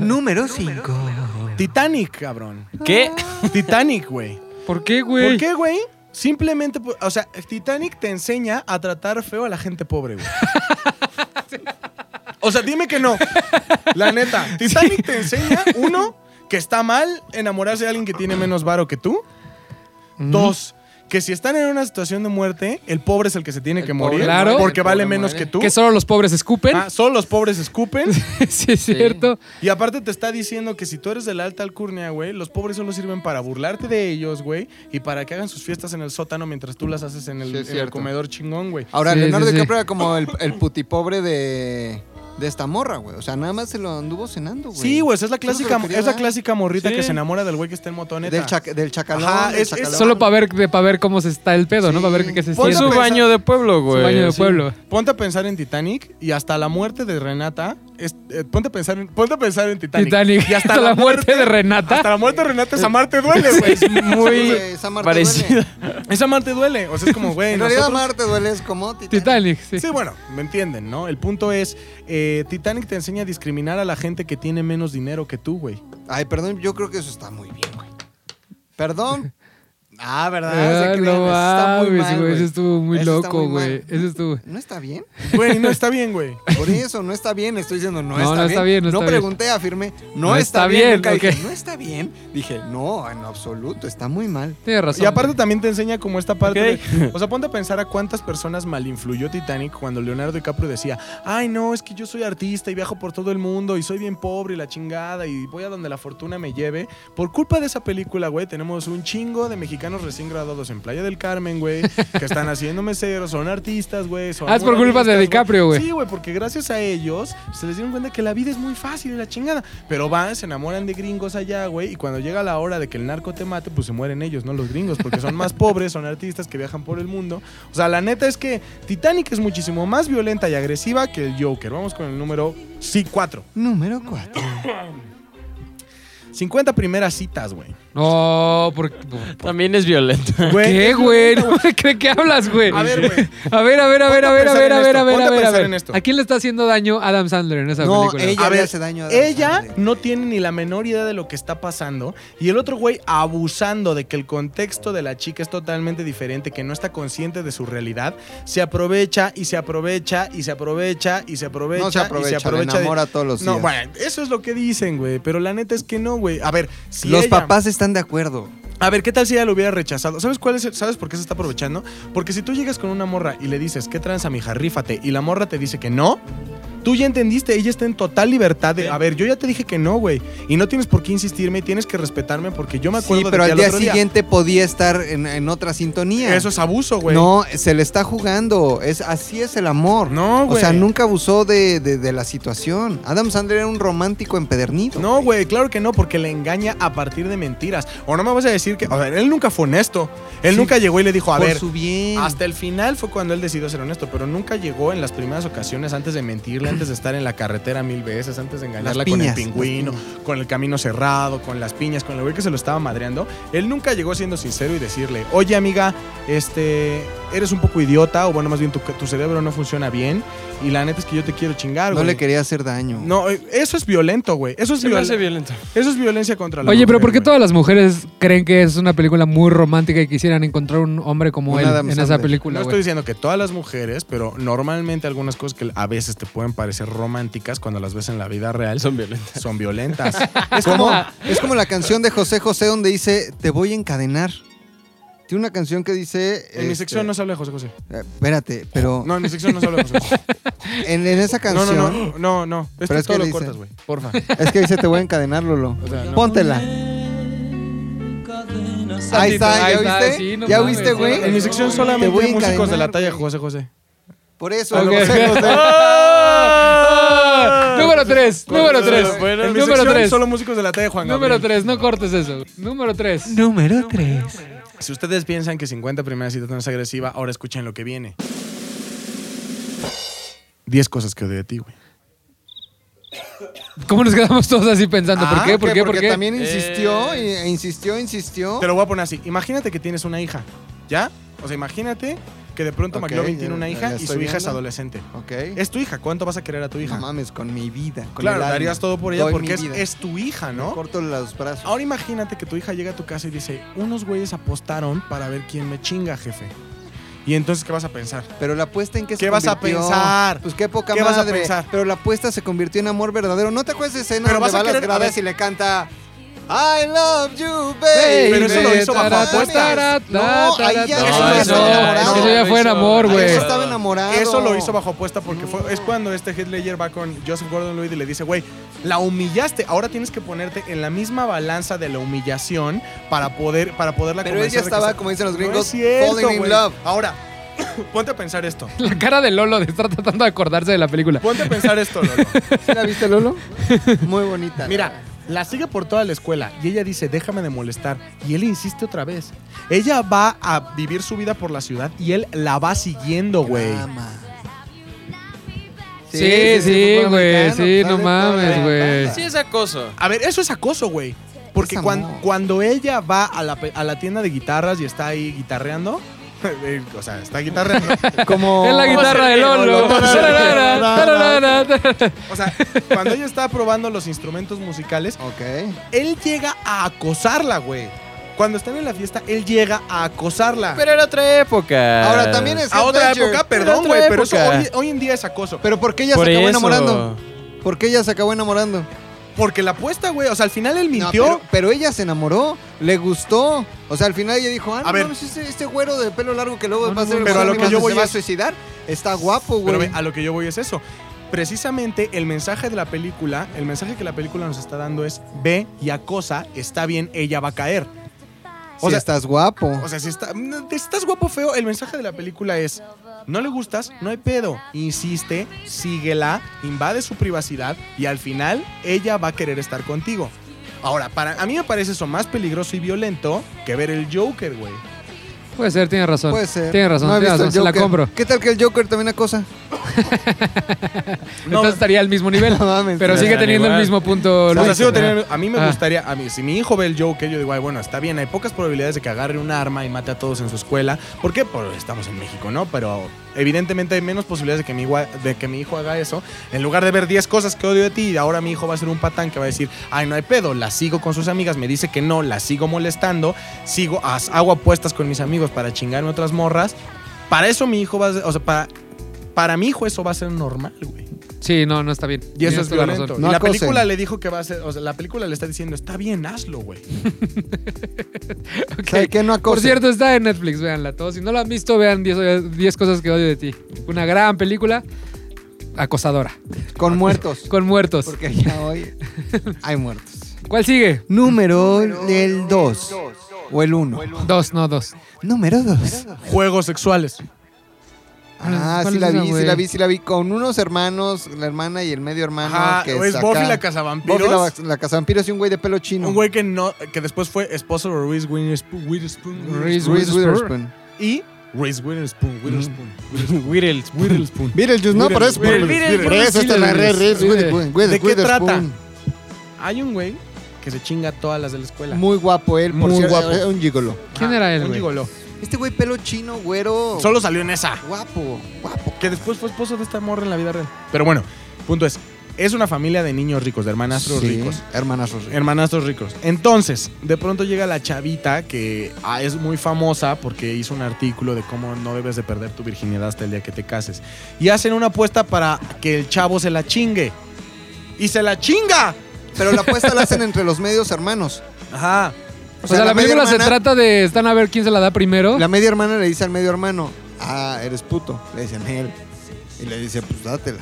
[SPEAKER 4] Número 5.
[SPEAKER 1] Titanic, cabrón.
[SPEAKER 3] ¿Qué?
[SPEAKER 1] Titanic, güey.
[SPEAKER 2] ¿Por qué, güey?
[SPEAKER 1] ¿Por qué, güey? Simplemente, por- o sea, Titanic te enseña a tratar feo a la gente pobre, güey. O sea, dime que no. La neta, Titanic te enseña, uno, que está mal enamorarse de alguien que tiene menos varo que tú. Dos, que si están en una situación de muerte, el pobre es el que se tiene que
[SPEAKER 2] pobre
[SPEAKER 1] morir
[SPEAKER 2] Claro. muere,
[SPEAKER 1] porque
[SPEAKER 2] el
[SPEAKER 1] vale menos que tú.
[SPEAKER 2] Que solo los pobres escupen.
[SPEAKER 1] Ah, solo los pobres escupen.
[SPEAKER 2] sí, es cierto.
[SPEAKER 1] Y aparte te está diciendo que si tú eres de la alta alcurnia, güey, los pobres solo sirven para burlarte de ellos, güey, y para que hagan sus fiestas en el sótano mientras tú las haces en el,
[SPEAKER 4] Sí, es
[SPEAKER 1] en el
[SPEAKER 4] cierto. Ah,
[SPEAKER 1] comedor chingón, güey.
[SPEAKER 4] Ahora,
[SPEAKER 2] Sí,
[SPEAKER 4] Leonardo
[SPEAKER 2] sí, sí.
[SPEAKER 4] DiCaprio era como el, el putipobre de, de esta morra, güey. O sea, nada más se lo anduvo cenando, güey.
[SPEAKER 1] Sí, güey, esa es la
[SPEAKER 4] Solo se lo
[SPEAKER 1] clásica,
[SPEAKER 4] quería
[SPEAKER 1] es la
[SPEAKER 4] dar.
[SPEAKER 1] clásica morrita
[SPEAKER 3] Sí.
[SPEAKER 1] que se enamora del güey que está en motoneta.
[SPEAKER 4] Del, chac- del chacalón.
[SPEAKER 1] Ajá, es-
[SPEAKER 4] del
[SPEAKER 1] es-
[SPEAKER 4] chacalón.
[SPEAKER 2] Solo para ver, de- pa' ver cómo se está el pedo, ¿no?
[SPEAKER 4] Sí.
[SPEAKER 2] Para ver qué
[SPEAKER 1] Pon
[SPEAKER 2] se siente.
[SPEAKER 3] Pon
[SPEAKER 1] Bueno,
[SPEAKER 3] su
[SPEAKER 1] pues,
[SPEAKER 3] baño de pueblo,
[SPEAKER 2] Su
[SPEAKER 3] güey.
[SPEAKER 2] baño de
[SPEAKER 3] Sí.
[SPEAKER 2] pueblo.
[SPEAKER 1] Ponte a pensar en Titanic y hasta la muerte de Renata. es- eh, ponte, a pensar en, ponte a pensar en Titanic.
[SPEAKER 2] Titanic.
[SPEAKER 1] Y hasta la, muerte,
[SPEAKER 2] de Renata.
[SPEAKER 1] Hasta la muerte de Renata, esa Marte duele, güey.
[SPEAKER 3] Es
[SPEAKER 4] Sí,
[SPEAKER 3] muy
[SPEAKER 4] güey, esa Marte
[SPEAKER 3] parecida.
[SPEAKER 4] duele.
[SPEAKER 1] Esa Marte duele. O sea, es como, güey.
[SPEAKER 4] En realidad,
[SPEAKER 1] nosotros-
[SPEAKER 4] Marte duele es como Titanic.
[SPEAKER 2] Titanic, sí.
[SPEAKER 1] Sí, bueno, me entienden, ¿no? El punto es, eh, Titanic te enseña a discriminar a la gente que tiene menos dinero que tú, güey.
[SPEAKER 4] Ay, perdón, yo creo que eso está muy bien, güey. Perdón. Ah, ¿verdad?
[SPEAKER 2] Ah,
[SPEAKER 4] Se crean,
[SPEAKER 2] no
[SPEAKER 4] eso está muy
[SPEAKER 2] mames,
[SPEAKER 4] mal,
[SPEAKER 2] güey. Eso estuvo muy
[SPEAKER 4] Eso está
[SPEAKER 2] loco,
[SPEAKER 4] muy mal.
[SPEAKER 2] güey. Eso estuvo.
[SPEAKER 4] ¿No está bien?
[SPEAKER 1] Güey, no está bien, güey.
[SPEAKER 4] Por eso, no está bien. Estoy diciendo, no,
[SPEAKER 2] No,
[SPEAKER 4] está,
[SPEAKER 2] no
[SPEAKER 4] bien.
[SPEAKER 2] está bien, no
[SPEAKER 4] No
[SPEAKER 2] está bien.
[SPEAKER 4] pregunté, afirmé, no,
[SPEAKER 2] No
[SPEAKER 4] está,
[SPEAKER 2] está
[SPEAKER 4] bien.
[SPEAKER 2] bien,
[SPEAKER 4] Nunca
[SPEAKER 2] ok.
[SPEAKER 4] dije, no está bien. Dije, no, en absoluto, está muy mal.
[SPEAKER 2] Tienes razón.
[SPEAKER 1] Y aparte también te enseña como esta parte
[SPEAKER 3] Ok.
[SPEAKER 1] de- O sea, ponte a pensar a cuántas personas malinfluyó Titanic cuando Leonardo DiCaprio decía Ay, no, es que yo soy artista y viajo por todo el mundo y soy bien pobre y la chingada y voy a donde la fortuna me lleve Por culpa de esa película, güey, tenemos un chingo de mexicanos recién graduados en Playa del Carmen, güey Que están haciendo meseros, son artistas, güey son
[SPEAKER 2] Ah, es por culpa de
[SPEAKER 1] muralistas,
[SPEAKER 2] DiCaprio, güey.
[SPEAKER 1] Sí, güey, porque gracias a ellos se les dieron cuenta que la vida es muy fácil y la chingada Pero van, se enamoran de gringos allá, güey Y cuando llega la hora de que el narco te mate, pues se mueren ellos, no los gringos Porque son más pobres, son artistas que viajan por el mundo O sea, la neta es que Titanic es muchísimo más violenta y agresiva que el Joker Vamos con el número sí, 4
[SPEAKER 4] Número 4.
[SPEAKER 1] 50 primeras citas, güey
[SPEAKER 2] No, por, por-
[SPEAKER 3] También es violenta.
[SPEAKER 2] ¿Qué,
[SPEAKER 1] pues, es
[SPEAKER 2] güey?
[SPEAKER 1] violenta,
[SPEAKER 2] No me cree que hablas, güey.
[SPEAKER 1] A ver, güey
[SPEAKER 2] A ver, a ver, a ver, a ver, a
[SPEAKER 1] Ponte a
[SPEAKER 2] ver,
[SPEAKER 1] pensar
[SPEAKER 2] a
[SPEAKER 1] en esto, ponte
[SPEAKER 2] ver, a ver, a
[SPEAKER 1] a
[SPEAKER 2] ver, a
[SPEAKER 1] pensar en
[SPEAKER 2] ver.
[SPEAKER 1] esto.
[SPEAKER 2] ¿A quién le está haciendo daño Adam Sandler en esa
[SPEAKER 4] No,
[SPEAKER 2] película?
[SPEAKER 4] ella
[SPEAKER 1] A
[SPEAKER 4] le
[SPEAKER 1] ver,
[SPEAKER 4] hace daño a Ah, Adam
[SPEAKER 1] Ella
[SPEAKER 4] Sandler.
[SPEAKER 1] no tiene ni la menor idea de lo que está pasando y el otro güey abusando de que el contexto de la chica es totalmente diferente, que no está consciente de su realidad, se aprovecha y se aprovecha y se aprovecha y se aprovecha
[SPEAKER 4] No se
[SPEAKER 1] y se
[SPEAKER 4] aprovecha, le
[SPEAKER 1] aprovecha. de-
[SPEAKER 4] enamora todos los
[SPEAKER 1] No,
[SPEAKER 4] días.
[SPEAKER 1] bueno, eso es lo que dicen, güey, pero la neta es que no, güey. A ver, si
[SPEAKER 4] Los
[SPEAKER 1] ella-
[SPEAKER 4] papás están de acuerdo.
[SPEAKER 1] a ver, ¿qué tal si ella lo hubiera rechazado? ¿Sabes cuál es? el- ¿Sabes por qué se está aprovechando? Porque si tú llegas con una morra y le dices, ¿qué tranza, mija? Rífate, y la morra te dice que no, tú ya entendiste, ella está en total libertad de, a ver, yo ya te dije que no, güey, y no tienes por qué insistirme, tienes que respetarme porque yo me acuerdo
[SPEAKER 4] Sí,
[SPEAKER 1] de
[SPEAKER 4] pero
[SPEAKER 1] ti
[SPEAKER 4] al día
[SPEAKER 1] otro día".
[SPEAKER 4] siguiente podía estar en, en otra sintonía.
[SPEAKER 1] Eso es abuso, güey.
[SPEAKER 4] No, se le está jugando. Es, así es el amor.
[SPEAKER 1] No,
[SPEAKER 4] O
[SPEAKER 1] güey.
[SPEAKER 4] sea, nunca abusó de, de- de la situación. Adam Sandler era un romántico empedernido.
[SPEAKER 1] No, güey, claro que no, porque le engaña a partir de mentiras. O no me vas a decir que, a ver, él nunca fue honesto. Él
[SPEAKER 4] Sí.
[SPEAKER 1] nunca llegó y le dijo, a
[SPEAKER 4] Por
[SPEAKER 1] ver,
[SPEAKER 4] su bien.
[SPEAKER 1] Hasta el final fue cuando él decidió ser honesto, pero nunca llegó en las primeras ocasiones antes de mentirle, antes de estar en la carretera mil veces, antes de engañarla
[SPEAKER 4] Las piñas,
[SPEAKER 1] con el
[SPEAKER 4] las
[SPEAKER 1] pingüino,
[SPEAKER 4] piñas.
[SPEAKER 1] con el camino cerrado, con las piñas, con el güey que se lo estaba madreando. Él nunca llegó siendo sincero y decirle, oye amiga, este, eres un poco idiota, o bueno, más bien tu, tu cerebro no funciona bien, y la neta es que yo te quiero chingar,
[SPEAKER 4] no
[SPEAKER 1] güey.
[SPEAKER 4] le quería hacer daño.
[SPEAKER 1] No, eh, eso es violento, güey. Eso es,
[SPEAKER 3] Se me
[SPEAKER 1] violen-
[SPEAKER 3] hace violenta.
[SPEAKER 1] eso es violencia contra la
[SPEAKER 2] Oye, pero
[SPEAKER 1] mujer,
[SPEAKER 2] ¿por qué
[SPEAKER 1] güey.
[SPEAKER 2] todas las mujeres creen que es una película muy romántica y quisieran encontrar un hombre como
[SPEAKER 4] Un
[SPEAKER 2] él
[SPEAKER 4] Adam
[SPEAKER 2] en esa
[SPEAKER 4] Sandler.
[SPEAKER 2] película,
[SPEAKER 1] No estoy
[SPEAKER 2] güey?
[SPEAKER 1] diciendo que todas las mujeres, pero normalmente algunas cosas que a veces te pueden parecer románticas cuando las ves en la vida real son,
[SPEAKER 3] Son violentas.
[SPEAKER 1] violentas.
[SPEAKER 4] Es como, es como la canción de José José donde dice, te voy a encadenar. Tiene una canción que dice... este, eh,
[SPEAKER 1] En mi sección no se habla de José José.
[SPEAKER 4] Espérate, pero...
[SPEAKER 1] No, en mi sección no se habla de José José.
[SPEAKER 4] en, en esa
[SPEAKER 1] No, no,
[SPEAKER 4] canción.
[SPEAKER 1] no, no, no. Esto
[SPEAKER 4] Pero es
[SPEAKER 1] todo
[SPEAKER 4] que
[SPEAKER 1] lo
[SPEAKER 4] dice-
[SPEAKER 1] cortas, güey. Porfa.
[SPEAKER 4] Es que dice te voy a encadenar, Lolo.
[SPEAKER 1] O sea, no.
[SPEAKER 4] Póntela. Ahí está,
[SPEAKER 2] Ahí
[SPEAKER 4] ¿ya
[SPEAKER 2] está,
[SPEAKER 4] viste?
[SPEAKER 2] sí, no
[SPEAKER 4] ¿Ya
[SPEAKER 2] mames,
[SPEAKER 4] viste,
[SPEAKER 2] sí,
[SPEAKER 4] güey?
[SPEAKER 2] no
[SPEAKER 1] En mi sección solamente
[SPEAKER 4] Te voy a
[SPEAKER 1] músicos de la
[SPEAKER 4] encadenar,
[SPEAKER 1] talla
[SPEAKER 4] güey.
[SPEAKER 1] José José.
[SPEAKER 4] Por eso,
[SPEAKER 2] Ok.
[SPEAKER 4] lo sé, lo sé.
[SPEAKER 2] Ah, Número 3, número 3.
[SPEAKER 1] Bueno, en mi
[SPEAKER 2] número
[SPEAKER 1] sección
[SPEAKER 2] 3.
[SPEAKER 1] solo músicos de la talla de Juan
[SPEAKER 2] Número
[SPEAKER 1] Gabriel.
[SPEAKER 2] 3, no cortes eso. Número 3.
[SPEAKER 1] Si ustedes piensan que 50 primeras citas no es agresiva, ahora escuchen lo que viene. 10 cosas que odio de ti, güey.
[SPEAKER 2] ¿Cómo nos quedamos todos así pensando? ¿Por
[SPEAKER 4] Ah,
[SPEAKER 2] qué? ¿Por
[SPEAKER 4] ok,
[SPEAKER 2] qué? ¿Por
[SPEAKER 4] Porque
[SPEAKER 2] qué?
[SPEAKER 1] Eh.
[SPEAKER 4] también insistió, y- e insistió, insistió.
[SPEAKER 1] Te lo voy a poner así. Imagínate que tienes una hija, ¿ya? O sea, imagínate que de pronto
[SPEAKER 4] Ok,
[SPEAKER 1] McLovin
[SPEAKER 4] ya-
[SPEAKER 1] tiene una
[SPEAKER 4] ya
[SPEAKER 1] hija y
[SPEAKER 4] estoy
[SPEAKER 1] su hija es
[SPEAKER 4] viendo.
[SPEAKER 1] adolescente.
[SPEAKER 4] ok.
[SPEAKER 1] Es tu hija, ¿cuánto vas a querer a tu hija?
[SPEAKER 4] No mames, con mi vida. Con
[SPEAKER 1] claro,
[SPEAKER 4] el alma.
[SPEAKER 1] darías todo por ella
[SPEAKER 4] Doy mi
[SPEAKER 1] porque es,
[SPEAKER 4] vida.
[SPEAKER 1] es tu hija,
[SPEAKER 4] Me
[SPEAKER 1] ¿no?
[SPEAKER 4] Corto los brazos.
[SPEAKER 1] Ahora imagínate que tu hija llega a tu casa y dice, unos güeyes apostaron para ver quién me chinga, jefe. Y entonces, ¿qué vas a pensar?
[SPEAKER 4] Pero la apuesta en que se
[SPEAKER 1] ¿Qué vas a
[SPEAKER 4] convirtió?
[SPEAKER 1] pensar?
[SPEAKER 4] Pues qué poca
[SPEAKER 1] ¿Qué vas
[SPEAKER 4] madre.
[SPEAKER 1] a pensar?
[SPEAKER 4] Pero la apuesta se convirtió en amor verdadero. ¿No te acuerdas de escena
[SPEAKER 1] Pero
[SPEAKER 4] donde
[SPEAKER 1] vas a
[SPEAKER 4] va a las
[SPEAKER 1] querer- a
[SPEAKER 4] gradas
[SPEAKER 1] ver.
[SPEAKER 4] y le canta I love you, baby?
[SPEAKER 1] Pero eso lo hizo bajo
[SPEAKER 4] Tarara,
[SPEAKER 1] apuestas.
[SPEAKER 4] tarara, No, ahí ya
[SPEAKER 1] No,
[SPEAKER 4] estaba
[SPEAKER 1] eso-
[SPEAKER 4] enamorado.
[SPEAKER 1] eso
[SPEAKER 2] ya fue en amor,
[SPEAKER 4] Ahí
[SPEAKER 2] güey.
[SPEAKER 4] ya estaba enamorado.
[SPEAKER 1] Eso lo hizo bajo apuesta porque fue, es cuando este Heath Ledger va con Joseph Gordon-Levitt y le dice, güey, la humillaste, ahora tienes que ponerte en la misma balanza de la humillación para poder para poderla
[SPEAKER 4] Pero ella
[SPEAKER 1] convencer de que
[SPEAKER 4] estaba,
[SPEAKER 1] está-
[SPEAKER 4] como dicen los
[SPEAKER 1] No es
[SPEAKER 4] gringos,
[SPEAKER 1] cierto,
[SPEAKER 4] falling in
[SPEAKER 1] güey.
[SPEAKER 4] love.
[SPEAKER 1] Ahora, ponte a pensar esto.
[SPEAKER 2] La cara de Lolo de estar tratando de acordarse de la película.
[SPEAKER 1] Ponte a pensar esto, Lolo.
[SPEAKER 4] ¿Sí ¿La viste, Lolo? Muy bonita.
[SPEAKER 1] Mira, la sigue por toda la escuela y ella dice, déjame de molestar. Y él insiste otra vez. Ella va a vivir su vida por la ciudad y él la va siguiendo, güey.
[SPEAKER 4] Drama.
[SPEAKER 2] Sí, sí,
[SPEAKER 4] fútbol
[SPEAKER 2] güey,
[SPEAKER 4] americano,
[SPEAKER 2] sí,
[SPEAKER 4] sale
[SPEAKER 2] no
[SPEAKER 4] toda la
[SPEAKER 2] mames, güey.
[SPEAKER 4] banda.
[SPEAKER 3] Sí, es acoso.
[SPEAKER 1] A ver, eso es acoso, güey. Porque
[SPEAKER 4] Es
[SPEAKER 1] cuan-
[SPEAKER 4] amor.
[SPEAKER 1] cuando ella va a la, pe- a la tienda de guitarras y está ahí guitarreando, eh, o sea, está guitarreando.
[SPEAKER 4] Como...
[SPEAKER 2] Es la guitarra de Lolo. Tararara, tararara, tararara.
[SPEAKER 1] o sea, cuando ella está probando los instrumentos musicales,
[SPEAKER 4] Ok.
[SPEAKER 1] él llega a acosarla, güey. Cuando están en la fiesta, él llega a acosarla.
[SPEAKER 3] Pero era otra época.
[SPEAKER 4] Ahora, también es-
[SPEAKER 1] a otra
[SPEAKER 4] Ledger,
[SPEAKER 1] época,
[SPEAKER 3] pero
[SPEAKER 1] perdón,
[SPEAKER 3] otra
[SPEAKER 1] güey, pero eso
[SPEAKER 3] época.
[SPEAKER 1] hoy, hoy en día es acoso.
[SPEAKER 4] Pero ¿por qué ella
[SPEAKER 3] Por
[SPEAKER 4] se acabó
[SPEAKER 3] eso.
[SPEAKER 4] enamorando? ¿Por qué ella se acabó enamorando?
[SPEAKER 1] Porque la apuesta, güey, o sea, al final él
[SPEAKER 4] No,
[SPEAKER 1] mintió.
[SPEAKER 4] pero, pero ella se enamoró, le gustó. O sea, al final ella dijo, ah, no,
[SPEAKER 1] A ver.
[SPEAKER 4] mames, este, este güero de pelo largo que luego
[SPEAKER 2] No,
[SPEAKER 4] va a
[SPEAKER 2] no, no,
[SPEAKER 4] ser el
[SPEAKER 1] pero
[SPEAKER 4] güero
[SPEAKER 1] a lo
[SPEAKER 4] que
[SPEAKER 1] que yo
[SPEAKER 4] se
[SPEAKER 1] voy
[SPEAKER 4] va a
[SPEAKER 1] es-
[SPEAKER 4] suicidar, está guapo,
[SPEAKER 1] Pero
[SPEAKER 4] güey.
[SPEAKER 1] ve, a lo que yo voy es eso. Precisamente el mensaje de la película, el mensaje que la película nos está dando es ve y acosa, está bien, ella va a caer.
[SPEAKER 4] Si
[SPEAKER 1] o sea-
[SPEAKER 4] estás guapo.
[SPEAKER 1] O sea, si está, mm, estás guapo feo, el mensaje de la película es no le gustas, no hay pedo. Insiste, síguela, invade su privacidad y al final ella va a querer estar contigo. Ahora, para a mí me parece eso más peligroso y violento que ver el Joker, güey.
[SPEAKER 2] Puede ser, tiene razón.
[SPEAKER 4] Puede ser.
[SPEAKER 2] Tiene razón,
[SPEAKER 4] No he
[SPEAKER 2] tiene
[SPEAKER 4] visto
[SPEAKER 2] razón.
[SPEAKER 4] el
[SPEAKER 2] Se la
[SPEAKER 4] Joker.
[SPEAKER 2] compro.
[SPEAKER 4] ¿Qué tal que el Joker también acosa?
[SPEAKER 2] Entonces estaría al mismo nivel.
[SPEAKER 4] No mames.
[SPEAKER 2] Pero
[SPEAKER 3] sí.
[SPEAKER 2] sigue
[SPEAKER 3] Están
[SPEAKER 2] teniendo el
[SPEAKER 3] igual.
[SPEAKER 2] mismo punto.
[SPEAKER 1] O sea,
[SPEAKER 2] Luis.
[SPEAKER 1] sigo teniendo- a mí me
[SPEAKER 2] Ah.
[SPEAKER 1] gustaría, a mí, si mi hijo ve el Joker, yo digo, ay, bueno, está bien, hay pocas probabilidades de que agarre un arma y mate a todos en su escuela. ¿Por qué? Porque estamos en México, ¿no? Pero evidentemente hay menos posibilidades de que, mi, gua- de que mi hijo haga eso. En lugar de ver 10 cosas que odio de ti, ahora mi hijo va a ser un patán que va a decir, ay, no hay pedo, la sigo con sus amigas, me dice que no, la sigo molestando, sigo, haz- hago apuestas con mis amigos para chingarme otras morras. Para eso mi hijo va a ser, o sea, para, para mi hijo eso va a ser normal, güey.
[SPEAKER 2] Sí, no, no está bien.
[SPEAKER 1] Y eso
[SPEAKER 2] Tienes
[SPEAKER 1] es
[SPEAKER 2] toda la
[SPEAKER 1] violento.
[SPEAKER 2] razón.
[SPEAKER 1] Y
[SPEAKER 4] No
[SPEAKER 1] la
[SPEAKER 4] acosen.
[SPEAKER 1] película le dijo que va a ser. O sea, la película le está diciendo, está bien, hazlo, güey.
[SPEAKER 2] Ok.
[SPEAKER 4] ¿Sabe qué? no acosa?
[SPEAKER 2] Por cierto, está en Netflix, véanla todos. Si no la han visto, vean 10 10 cosas que odio de ti. Una gran película acosadora,
[SPEAKER 4] Con muertos.
[SPEAKER 2] con muertos.
[SPEAKER 4] Porque ya hoy hay muertos.
[SPEAKER 2] ¿Cuál sigue?
[SPEAKER 4] Número el 2. O el 1.
[SPEAKER 2] Dos, no dos.
[SPEAKER 4] Número 2.
[SPEAKER 1] Juegos sexuales.
[SPEAKER 4] Ah,
[SPEAKER 2] ¿Cuál
[SPEAKER 4] sí
[SPEAKER 2] es
[SPEAKER 4] la
[SPEAKER 2] esa,
[SPEAKER 4] vi, sí
[SPEAKER 2] güey?
[SPEAKER 4] la vi, sí la vi. Con unos hermanos, la hermana y el medio hermano.
[SPEAKER 1] Ajá,
[SPEAKER 4] Ah, que
[SPEAKER 1] es
[SPEAKER 4] saca-
[SPEAKER 1] Buffy la
[SPEAKER 4] Buffy
[SPEAKER 1] cazavampiros.
[SPEAKER 4] la, la cazavampiros y un güey de pelo chino.
[SPEAKER 1] Un güey que no, que después fue esposo de Reese Witherspoon, Witherspoon,
[SPEAKER 2] Reese
[SPEAKER 4] Reese
[SPEAKER 2] Witherspoon.
[SPEAKER 4] Witherspoon. Mm.
[SPEAKER 1] y Reese Witherspoon, Witherspoon,
[SPEAKER 3] Whittles.
[SPEAKER 1] Witherspoon.
[SPEAKER 4] Beetlejuice, no, pero es por,
[SPEAKER 2] Beetlejuice.
[SPEAKER 4] por eso está la re- Reese Witherspoon.
[SPEAKER 1] ¿De qué trata?
[SPEAKER 4] Witherspoon.
[SPEAKER 1] Hay un güey que se chinga a todas las de la escuela.
[SPEAKER 4] Muy guapo él, por
[SPEAKER 1] Muy
[SPEAKER 4] cierto,
[SPEAKER 1] guapo.
[SPEAKER 4] era un gigolo.
[SPEAKER 2] ¿Quién era él,
[SPEAKER 1] Un
[SPEAKER 2] güey?
[SPEAKER 1] gigoló.
[SPEAKER 4] Este güey pelo chino, güero.
[SPEAKER 1] Solo salió en esa.
[SPEAKER 4] Guapo, guapo.
[SPEAKER 1] Que después fue esposo de esta morra en la vida real. Pero bueno, punto es. Es una familia de niños ricos, de hermanastros
[SPEAKER 4] Sí,
[SPEAKER 1] ricos.
[SPEAKER 4] Hermanastros ricos.
[SPEAKER 1] Hermanastros ricos. Entonces, de pronto llega la chavita que ah, es muy famosa porque hizo un artículo de cómo no debes de perder tu virginidad hasta el día que te cases. Y hacen una apuesta para que el chavo se la chingue. ¡Y se la chinga!
[SPEAKER 4] Pero la apuesta la hacen entre los medios hermanos.
[SPEAKER 1] Ajá.
[SPEAKER 2] O sea, la película se
[SPEAKER 4] hermana-
[SPEAKER 2] trata de están a ver quién se la da primero.
[SPEAKER 4] La media hermana le dice al medio hermano, ah, eres puto. Le dicen él. Y le dice, pues dátela.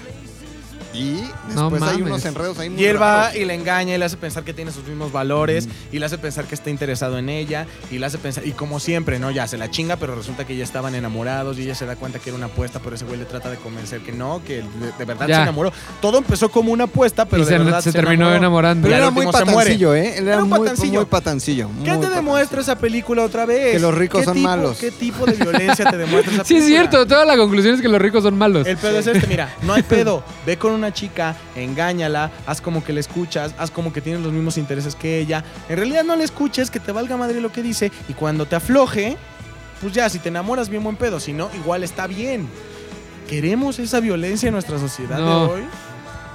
[SPEAKER 4] Y después
[SPEAKER 2] No
[SPEAKER 4] hay
[SPEAKER 2] mames.
[SPEAKER 4] unos enredos ahí muy
[SPEAKER 1] Y él va
[SPEAKER 4] raros.
[SPEAKER 1] y la engaña y le hace pensar que tiene sus mismos valores y le hace pensar que está interesado en ella y le hace pensar, y como siempre, ¿no? Ya se la chinga, pero resulta que ya estaban enamorados y ella se da cuenta que era una apuesta, pero ese güey le trata de convencer que no, que de, de verdad
[SPEAKER 2] Ya.
[SPEAKER 1] se enamoró. Todo empezó como una apuesta, pero
[SPEAKER 2] y
[SPEAKER 1] de
[SPEAKER 2] se,
[SPEAKER 1] verdad
[SPEAKER 2] se terminó enamorando.
[SPEAKER 4] Pero
[SPEAKER 1] Ya al
[SPEAKER 4] era muy
[SPEAKER 1] último se muere.
[SPEAKER 4] patancillo, ¿eh? Él era,
[SPEAKER 1] Era un
[SPEAKER 4] muy
[SPEAKER 1] patancillo.
[SPEAKER 4] muy patancillo. muy
[SPEAKER 1] ¿Qué te
[SPEAKER 4] patancillo.
[SPEAKER 1] demuestra esa película otra vez?
[SPEAKER 4] Que los ricos
[SPEAKER 1] ¿Qué
[SPEAKER 4] son
[SPEAKER 1] tipo-
[SPEAKER 4] malos.
[SPEAKER 1] ¿Qué tipo de violencia te demuestra esa película?
[SPEAKER 2] Sí, es cierto. Toda la conclusión es que los ricos son malos.
[SPEAKER 1] El pedo es este, mira, no hay pedo. Ve con una chica, engáñala, haz como que la escuchas, haz como que tienes los mismos intereses que ella. En realidad no la escuches, que te valga madre lo que dice y cuando te afloje, pues ya, si te enamoras bien buen pedo, si no, igual está bien. ¿Queremos esa violencia en nuestra sociedad
[SPEAKER 2] No.
[SPEAKER 1] de hoy?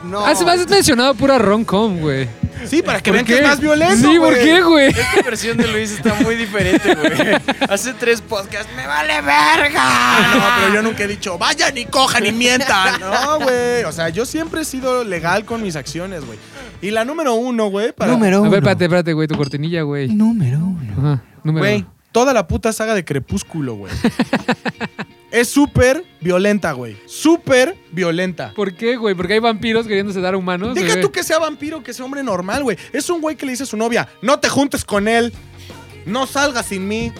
[SPEAKER 4] No.
[SPEAKER 2] Ah, se me has mencionado pura rom-com, güey.
[SPEAKER 1] Sí, para que
[SPEAKER 2] ¿Por
[SPEAKER 1] vean que
[SPEAKER 2] qué?
[SPEAKER 1] es más violento.
[SPEAKER 2] Sí, ¿por
[SPEAKER 1] güey.
[SPEAKER 2] qué, güey?
[SPEAKER 3] Esta versión de Luis está muy diferente, güey. Hace tres podcasts. ¡Me vale verga!
[SPEAKER 1] Ah, No, pero yo nunca he dicho, vayan y cojan y mientan. No, güey. O sea, yo siempre he sido legal con mis acciones, güey. Y la número uno, güey, para.
[SPEAKER 4] Número
[SPEAKER 2] A
[SPEAKER 4] uno.
[SPEAKER 2] ver, espérate, espérate, güey, tu cortinilla, güey.
[SPEAKER 4] Número uno.
[SPEAKER 2] Ajá, número
[SPEAKER 1] Güey,
[SPEAKER 2] uno.
[SPEAKER 1] toda la puta saga de Crepúsculo, güey. es súper violenta, güey. Súper violenta.
[SPEAKER 2] ¿Por qué, güey? Porque hay vampiros queriéndose dar a humanos.
[SPEAKER 1] Deja
[SPEAKER 2] güey.
[SPEAKER 1] tú que sea vampiro, que sea hombre normal, güey. Es un güey que le dice a su novia, no te juntes con él, no salgas sin mí,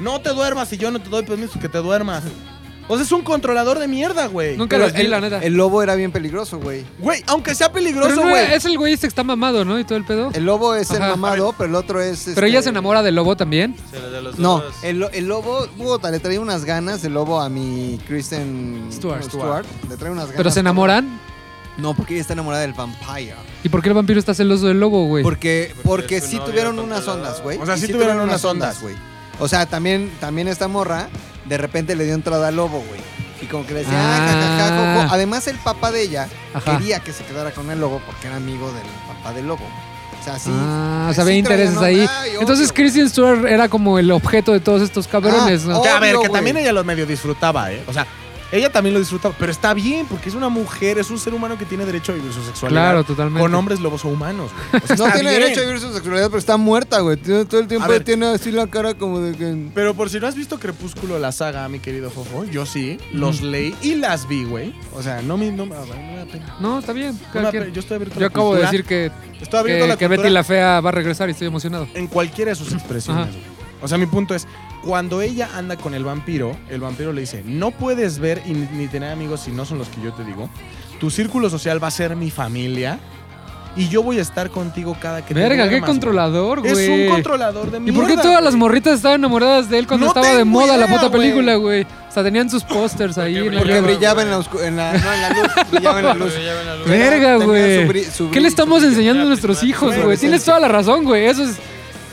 [SPEAKER 1] no te duermas si yo no te doy permiso que te duermas. O sea, es un controlador de mierda, güey.
[SPEAKER 2] Nunca los vi, la neta.
[SPEAKER 4] El lobo era bien peligroso, güey.
[SPEAKER 1] Güey, aunque sea
[SPEAKER 2] Pero
[SPEAKER 1] peligroso,
[SPEAKER 2] no,
[SPEAKER 1] güey.
[SPEAKER 2] es el güey este que está mamado, ¿no? Y todo el pedo.
[SPEAKER 4] El lobo es el
[SPEAKER 2] Ajá.
[SPEAKER 4] mamado, pero el otro es.
[SPEAKER 2] Pero
[SPEAKER 4] este,
[SPEAKER 2] ella se enamora del lobo también.
[SPEAKER 4] No, el, lo- el lobo, puta, le trae unas ganas, el lobo a mi Kristen
[SPEAKER 2] Stewart.
[SPEAKER 4] Le trae unas ganas.
[SPEAKER 2] Pero se enamoran.
[SPEAKER 4] No, porque ella está enamorada del vampire.
[SPEAKER 2] ¿Y por qué el vampiro está celoso del lobo, güey?
[SPEAKER 4] Porque, porque
[SPEAKER 3] Pues, es su
[SPEAKER 4] sí
[SPEAKER 3] novio,
[SPEAKER 4] tuvieron
[SPEAKER 3] el
[SPEAKER 4] unas
[SPEAKER 3] controlador.
[SPEAKER 4] ondas, güey.
[SPEAKER 1] O sea,
[SPEAKER 4] Y
[SPEAKER 1] sí tuvieron unas ondas.
[SPEAKER 4] güey. O sea, también, también esta morra de repente le dio entrada al lobo, güey. Y como que le decía, ah, ja, ja, ja,
[SPEAKER 2] Ah.
[SPEAKER 4] jojo". Además, el papá de ella
[SPEAKER 2] Ajá.
[SPEAKER 4] quería que se quedara con el lobo porque era amigo del papá del lobo. O sea, sí.
[SPEAKER 2] ah, o
[SPEAKER 4] sí
[SPEAKER 2] sea, había
[SPEAKER 4] traían
[SPEAKER 2] intereses
[SPEAKER 4] onda,
[SPEAKER 2] ahí.
[SPEAKER 4] ay, obvio,
[SPEAKER 2] Entonces
[SPEAKER 4] güey.
[SPEAKER 2] Kristen Stewart era como el objeto de todos estos cabrones,
[SPEAKER 4] Ah,
[SPEAKER 2] ¿no?
[SPEAKER 4] oh.
[SPEAKER 1] Que, a ver,
[SPEAKER 4] Obvio,
[SPEAKER 1] que
[SPEAKER 4] güey.
[SPEAKER 1] también ella lo medio disfrutaba, ¿eh? O sea, ella también lo disfrutaba, pero está bien, porque es una mujer, es un ser humano que tiene derecho a vivir su sexualidad.
[SPEAKER 2] Claro, totalmente.
[SPEAKER 1] Con hombres lobos o humanos. güey. O sea,
[SPEAKER 4] Pues No
[SPEAKER 1] está
[SPEAKER 4] tiene
[SPEAKER 1] bien.
[SPEAKER 4] derecho a vivir su sexualidad, pero está muerta, güey. Tiene- Todo el tiempo
[SPEAKER 1] ver.
[SPEAKER 4] tiene así la cara como de que.
[SPEAKER 1] Pero por si no has visto Crepúsculo, la saga, mi querido Fofo, yo sí, los leí y las vi, güey. O sea, no me. No, me- a ver, no me da pena.
[SPEAKER 2] No, está bien. cada
[SPEAKER 1] No me da
[SPEAKER 2] quien.
[SPEAKER 1] pena. Yo estoy abierto a
[SPEAKER 2] Yo
[SPEAKER 1] la
[SPEAKER 2] acabo de
[SPEAKER 1] cultura.
[SPEAKER 2] decir que,
[SPEAKER 1] Estoy abierto a
[SPEAKER 2] que,
[SPEAKER 1] la
[SPEAKER 2] que
[SPEAKER 1] cultura
[SPEAKER 2] Betty la Fea va a regresar y estoy emocionado.
[SPEAKER 1] en cualquiera de sus expresiones,
[SPEAKER 2] Ajá.
[SPEAKER 1] güey. O sea, mi punto es, cuando ella anda con el vampiro, el vampiro le dice, no puedes ver y ni ni tener amigos si no son los que yo te digo. Tu círculo social va a ser mi familia y yo voy a estar contigo cada que te
[SPEAKER 2] Verga, qué
[SPEAKER 1] duermas,
[SPEAKER 2] controlador,
[SPEAKER 1] güey.
[SPEAKER 2] güey.
[SPEAKER 1] Es un controlador de
[SPEAKER 2] ¿Y
[SPEAKER 1] mierda.
[SPEAKER 2] por qué todas las
[SPEAKER 1] güey.
[SPEAKER 2] morritas estaban enamoradas de él cuando
[SPEAKER 1] No
[SPEAKER 2] estaba de
[SPEAKER 1] tengo
[SPEAKER 2] moda la
[SPEAKER 1] idea,
[SPEAKER 2] puta
[SPEAKER 1] güey.
[SPEAKER 2] película, güey? O sea, tenían sus pósters ahí. en la-
[SPEAKER 4] Porque brillaba en la, oscu- en la- no, en la luz. brillaba en la luz.
[SPEAKER 2] Verga,
[SPEAKER 4] Tenía
[SPEAKER 2] güey.
[SPEAKER 4] su bri- su
[SPEAKER 2] ¿Qué le
[SPEAKER 4] brillo,
[SPEAKER 2] estamos
[SPEAKER 4] su brillo.
[SPEAKER 2] enseñando a
[SPEAKER 3] Era
[SPEAKER 2] nuestros
[SPEAKER 3] prismático.
[SPEAKER 2] hijos,
[SPEAKER 4] Bueno,
[SPEAKER 2] güey?
[SPEAKER 4] sí,
[SPEAKER 2] Tienes
[SPEAKER 4] sí.
[SPEAKER 2] toda la razón, güey. Eso es.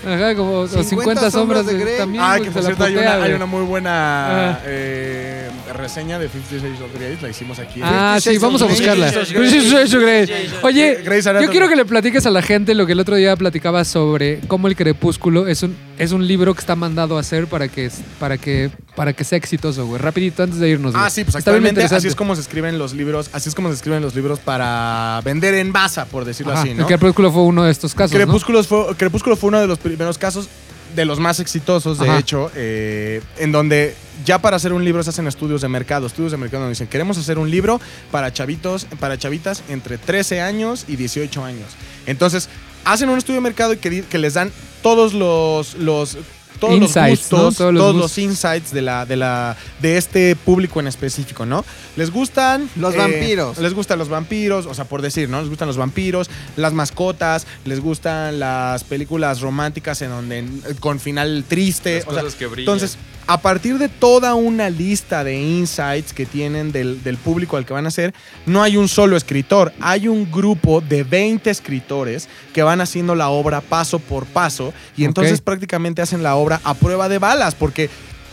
[SPEAKER 2] Ajá, como o 50, sombras de Grey. También,
[SPEAKER 1] Ah,
[SPEAKER 2] güey,
[SPEAKER 1] que
[SPEAKER 2] se
[SPEAKER 1] por
[SPEAKER 2] la
[SPEAKER 1] cierto hay
[SPEAKER 2] putea,
[SPEAKER 1] una, hay
[SPEAKER 2] güey.
[SPEAKER 1] una muy buena
[SPEAKER 2] Ah.
[SPEAKER 1] eh, reseña de 56 of Grey, la hicimos aquí. en-
[SPEAKER 2] Ah, sí,
[SPEAKER 4] Shades
[SPEAKER 2] vamos a
[SPEAKER 4] of Grey.
[SPEAKER 2] buscarla.
[SPEAKER 3] Shades of Grey.
[SPEAKER 2] Shades of Grey. Oye,
[SPEAKER 1] Grey's Anatomy.
[SPEAKER 2] yo quiero que le platiques a la gente lo que el otro día platicaba sobre cómo el crepúsculo es un, es un libro que está mandado a hacer para que, para que, para que sea exitoso, güey. Rapidito antes de irnos.
[SPEAKER 1] Ah,
[SPEAKER 2] güey.
[SPEAKER 1] sí, pues
[SPEAKER 2] Está bien
[SPEAKER 1] actualmente así
[SPEAKER 2] interesante.
[SPEAKER 1] es como se escriben los libros, así es como se escriben los libros para vender en masa, por decirlo
[SPEAKER 2] Ajá,
[SPEAKER 1] así, ¿no?
[SPEAKER 2] El crepúsculo fue uno de estos casos, ¿no?
[SPEAKER 1] Crepúsculos fue, Crepúsculo fue uno de los primeros casos, de los más exitosos, de
[SPEAKER 2] Ajá.
[SPEAKER 1] hecho, eh, en donde ya para hacer un libro se hacen estudios de mercado. Estudios de mercado donde dicen, queremos hacer un libro para chavitos, para chavitas entre 13 años y 18 años. Entonces, hacen un estudio de mercado y que, di- que les dan todos los... los todos los
[SPEAKER 2] Insights, ¿no?
[SPEAKER 1] gustos,
[SPEAKER 2] Todos
[SPEAKER 1] todos,
[SPEAKER 2] los
[SPEAKER 1] los,
[SPEAKER 2] gustos.
[SPEAKER 1] insights de la, de la, de este público en específico, ¿no? Les gustan eh,
[SPEAKER 4] Los vampiros.
[SPEAKER 1] Les gustan los vampiros, o sea, por decir, ¿no? Les gustan los vampiros, las mascotas, les gustan las películas románticas en donde con final triste,
[SPEAKER 3] Las
[SPEAKER 1] o sea,
[SPEAKER 3] cosas que brillan.
[SPEAKER 1] entonces a partir de toda una lista de insights que tienen del, del público al que van a hacer, no hay un solo escritor, hay un grupo de 20 escritores que van haciendo la obra paso por paso y
[SPEAKER 2] Ok.
[SPEAKER 1] entonces prácticamente hacen la obra a prueba de balas porque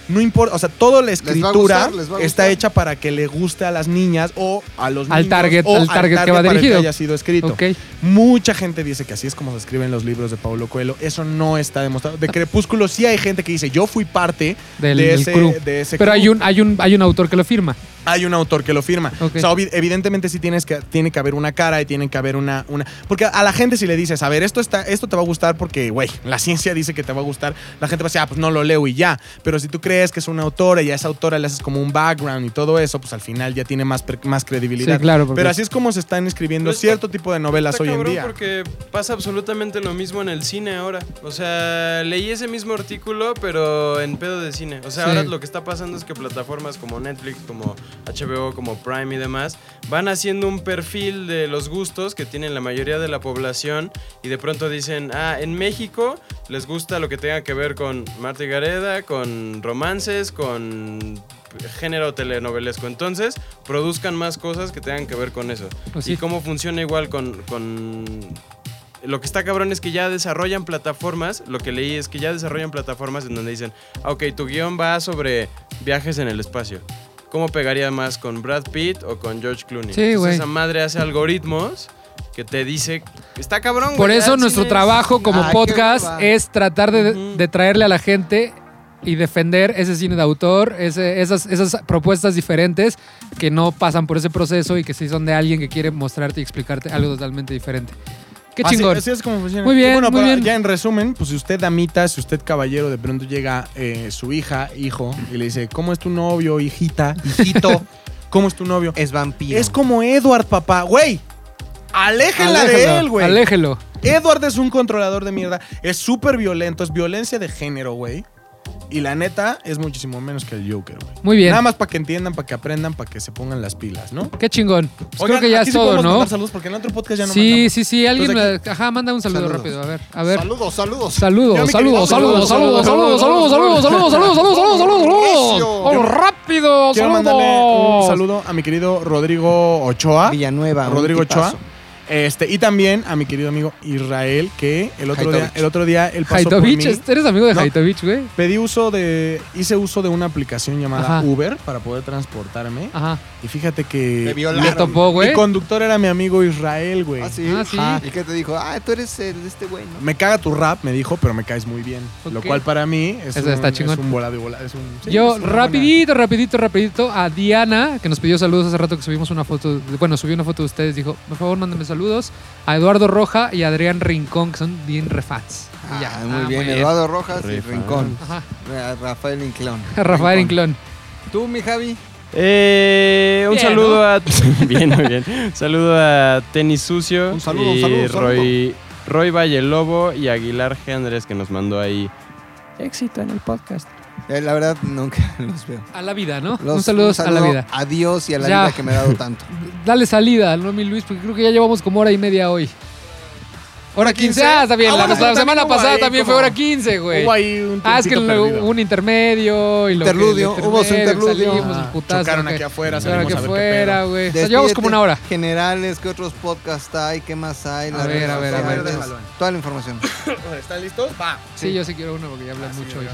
[SPEAKER 1] no importa, o sea, toda la
[SPEAKER 4] va a
[SPEAKER 1] escritura
[SPEAKER 4] gustar, les va a
[SPEAKER 1] está
[SPEAKER 4] gustar.
[SPEAKER 1] hecha para que le guste a las niñas o a los
[SPEAKER 2] Al
[SPEAKER 1] niños
[SPEAKER 2] target-
[SPEAKER 1] o
[SPEAKER 2] al target que va
[SPEAKER 1] para el
[SPEAKER 2] dirigido.
[SPEAKER 1] haya sido escrito.
[SPEAKER 2] Ok.
[SPEAKER 1] Mucha gente dice que así es como se escriben los libros de Paulo Coelho. Eso no está demostrado. De Crepúsculo sí hay gente que dice, yo fui parte
[SPEAKER 2] Del,
[SPEAKER 1] de
[SPEAKER 2] del
[SPEAKER 1] ese,
[SPEAKER 2] crew.
[SPEAKER 1] de ese
[SPEAKER 2] Pero
[SPEAKER 1] crew".
[SPEAKER 4] Mm,
[SPEAKER 2] hay un, hay, un, hay un autor que lo firma.
[SPEAKER 1] hay un autor que lo firma.
[SPEAKER 2] Ok.
[SPEAKER 1] O sea, obvi- evidentemente sí tienes que, tiene que haber una cara y tiene que haber una, una... Porque a la gente si le dices, a ver, esto, está, esto te va a gustar porque, güey, la ciencia dice que te va a gustar, la gente va a decir, ah, pues no lo leo y ya. Pero si tú crees que es una autora y a esa autora le haces como un background y todo eso, pues al final ya tiene más, per- más credibilidad.
[SPEAKER 2] Sí, claro, porque-
[SPEAKER 1] Pero así es como se están escribiendo
[SPEAKER 3] Pero está-
[SPEAKER 1] cierto tipo de novelas
[SPEAKER 3] Está
[SPEAKER 1] hoy en
[SPEAKER 3] cabrón
[SPEAKER 1] día.
[SPEAKER 3] porque pasa absolutamente lo mismo en el cine ahora. O sea, leí ese mismo artículo, pero en pedo de cine. O sea,
[SPEAKER 2] Sí.
[SPEAKER 3] ahora lo que está pasando es que plataformas como Netflix, como HBO, como Prime y demás, van haciendo un perfil de los gustos que tienen la mayoría de la población y de pronto dicen, ah, en México les gusta lo que tenga que ver con Marta y Gareda, con romances, con género telenovelesco. Entonces, produzcan más cosas que tengan que ver con eso.
[SPEAKER 2] Pues sí.
[SPEAKER 3] Y cómo funciona igual con, con... Lo que está cabrón es que ya desarrollan plataformas, lo que leí es que ya desarrollan plataformas en donde dicen, "Ah, ok, tu guión va sobre viajes en el espacio. ¿Cómo pegaría más con Brad Pitt o con George Clooney?
[SPEAKER 2] Sí,
[SPEAKER 3] Entonces,
[SPEAKER 2] güey.
[SPEAKER 3] Esa madre hace algoritmos que te dice, está cabrón. güey,
[SPEAKER 2] Por
[SPEAKER 3] ya
[SPEAKER 2] eso
[SPEAKER 3] el
[SPEAKER 2] nuestro
[SPEAKER 3] cine es-
[SPEAKER 2] trabajo como
[SPEAKER 4] Ah, qué
[SPEAKER 2] podcast
[SPEAKER 4] hueva.
[SPEAKER 2] es tratar de,
[SPEAKER 3] Ujú.
[SPEAKER 2] de traerle a la gente y defender ese cine de autor, ese- esas, esas propuestas diferentes que no pasan por ese proceso y que sí son de alguien que quiere mostrarte y explicarte algo totalmente diferente. Qué
[SPEAKER 1] Así-
[SPEAKER 2] chingón.
[SPEAKER 1] Ah, Así, es como funciona.
[SPEAKER 2] Muy
[SPEAKER 1] Y
[SPEAKER 2] bien,
[SPEAKER 1] bueno,
[SPEAKER 2] muy
[SPEAKER 1] para-
[SPEAKER 2] bien.
[SPEAKER 1] ya en resumen, pues si usted damita, si usted caballero, de pronto llega eh, su hija, hijo, y le dice, ¿cómo es tu novio, hijita, hijito? ¿Cómo es tu novio?
[SPEAKER 4] Es vampiro.
[SPEAKER 1] Es como Edward, papá. Güey, aléjenla de
[SPEAKER 4] Aléjalo,
[SPEAKER 1] él, güey.
[SPEAKER 2] Aléjelo.
[SPEAKER 1] Edward es un controlador de mierda. Es súper violento, es violencia de género, güey. Y la neta es muchísimo menos que el Joker, güey.
[SPEAKER 2] Muy bien.
[SPEAKER 1] Nada más para que entiendan, para que aprendan, para que se pongan las pilas, ¿no?
[SPEAKER 2] Qué chingón. Pues
[SPEAKER 1] Oigan,
[SPEAKER 2] creo que ya
[SPEAKER 1] aquí
[SPEAKER 2] es
[SPEAKER 1] sí
[SPEAKER 2] todo,
[SPEAKER 1] podemos
[SPEAKER 2] ¿no?
[SPEAKER 1] mandar saludos porque en otro podcast ya no
[SPEAKER 2] Sí,
[SPEAKER 1] mandamos.
[SPEAKER 2] sí, sí. Alguien,
[SPEAKER 1] Entonces
[SPEAKER 2] me- ajá, manda un saludo
[SPEAKER 4] Saludos.
[SPEAKER 2] rápido. A ver, a ver.
[SPEAKER 6] Saludos, saludos.
[SPEAKER 2] Saludos,
[SPEAKER 1] Ya, mi querido,
[SPEAKER 2] saludos, saludos, saludos, saludos, saludos, saludos, saludos, saludos, saludos, saludos, saludos. ¡Oh, rápido,
[SPEAKER 1] Quiero mandarle un
[SPEAKER 2] saludos.
[SPEAKER 1] saludo a mi querido Rodrigo Ochoa.
[SPEAKER 4] Villanueva. un
[SPEAKER 1] ¿Ah? Rodrigo
[SPEAKER 4] tipazo.
[SPEAKER 1] Ochoa. Este, y también a mi querido amigo Israel, que el otro día,
[SPEAKER 4] Haitovich.
[SPEAKER 1] el otro día él pasó por mí.
[SPEAKER 2] Haitovich, este- eres amigo de
[SPEAKER 1] No.
[SPEAKER 2] Haitovich, güey.
[SPEAKER 1] Pedí uso de. Hice uso de una aplicación llamada
[SPEAKER 2] Ajá.
[SPEAKER 1] Uber para poder transportarme.
[SPEAKER 2] Ajá.
[SPEAKER 1] Y fíjate que.
[SPEAKER 6] Te violaron.
[SPEAKER 2] Me topó, güey.
[SPEAKER 1] Mi conductor era mi amigo Israel, güey.
[SPEAKER 4] Ah, sí.
[SPEAKER 2] Ah, sí.
[SPEAKER 4] ¿Y qué te dijo? Ah, tú eres el de este güey, ¿no?
[SPEAKER 1] Me caga tu rap, me dijo, pero me caes muy bien. Lo
[SPEAKER 2] Ok.
[SPEAKER 1] cual para mí es,
[SPEAKER 2] Eso
[SPEAKER 1] un,
[SPEAKER 2] está
[SPEAKER 1] es
[SPEAKER 2] chingón.
[SPEAKER 1] un bola de bola. es un- sí,
[SPEAKER 2] Yo,
[SPEAKER 1] es una buena-
[SPEAKER 2] rapidito, rapidito, rapidito, a Diana, que nos pidió saludos hace rato que subimos una foto, bueno, subió una foto de ustedes, dijo, por favor, mándenme saludos, a Eduardo Roja y a Adrián Rincón, que son bien refans. Y ya.
[SPEAKER 4] Ah, muy
[SPEAKER 2] Ah,
[SPEAKER 4] bien, Eduardo Rojas y
[SPEAKER 3] Rifa.
[SPEAKER 4] Rincón.
[SPEAKER 2] Ajá.
[SPEAKER 4] Ra- Rafael Inclón.
[SPEAKER 2] Rafael Inclón.
[SPEAKER 4] Tú, mi Javi.
[SPEAKER 3] Eh, un
[SPEAKER 2] Bien,
[SPEAKER 3] saludo a. bien, muy bien. Un saludo a Tenis Sucio.
[SPEAKER 6] Un saludo, un
[SPEAKER 3] y
[SPEAKER 6] saludo, un saludo.
[SPEAKER 3] Roy, Roy Valle Lobo y Aguilar Gendres que nos mandó ahí. Éxito en el podcast.
[SPEAKER 4] Eh, la verdad, nunca los veo.
[SPEAKER 2] A la vida, ¿no?
[SPEAKER 4] Los-
[SPEAKER 2] un saludos a la
[SPEAKER 4] saludo
[SPEAKER 2] vida.
[SPEAKER 4] A Dios y a la
[SPEAKER 2] Ya.
[SPEAKER 4] vida que me ha dado tanto.
[SPEAKER 2] Dale salida, ¿no, mi Luis? Porque creo que ya llevamos como hora y media hoy. ¿Hora 15?
[SPEAKER 1] 15?
[SPEAKER 2] Ah, está bien.
[SPEAKER 1] Ah,
[SPEAKER 2] la,
[SPEAKER 1] bueno,
[SPEAKER 2] la
[SPEAKER 1] también
[SPEAKER 2] semana
[SPEAKER 1] hubo
[SPEAKER 2] pasada
[SPEAKER 1] ahí
[SPEAKER 2] también
[SPEAKER 1] como-
[SPEAKER 2] fue hora 15, güey.
[SPEAKER 1] Hubo ahí un
[SPEAKER 2] Ah, es que
[SPEAKER 1] tiempito
[SPEAKER 2] luego
[SPEAKER 1] perdido.
[SPEAKER 2] hubo un intermedio y lo que- el
[SPEAKER 4] Interludio, hubo su
[SPEAKER 2] intermedio,
[SPEAKER 4] interludio.
[SPEAKER 2] salimos, el
[SPEAKER 1] Ah,
[SPEAKER 2] putazo,
[SPEAKER 1] chocaron
[SPEAKER 2] ¿no?
[SPEAKER 1] aquí afuera,
[SPEAKER 2] Chocaron
[SPEAKER 1] salimos
[SPEAKER 2] aquí
[SPEAKER 1] a ver qué
[SPEAKER 2] afuera,
[SPEAKER 1] pedo.
[SPEAKER 2] güey. O sea, llevamos como
[SPEAKER 4] Despídete.
[SPEAKER 2] una hora.
[SPEAKER 4] Generales, ¿qué otros podcasts hay? ¿Qué más hay?
[SPEAKER 2] A
[SPEAKER 4] Las
[SPEAKER 2] ver,
[SPEAKER 4] redes
[SPEAKER 2] a ver, a
[SPEAKER 4] sociales,
[SPEAKER 2] ver,
[SPEAKER 1] déjalo.
[SPEAKER 4] Toda la información.
[SPEAKER 1] ¿Están listos? Va.
[SPEAKER 2] Sí, yo sí quiero uno porque ya hablan
[SPEAKER 1] Ah,
[SPEAKER 2] mucho hoy.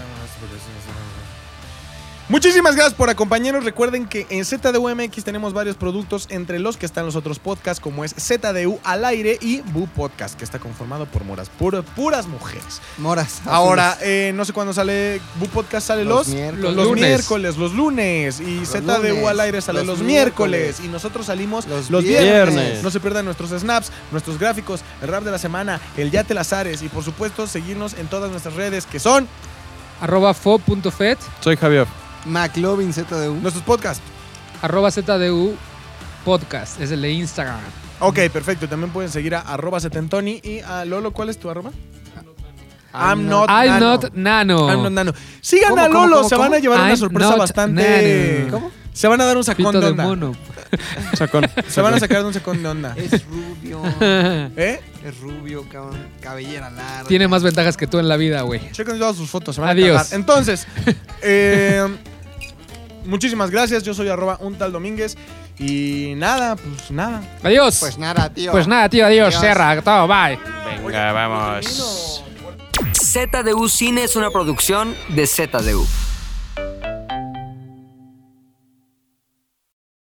[SPEAKER 1] Muchísimas gracias por acompañarnos. Recuerden que en ZDUMX tenemos varios productos, entre los que están los otros podcasts, como es ZDU al aire y Bu Podcast, que está conformado por moras, puro- puras mujeres.
[SPEAKER 4] Moras.
[SPEAKER 1] Ahora,
[SPEAKER 4] azules.
[SPEAKER 1] eh, no sé cuándo sale Bu Podcast, sale los,
[SPEAKER 4] Los miércoles.
[SPEAKER 1] los
[SPEAKER 2] Lunes.
[SPEAKER 1] miércoles, los lunes. Y ZDU
[SPEAKER 4] lunes.
[SPEAKER 1] al aire sale los,
[SPEAKER 4] Los
[SPEAKER 1] miércoles.
[SPEAKER 4] miércoles.
[SPEAKER 1] Y nosotros salimos los,
[SPEAKER 4] Los
[SPEAKER 1] viernes.
[SPEAKER 3] viernes.
[SPEAKER 1] No se pierdan nuestros snaps, nuestros gráficos, el rap de la semana, el Yate Lazares. Y por supuesto, seguirnos en todas nuestras redes, que son
[SPEAKER 2] Arroba fo.fet,
[SPEAKER 3] Soy Javier.
[SPEAKER 4] McLovin ZDU.
[SPEAKER 1] nuestros podcasts.
[SPEAKER 2] arroba ZDU podcast. Es el de Instagram.
[SPEAKER 1] Ok, perfecto. Y También pueden seguir a arroba setentoni y a Lolo, ¿cuál es tu arroba? I'm not
[SPEAKER 2] I'm
[SPEAKER 1] nano.
[SPEAKER 2] not nano.
[SPEAKER 1] I'm not nano. Sigan
[SPEAKER 4] ¿Cómo,
[SPEAKER 1] a
[SPEAKER 4] cómo,
[SPEAKER 1] Lolo,
[SPEAKER 4] cómo,
[SPEAKER 1] se van a
[SPEAKER 4] cómo?
[SPEAKER 1] llevar una
[SPEAKER 2] I'm
[SPEAKER 1] sorpresa
[SPEAKER 2] not
[SPEAKER 1] bastante.
[SPEAKER 2] nano. ¿Cómo?
[SPEAKER 1] Se van a dar un sacón
[SPEAKER 2] Pito
[SPEAKER 1] de
[SPEAKER 2] de
[SPEAKER 1] onda.
[SPEAKER 2] mono.
[SPEAKER 3] Sacón.
[SPEAKER 1] Se van a sacar de un sacón de onda.
[SPEAKER 4] Es rubio.
[SPEAKER 1] ¿Eh?
[SPEAKER 4] es rubio, cabrón. Cabellera larga.
[SPEAKER 2] Tiene más ventajas que tú en la vida, güey.
[SPEAKER 1] Chequen todas sus fotos, se van a
[SPEAKER 2] Adiós.
[SPEAKER 1] cagar. Entonces, eh, muchísimas gracias. Yo soy arroba un tal Domínguez. Y nada, pues nada.
[SPEAKER 2] Adiós.
[SPEAKER 4] Pues nada, tío.
[SPEAKER 2] Pues nada, tío, adiós,
[SPEAKER 4] Adiós.
[SPEAKER 2] Serra, todo, bye.
[SPEAKER 3] Venga, vamos.
[SPEAKER 7] ZDU Cine es una producción de ZDU.